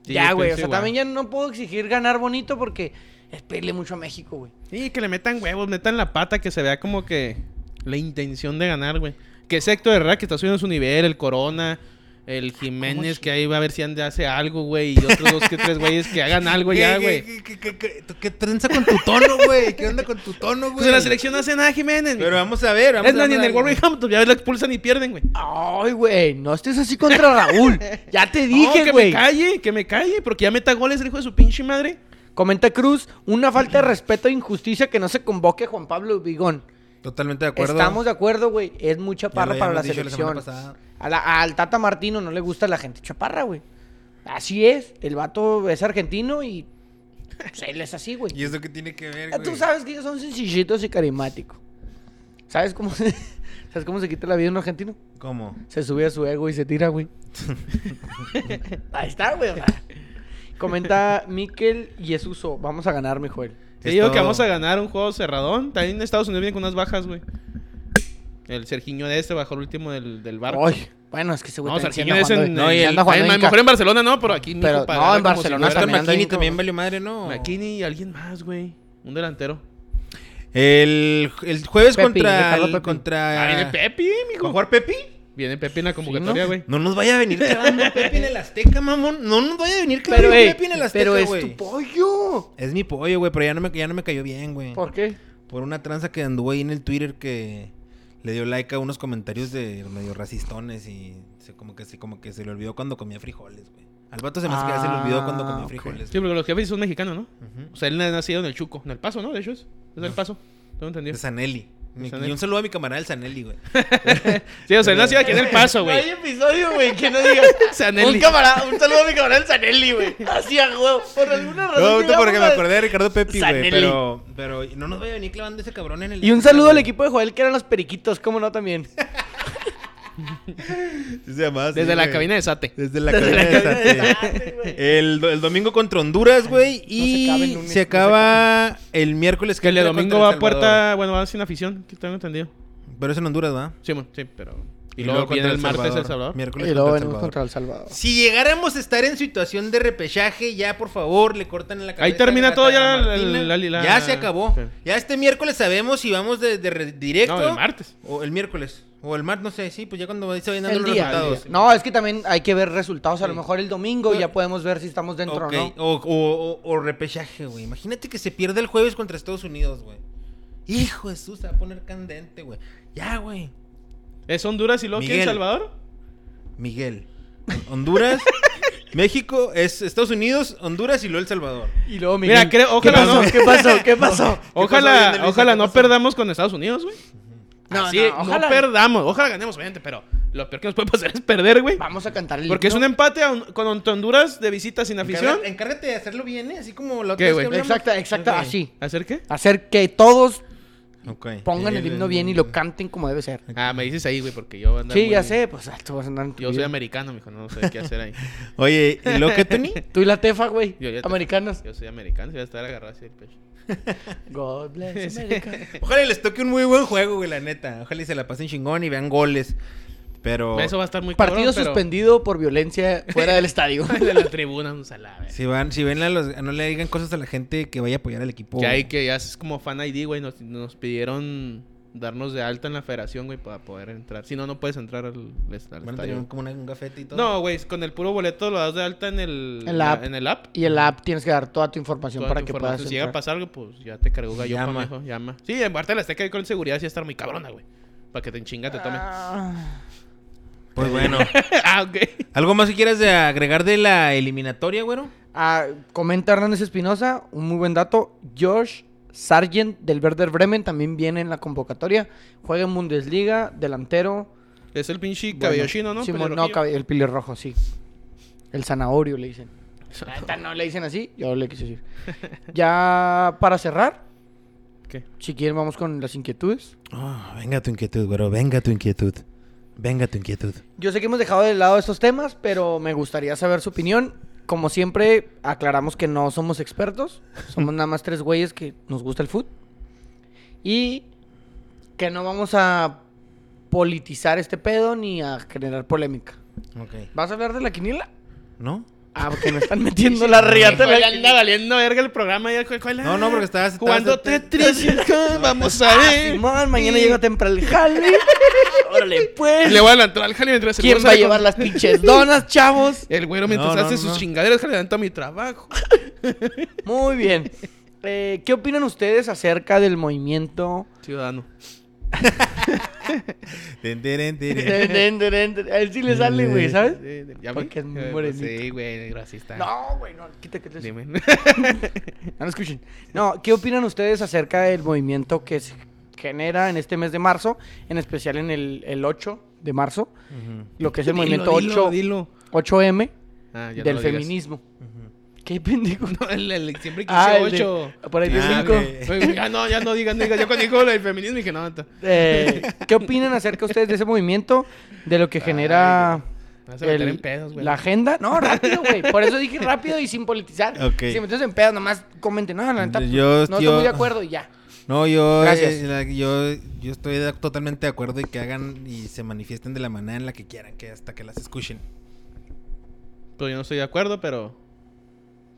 Speaker 2: Sí,
Speaker 1: ya,
Speaker 2: yo
Speaker 1: güey, o
Speaker 2: pienso
Speaker 1: sea,
Speaker 2: igual.
Speaker 1: también ya no puedo exigir ganar bonito porque es pedirle mucho a México, güey.
Speaker 2: Sí, que le metan huevos, metan la pata, que se vea como que la intención de ganar, güey. Que ese Héctor Herrera que está subiendo su nivel, el Corona, el Jiménez,
Speaker 1: chi-
Speaker 2: que ahí va a ver si anda, hace algo, güey. Y otros dos que tres güeyes que hagan algo ya,
Speaker 4: ¿Qué-
Speaker 2: güey.
Speaker 4: qué- qué- qué- qué- ¿Qué trenza con tu tono, güey? ¿Qué onda con tu tono, güey?
Speaker 2: Pues en la selección no hace nada, Jiménez.
Speaker 4: Pero vamos a ver. Vamos
Speaker 2: es
Speaker 4: a
Speaker 2: más, ni
Speaker 4: ver
Speaker 2: en el
Speaker 4: algo.
Speaker 2: Wolverhampton, ya ves, lo expulsan y pierden, güey.
Speaker 1: Ay, güey, no estés así contra Raúl. ya te
Speaker 2: No,
Speaker 1: dije,
Speaker 2: que
Speaker 1: güey.
Speaker 2: me calle, que me calle, porque ya meta goles el hijo de su pinche madre.
Speaker 1: Comenta Cruz, una falta de respeto e injusticia que no se convoque a Juan Pablo Vigón.
Speaker 4: Totalmente de acuerdo.
Speaker 1: Estamos de acuerdo, güey. Es muy chaparra
Speaker 4: Ya lo
Speaker 1: para la
Speaker 4: habíamos dicho la
Speaker 1: selección.
Speaker 4: semana pasada.
Speaker 1: a la- al Tata Martino no le gusta la gente chaparra, güey. Así es. El vato es argentino y pues, él es así, güey.
Speaker 4: ¿Y eso qué tiene que ver,
Speaker 1: Ya
Speaker 4: güey?
Speaker 1: Eh, Tú sabes que ellos son sencillitos y carismáticos. ¿Sabes cómo se, ¿Sabes cómo se quita la vida un argentino?
Speaker 4: ¿Cómo?
Speaker 1: Se sube a su ego y se tira, güey. Ahí está, güey. o sea. Comenta Miquel Yesuso. Vamos a ganar, mi Joel.
Speaker 2: Te
Speaker 4: Es
Speaker 2: digo que
Speaker 4: todo.
Speaker 2: vamos a ganar un juego cerradón. También Estados Unidos viene con unas bajas, güey. El Sergiño de este bajó el último del, del barco.
Speaker 1: Ay, bueno, es que ese güey
Speaker 2: No,
Speaker 1: también sí
Speaker 2: Sergiño
Speaker 1: anda
Speaker 2: de ese
Speaker 1: jugando
Speaker 2: en,
Speaker 1: de-
Speaker 4: no, y
Speaker 1: sí
Speaker 4: el-
Speaker 1: anda
Speaker 2: en-
Speaker 1: jugando
Speaker 2: en-
Speaker 1: bien
Speaker 2: mejor
Speaker 1: ca-
Speaker 2: en Barcelona no, pero aquí
Speaker 1: Pero-
Speaker 2: hijo, para
Speaker 1: no,
Speaker 2: darle
Speaker 1: en
Speaker 2: como
Speaker 1: Barcelona
Speaker 2: fuera-
Speaker 4: Hasta
Speaker 1: también anda
Speaker 4: Maquini
Speaker 1: bien,
Speaker 4: también
Speaker 1: cabrón.
Speaker 4: valió madre, ¿no?
Speaker 2: McKinney y alguien más, güey. Un delantero.
Speaker 4: El, el jueves
Speaker 1: Pepi,
Speaker 4: contra...
Speaker 1: Ricardo
Speaker 4: el-
Speaker 1: Pepi.
Speaker 4: contra...
Speaker 2: Ah, viene Pepi,
Speaker 4: ¿Va a
Speaker 2: mijo.
Speaker 4: jugar Pepi?
Speaker 2: Viene Pepi en la convocatoria, güey.
Speaker 4: No nos vaya a venir cagando Pepi en el Azteca, mamón. No nos vaya a venir cagando
Speaker 1: Pero, ey,
Speaker 4: Pepi en el Azteca,
Speaker 1: pero
Speaker 4: güey.
Speaker 1: es tu pollo.
Speaker 4: Es mi pollo, güey, pero ya no me, ya no me cayó bien, güey.
Speaker 1: ¿Por
Speaker 4: Por...
Speaker 1: qué?
Speaker 4: una tranza que anduvo ahí en el Twitter que le dio like a unos comentarios de medio racistones y se, como, que, se, como que se le olvidó cuando comía frijoles, güey. Al vato se me hace que ya se le olvidó cuando
Speaker 1: Ah,
Speaker 4: comía
Speaker 1: ok.
Speaker 4: frijoles.
Speaker 2: Sí, porque los jefes son mexicanos, ¿no?
Speaker 4: Ujú.
Speaker 2: O sea, él nacido en el Chuco. En el Paso, ¿no? De hecho, es. Es el Paso. Tengo entendido.
Speaker 4: De Sanelli. Mi-
Speaker 2: Sanelli.
Speaker 4: Y un saludo a mi camarada el Sanelli, güey.
Speaker 2: Sí, o sea, él nacido aquí en el Paso,
Speaker 1: No hay
Speaker 2: güey.
Speaker 1: episodio, güey, que no digas.
Speaker 2: Sanelli.
Speaker 1: Un, camarada, un saludo a mi camarada Sanelli, güey. Así a huevo. Por alguna razón.
Speaker 4: No, ahorita porque me
Speaker 1: llegamos a-
Speaker 4: acordé de Ricardo Pepi, güey.
Speaker 1: Sanelli.
Speaker 4: Pero, pero no nos vaya a venir clavando ese cabrón en el.
Speaker 1: Y un saludo al equipo de Joel que eran los periquitos, ¿cómo no también?
Speaker 4: Sí se llamaba así,
Speaker 2: Desde la
Speaker 4: güey.
Speaker 2: cabina de Sate.
Speaker 4: Desde la
Speaker 1: Desde la
Speaker 4: cabina
Speaker 1: cabina
Speaker 4: de
Speaker 1: de
Speaker 4: Sate.
Speaker 1: Sate, güey.
Speaker 4: El, do- el domingo contra Honduras, güey. Y
Speaker 1: se acaba el
Speaker 4: se acaba,
Speaker 1: lunes,
Speaker 4: el miércoles.
Speaker 2: Que el de
Speaker 4: entra
Speaker 2: domingo
Speaker 4: contra
Speaker 2: va
Speaker 4: El
Speaker 2: a
Speaker 4: Salvador.
Speaker 2: puerta, bueno, va sin afición, que tengo entendido.
Speaker 4: Pero es en Honduras, ¿va?
Speaker 2: Sí, mon, sí, pero. Y, luego, viene
Speaker 4: contra
Speaker 2: el martes El Salvador.
Speaker 4: Miércoles
Speaker 1: Y luego
Speaker 4: contra El
Speaker 1: venimos
Speaker 4: Salvador.
Speaker 1: contra El Salvador.
Speaker 4: Si llegáramos a estar en situación de repechaje, ya por favor le cortan la cabeza.
Speaker 2: Ahí termina
Speaker 4: a
Speaker 2: todo ya
Speaker 4: Tata
Speaker 2: la-
Speaker 4: Martina.
Speaker 2: la- la-
Speaker 4: Ya se acabó.
Speaker 2: Ok.
Speaker 4: Ya este miércoles sabemos si vamos de, de re- directo.
Speaker 2: No, el martes.
Speaker 4: O el miércoles. O el martes, no sé, sí, pues ya cuando se vayan dando
Speaker 1: El
Speaker 4: los
Speaker 1: día.
Speaker 4: resultados.
Speaker 1: No, es que también hay que ver resultados. A lo mejor el domingo ya podemos ver si estamos dentro
Speaker 4: Ok,
Speaker 1: o no.
Speaker 4: o, o- o- o repechaje, güey. Imagínate que se pierde el jueves contra Estados Unidos, güey. Hijo de Jesús, se va a poner candente, güey. Ya, güey.
Speaker 2: ¿Es Honduras y luego quién?
Speaker 4: Miguel.
Speaker 2: ¿El Salvador?
Speaker 4: Miguel. Honduras, México, es Estados Unidos, Honduras y luego El Salvador.
Speaker 1: Y luego,
Speaker 2: Mira,
Speaker 1: Miguel,
Speaker 2: creo-
Speaker 1: ¿qué
Speaker 2: ojalá
Speaker 1: pasó?
Speaker 2: no.
Speaker 1: ¿Qué pasó? ¿Qué pasó?
Speaker 4: pasó,
Speaker 2: Ojalá,
Speaker 4: Luis?
Speaker 2: ojalá
Speaker 4: ¿Qué
Speaker 2: no
Speaker 4: pasó?
Speaker 2: perdamos con Estados Unidos, güey.
Speaker 1: No,
Speaker 2: Así,
Speaker 1: no,
Speaker 2: no,
Speaker 1: ojalá.
Speaker 2: perdamos. Ojalá ganemos, obviamente, pero lo peor que nos puede pasar es perder, güey.
Speaker 1: Vamos a cantar el
Speaker 2: Porque es un
Speaker 1: himno.
Speaker 2: empate a un- con Honduras de visita sin afición.
Speaker 4: Encárgate, encárgate de hacerlo bien, ¿eh? Así como la
Speaker 2: ¿Qué,
Speaker 4: otra vez
Speaker 2: güey?
Speaker 4: que hablamos.
Speaker 1: Exacta, exacta,
Speaker 4: Ok.
Speaker 1: así.
Speaker 2: ¿Hacer qué?
Speaker 1: Hacer que todos
Speaker 4: Ok.
Speaker 1: pongan el himno bien y lo canten como debe ser.
Speaker 2: Ah, me dices ahí, güey, porque yo ando.
Speaker 1: Sí, ya sé, pues ah, tú vas a andar en tu
Speaker 2: Yo soy
Speaker 1: vida.
Speaker 2: americano, mijo, no sé qué hacer ahí.
Speaker 4: Oye, ¿y lo que tení?
Speaker 1: Tú y la tefa, güey.
Speaker 2: Yo ya te-
Speaker 1: Americanos.
Speaker 2: Yo soy americano, voy a estar agarrado así el pecho.
Speaker 1: God bless
Speaker 2: Sí.
Speaker 1: America.
Speaker 4: Ojalá y les toque un muy buen juego, güey, la neta. Ojalá y se la pasen chingón y vean goles. Pero
Speaker 2: Eso va a estar muy
Speaker 1: Oh. Partido
Speaker 2: cabrón, pero-
Speaker 1: suspendido por violencia fuera del estadio.
Speaker 2: de la tribuna, un salado.
Speaker 4: si van, si ven a los, no le digan cosas a la gente que vaya a apoyar al equipo.
Speaker 2: Que hay
Speaker 4: güey.
Speaker 2: que ya es como fan ID, güey. Nos, nos pidieron darnos de alta en la federación, güey, para poder entrar. Si no, no puedes entrar al, al
Speaker 4: Van a
Speaker 2: estadio.
Speaker 4: tener un- como una- un gafete y todo.
Speaker 2: No, güey, con el puro boleto lo das de alta en el,
Speaker 1: En la app.
Speaker 2: en el app.
Speaker 1: Y el app tienes que dar toda tu información
Speaker 2: Toda
Speaker 1: para
Speaker 2: tu
Speaker 1: que
Speaker 2: información.
Speaker 1: puedas.
Speaker 2: si llega a
Speaker 1: entrar.
Speaker 2: pasar algo, pues ya te cargó gallo,
Speaker 4: Llama.
Speaker 2: llama. llama. Sí, en parte la Azteca ahí con seguridad sí va a estar muy cabrona, güey. Para que te enchinga te tome. Ah,
Speaker 1: Ah.
Speaker 4: Pues bueno.
Speaker 2: ok.
Speaker 4: ¿Algo más que quieras de agregar de la eliminatoria, güero?
Speaker 1: Ah, comenta Hernández Espinosa, un muy buen dato. Josh Sargent del Werder Bremen también viene en la convocatoria. Juega en Bundesliga, delantero.
Speaker 2: Es el pinche
Speaker 1: Bueno,
Speaker 2: cabello chino, ¿no?
Speaker 1: Simón- no,
Speaker 2: Pelirrojillo.
Speaker 1: cabello- el pelirrojo, sí. El zanahorio le dicen. La neta, no le dicen así, yo le quise decir. Ya para cerrar,
Speaker 2: ¿Qué?
Speaker 1: si quieren vamos con las inquietudes.
Speaker 4: Ah, venga tu inquietud, güero. Venga tu inquietud. Venga tu inquietud.
Speaker 1: Yo sé que hemos dejado de lado estos temas, pero me gustaría saber su opinión. Como siempre, aclaramos que no somos expertos. Somos nada más tres güeyes que nos gusta el fútbol. Y que no vamos a politizar este pedo ni a generar polémica.
Speaker 4: Ok.
Speaker 1: ¿Vas a hablar de la quiniela?
Speaker 4: ¿No?
Speaker 1: Ah, porque me están metiendo la riata.
Speaker 2: Hijo,
Speaker 1: la
Speaker 2: ya anda valiendo verga el programa. ya, ¿cuál- cuál-
Speaker 4: No, no, porque estabas- estabas-
Speaker 2: Jugando Tetris. hija, Vamos a
Speaker 1: Ah,
Speaker 2: ver.
Speaker 1: Simón, mañana llego temprano el jale. Órale, pues.
Speaker 2: Le voy a adelantar al Jale mientras el
Speaker 1: ¿Quién
Speaker 2: güero
Speaker 1: va a
Speaker 2: sale con-
Speaker 1: llevar las pinches donas, chavos?
Speaker 2: El güero mientras
Speaker 4: No, no,
Speaker 2: hace
Speaker 4: no.
Speaker 2: sus chingaderas, Jale adelanta mi trabajo.
Speaker 1: Muy bien. Eh, ¿Qué opinan ustedes acerca del movimiento?
Speaker 2: Ciudadano.
Speaker 4: Ten, teren, teren.
Speaker 1: Ten, ten, ten, ten. A él sí le sale, güey, ¿sabes?
Speaker 2: ¿Ya vi?
Speaker 1: Porque es muy
Speaker 2: Eh, pues
Speaker 1: morenito.
Speaker 2: Sí, güey, racista.
Speaker 1: No, güey, no, quita que te... No,
Speaker 2: Dime.
Speaker 1: no escuchen. No, ¿qué opinan ustedes acerca del movimiento que se genera en este mes de marzo? En especial en el, el 8 de marzo. Lo que es el movimiento 8,
Speaker 2: Dilo, dilo.
Speaker 1: 8M
Speaker 2: Ah, ya no
Speaker 1: del
Speaker 2: lo digas.
Speaker 1: feminismo. ¿Qué pendejo?
Speaker 2: No, el, el- siempre quise
Speaker 1: Ah, el de-
Speaker 2: 8.
Speaker 1: por ahí de
Speaker 4: Ah,
Speaker 1: cinco.
Speaker 4: güey.
Speaker 2: Pues, ya no, ya no digas, nigga. Yo cuando dijo el feminismo dije, no, neta.
Speaker 1: Eh, ¿Qué opinan acerca ustedes de ese movimiento? De lo que genera
Speaker 2: Me vas a meter en pedos, güey.
Speaker 1: la agenda. No, rápido, güey. Por eso dije rápido y sin politizar.
Speaker 4: Ok.
Speaker 1: Si me metes en pedos, nomás comenten. No, la neta,
Speaker 4: Yo-
Speaker 1: no
Speaker 4: yo-
Speaker 1: estoy muy de acuerdo y ya.
Speaker 4: No, yo,
Speaker 1: Gracias.
Speaker 4: eh, la- yo, yo estoy de- totalmente de acuerdo y que hagan y se manifiesten de la manera en la que quieran, que hasta que las escuchen.
Speaker 2: Pues yo no estoy de acuerdo, pero.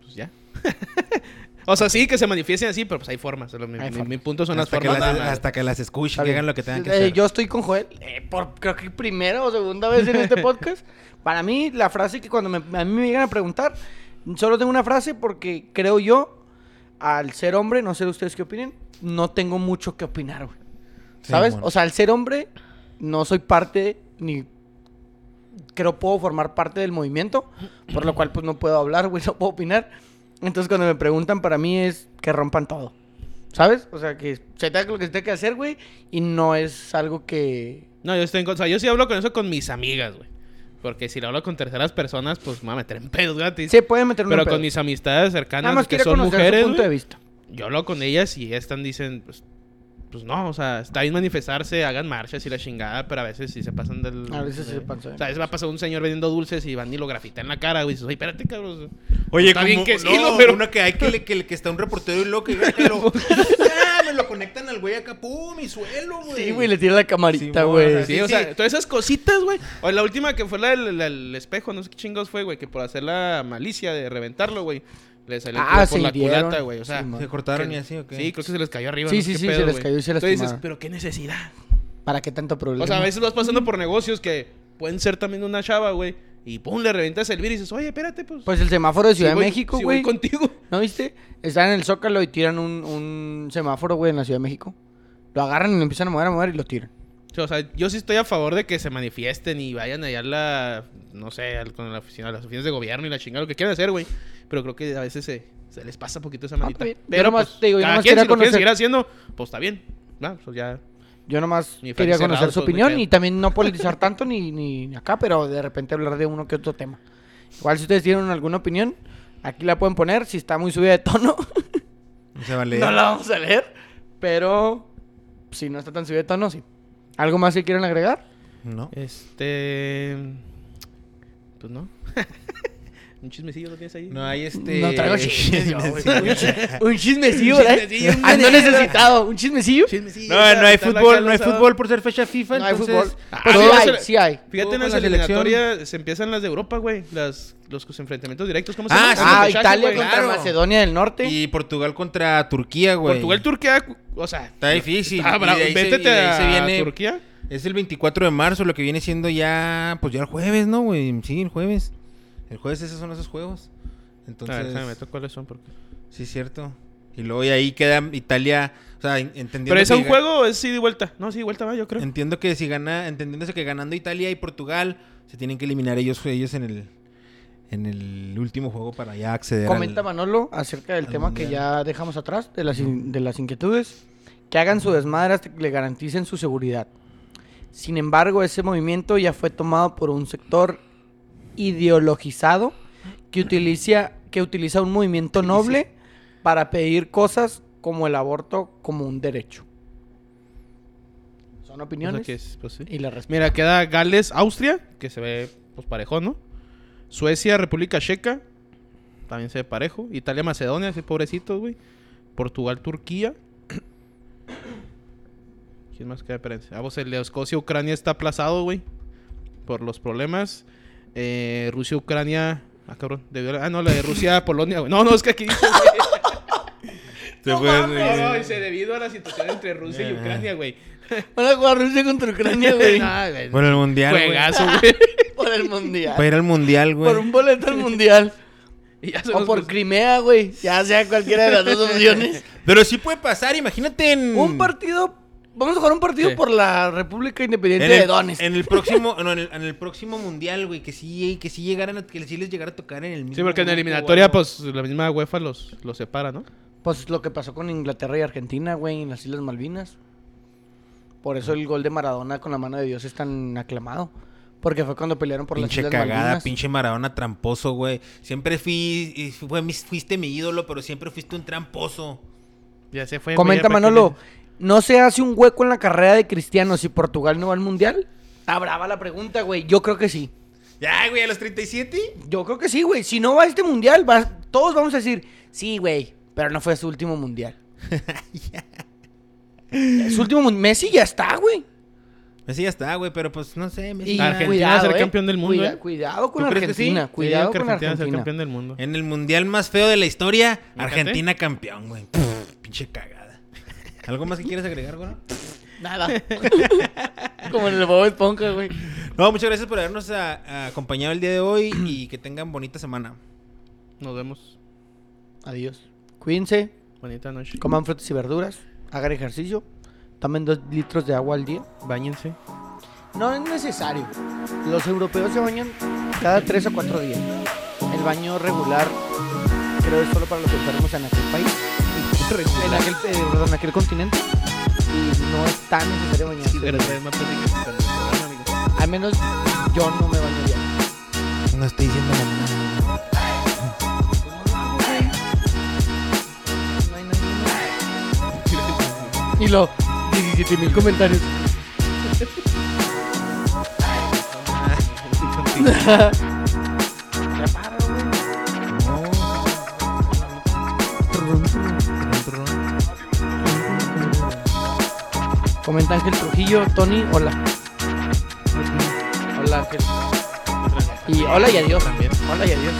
Speaker 2: Pues ya. o sea, sí, que se manifiesten así, pero pues hay formas. Lo- Mi,
Speaker 1: Hay
Speaker 2: mi-
Speaker 1: formas.
Speaker 2: mi punto son las
Speaker 4: hasta, que
Speaker 2: formas.
Speaker 4: las,
Speaker 2: nada más.
Speaker 4: hasta que las escuchen,
Speaker 1: Está
Speaker 4: que
Speaker 1: bien.
Speaker 4: hagan lo que tengan que
Speaker 1: Eh,
Speaker 4: hacer.
Speaker 1: Yo estoy con Joel, eh, por creo que primera o segunda vez en este podcast. Para mí, la frase que cuando me- a mí me llegan a preguntar, solo tengo una frase porque creo yo, al ser hombre, no sé ustedes qué opinen, no tengo mucho que opinar, güey.
Speaker 4: Sí,
Speaker 1: ¿Sabes?
Speaker 4: mon.
Speaker 1: O sea, al ser hombre, no soy parte ni creo puedo formar parte del movimiento, por lo cual pues no puedo hablar, güey, no puedo opinar. Entonces cuando me preguntan para mí es que rompan todo. ¿Sabes? O sea, que se te haga lo que se tenga que hacer, güey, y no es algo que...
Speaker 2: No, yo estoy en contra. O sea, yo sí hablo con eso con mis amigas, güey. Porque si lo hablo con terceras personas, pues me voy a meter en pedos, gratis.
Speaker 1: Se puede meter en un
Speaker 2: Pero
Speaker 1: pedo.
Speaker 2: con mis amistades
Speaker 1: Nada
Speaker 2: cercanas
Speaker 1: más
Speaker 2: que
Speaker 1: quiero
Speaker 2: son
Speaker 1: conocer
Speaker 2: mujeres,
Speaker 1: su punto de
Speaker 2: güey,
Speaker 1: vista.
Speaker 2: yo hablo con ellas y ellas están dicen, pues, pues no, o sea, está bien manifestarse, hagan marchas y la chingada, pero a veces sí se pasan del...
Speaker 1: A veces sí
Speaker 2: de-
Speaker 1: se pasan.
Speaker 2: O sea, a veces va a pasar un señor vendiendo dulces y van y lo grafita en la cara, güey, y dices, oye, espérate, cabrón.
Speaker 4: Oye,
Speaker 2: está
Speaker 4: como,
Speaker 2: bien que sí,
Speaker 4: no,
Speaker 2: no, pero...
Speaker 4: uno que hay que, le- que, le- que está un reportero y luego que, que lo... Ah, me lo conectan al güey acá, pum, mi suelo, güey.
Speaker 1: Sí, güey, le tira la camarita,
Speaker 4: Simón,
Speaker 1: güey.
Speaker 4: así.
Speaker 2: Sí, o
Speaker 4: sí.
Speaker 2: sea, todas esas cositas, güey. O la última que fue la del la del espejo, no sé qué chingos fue, güey, que por hacer la malicia de reventarlo, güey, le salió el
Speaker 1: Ah,
Speaker 2: tiro por
Speaker 1: se
Speaker 2: la
Speaker 1: hirieron.
Speaker 2: culata, güey. O sea,
Speaker 1: Simón.
Speaker 4: Se cortaron y así, ¿ok?
Speaker 2: sí, creo que se les cayó arriba.
Speaker 1: Sí,
Speaker 2: no sé
Speaker 1: sí,
Speaker 2: qué
Speaker 1: sí,
Speaker 2: pedo,
Speaker 1: se les
Speaker 2: güey.
Speaker 1: cayó y se
Speaker 2: Entonces dices,
Speaker 1: lastimaron.
Speaker 2: pero qué necesidad.
Speaker 1: ¿Para qué tanto problema?
Speaker 2: O sea, a veces vas pasando por negocios que pueden ser también una chava, güey, y pum, le reventas el vidrio y dices, oye, espérate, pues.
Speaker 1: Pues el semáforo de
Speaker 2: si
Speaker 1: Ciudad
Speaker 2: voy-
Speaker 1: de México,
Speaker 2: si voy
Speaker 1: güey.
Speaker 2: contigo.
Speaker 1: ¿No viste? Están en el Zócalo y tiran un, un semáforo, güey, en la Ciudad de México. Lo agarran y lo empiezan a mover, a mover y lo tiran.
Speaker 2: O sea, yo sí estoy a favor de que se manifiesten y vayan allá a la, no sé, al- con la oficina, las oficinas de gobierno y la chingada, lo que quieran hacer, güey. Pero creo que a veces se, se les pasa poquito esa manita.
Speaker 1: está bien. Yo
Speaker 2: Pero
Speaker 1: nomás
Speaker 2: pues,
Speaker 1: te digo, yo
Speaker 2: cada
Speaker 1: nomás
Speaker 2: quien,
Speaker 1: quería
Speaker 2: si lo quieren
Speaker 1: conocer-
Speaker 2: seguir haciendo, pues está bien. Va, pues ya.
Speaker 1: Yo nomás
Speaker 2: Ni
Speaker 1: quería
Speaker 2: Félix Herrado,
Speaker 1: conocer su
Speaker 2: pues, muy
Speaker 1: opinión
Speaker 2: feo.
Speaker 1: y también no politizar tanto ni, ni acá, pero de repente hablar de uno que otro tema. Igual si ustedes tienen alguna opinión, aquí la pueden poner. Si está muy subida de tono,
Speaker 4: No se vale.
Speaker 1: no la vamos a leer. Pero si no está tan subida de tono, sí. ¿Algo más que quieran agregar?
Speaker 4: No.
Speaker 2: Este. Pues no. Un chismecillo lo tienes ahí.
Speaker 4: No hay este.
Speaker 1: No traigo chismes, yo, güey. Un chismecillo,
Speaker 2: Un
Speaker 1: ¿verdad?
Speaker 2: chismecillo, un
Speaker 1: Ando
Speaker 2: veneno.
Speaker 1: necesitado. ¿Un chismecillo?
Speaker 2: Chismecillo,
Speaker 4: No, no hay
Speaker 2: está la
Speaker 4: fútbol, no hay
Speaker 2: calza.
Speaker 4: fútbol por ser fecha FIFA,
Speaker 1: No hay fútbol.
Speaker 4: entonces.
Speaker 2: Ah,
Speaker 1: Pero
Speaker 2: sí, va a
Speaker 1: pues, sí hay,
Speaker 2: ser-
Speaker 1: sí hay.
Speaker 2: Fíjate,
Speaker 4: Con
Speaker 2: en las
Speaker 4: la selección.
Speaker 2: eliminatorias se empiezan las de Europa, güey. Las, los enfrentamientos directos. ¿Cómo se
Speaker 4: Ah,
Speaker 2: llama?
Speaker 4: sí.
Speaker 2: Los
Speaker 1: Ah,
Speaker 2: repechajes,
Speaker 1: Italia
Speaker 2: güey.
Speaker 1: contra
Speaker 4: claro.
Speaker 1: Macedonia del Norte.
Speaker 4: Y Portugal contra Turquía, güey.
Speaker 2: Portugal, Turquía, cu- o sea.
Speaker 4: Está difícil.
Speaker 2: Ah,
Speaker 4: y
Speaker 2: bravo.
Speaker 4: de ahí se- y
Speaker 2: Véntete
Speaker 4: de ahí se
Speaker 2: a
Speaker 4: viene-
Speaker 2: Turquía.
Speaker 4: Es el 24 de marzo, lo que viene siendo ya. Pues ya el jueves, ¿no, güey? Sí, el jueves. El jueves, esos son esos juegos.
Speaker 2: a ver,
Speaker 4: Entonces.
Speaker 2: déjame meto cuáles son. Porque...
Speaker 4: sí, es cierto. Y luego y ahí queda Italia. O sea, en- entendiendo.
Speaker 2: Pero es
Speaker 4: que
Speaker 2: a un
Speaker 4: ga-
Speaker 2: juego, o es sí de vuelta. No, sí de vuelta va, yo creo.
Speaker 4: Entiendo que si gana. Entendiéndose que ganando Italia y Portugal, se tienen que eliminar ellos, ellos en el. En el último juego para ya acceder.
Speaker 1: Comenta
Speaker 4: al-
Speaker 1: Manolo acerca del
Speaker 4: al
Speaker 1: tema que
Speaker 4: mundial.
Speaker 1: ya dejamos atrás, de las, in- de las inquietudes. Que hagan su desmadre hasta que le garanticen su seguridad. Sin embargo, ese movimiento ya fue tomado por un sector ideologizado que utiliza, que utiliza un movimiento noble para pedir cosas como el aborto como un derecho. Son
Speaker 2: O sea
Speaker 1: opiniones
Speaker 2: que es, pues, sí.
Speaker 1: y la respeto.
Speaker 2: Mira, queda Gales, Austria, que se ve pues parejo, ¿no? Suecia, República Checa, también se ve parejo. Italia, Macedonia, sí, pobrecitos, güey. Portugal, Turquía. ¿Quién más queda? Espérense. Ah, pues el de Escocia, Ucrania está aplazado, güey. Por los problemas. Eh, Rusia, Ucrania. Ah, cabrón. debió- Ah, no, la de Rusia, Polonia, güey. No, no, es que aquí dice, güey.
Speaker 4: Se fue-
Speaker 2: No, no, dice, debido a la situación entre Rusia y Ucrania, güey.
Speaker 1: Van a jugar Rusia contra Ucrania, güey.
Speaker 2: Nah, güey.
Speaker 4: Por el mundial. güey.
Speaker 2: Juegazo, güey.
Speaker 1: por el mundial.
Speaker 4: Para ir al mundial, Pues, güey.
Speaker 1: Por un boleto al mundial.
Speaker 2: Y ya se
Speaker 1: O
Speaker 2: nos
Speaker 1: por
Speaker 2: cruzó.
Speaker 1: Crimea, güey. Ya sea cualquiera de las dos opciones.
Speaker 4: Pero sí puede pasar, imagínate en.
Speaker 1: Un partido. Vamos a jugar un partido
Speaker 2: Sí.
Speaker 1: por la República Independiente
Speaker 4: en el,
Speaker 1: de Donetsk.
Speaker 4: en el próximo, no, en, el, en el próximo mundial, güey, que sí, que sí llegaran, a- que sí les llegara a tocar en el mismo.
Speaker 2: Sí, porque en la
Speaker 4: grupo o
Speaker 2: eliminatoria,
Speaker 4: algo.
Speaker 2: pues, la misma UEFA los, los separa, ¿no?
Speaker 1: Pues lo que pasó con Inglaterra y Argentina, güey, en las Islas Malvinas. Por eso el gol de Maradona con la mano de Dios es tan aclamado. Porque fue cuando pelearon por
Speaker 4: pinche
Speaker 1: las Islas
Speaker 4: cagada,
Speaker 1: Malvinas.
Speaker 4: pinche Maradona tramposo, güey. Siempre fui, y fue mi- fuiste mi ídolo, pero siempre fuiste un tramposo.
Speaker 2: Ya se fue.
Speaker 1: Comenta Manolo. ¿No se hace un hueco en la carrera de Cristiano si Portugal no va al mundial? Está brava la pregunta, güey. Yo creo que sí.
Speaker 4: Ya, güey, a los 37.
Speaker 1: Yo creo que sí, güey. Si no va a este mundial, va- todos vamos a decir, sí, güey, pero no fue su último mundial. su último mundial. Messi ya está, güey.
Speaker 4: Messi ya está, güey, pero pues no sé, Messi.
Speaker 1: Y
Speaker 4: ya-
Speaker 2: Argentina va a ser campeón del mundo,
Speaker 1: cuida-
Speaker 2: eh.
Speaker 1: Cuidado con
Speaker 4: ¿Tú crees que sí?
Speaker 1: Argentina.
Speaker 4: Sí,
Speaker 1: Cuidado
Speaker 2: que
Speaker 1: con
Speaker 2: Argentina es el
Speaker 1: Argentina.
Speaker 2: campeón del mundo.
Speaker 4: En el mundial más feo de la historia,
Speaker 2: Fíjate.
Speaker 4: Argentina campeón, güey. Pff, pinche cagada. ¿Algo más que quieras agregar, güey?
Speaker 1: Nada. Como en el Bob Esponja, güey.
Speaker 4: No, muchas gracias por habernos a- a acompañado el día de hoy y que tengan bonita semana.
Speaker 2: Nos vemos.
Speaker 1: Adiós. Cuídense,
Speaker 2: Bonita noche.
Speaker 1: coman frutas y verduras, hagan ejercicio, tomen dos litros de agua al día.
Speaker 2: Báñense.
Speaker 1: No es necesario. Los europeos se bañan cada 3 o 4 días. El baño regular creo es solo para los enfermos en aquel país, y- en aquel, eh, perdón, en aquel continente. Y no es tan necesario bañarse. Al menos yo no me baño ya.
Speaker 4: No estoy diciendo nada.
Speaker 1: No hay nadie. Y lo 17 mil comentarios. Reparo, güey.
Speaker 4: No.
Speaker 1: Comenta Ángel Trujillo, Tony, hola. Hola Ángel. Y hola y adiós también. Hola y adiós.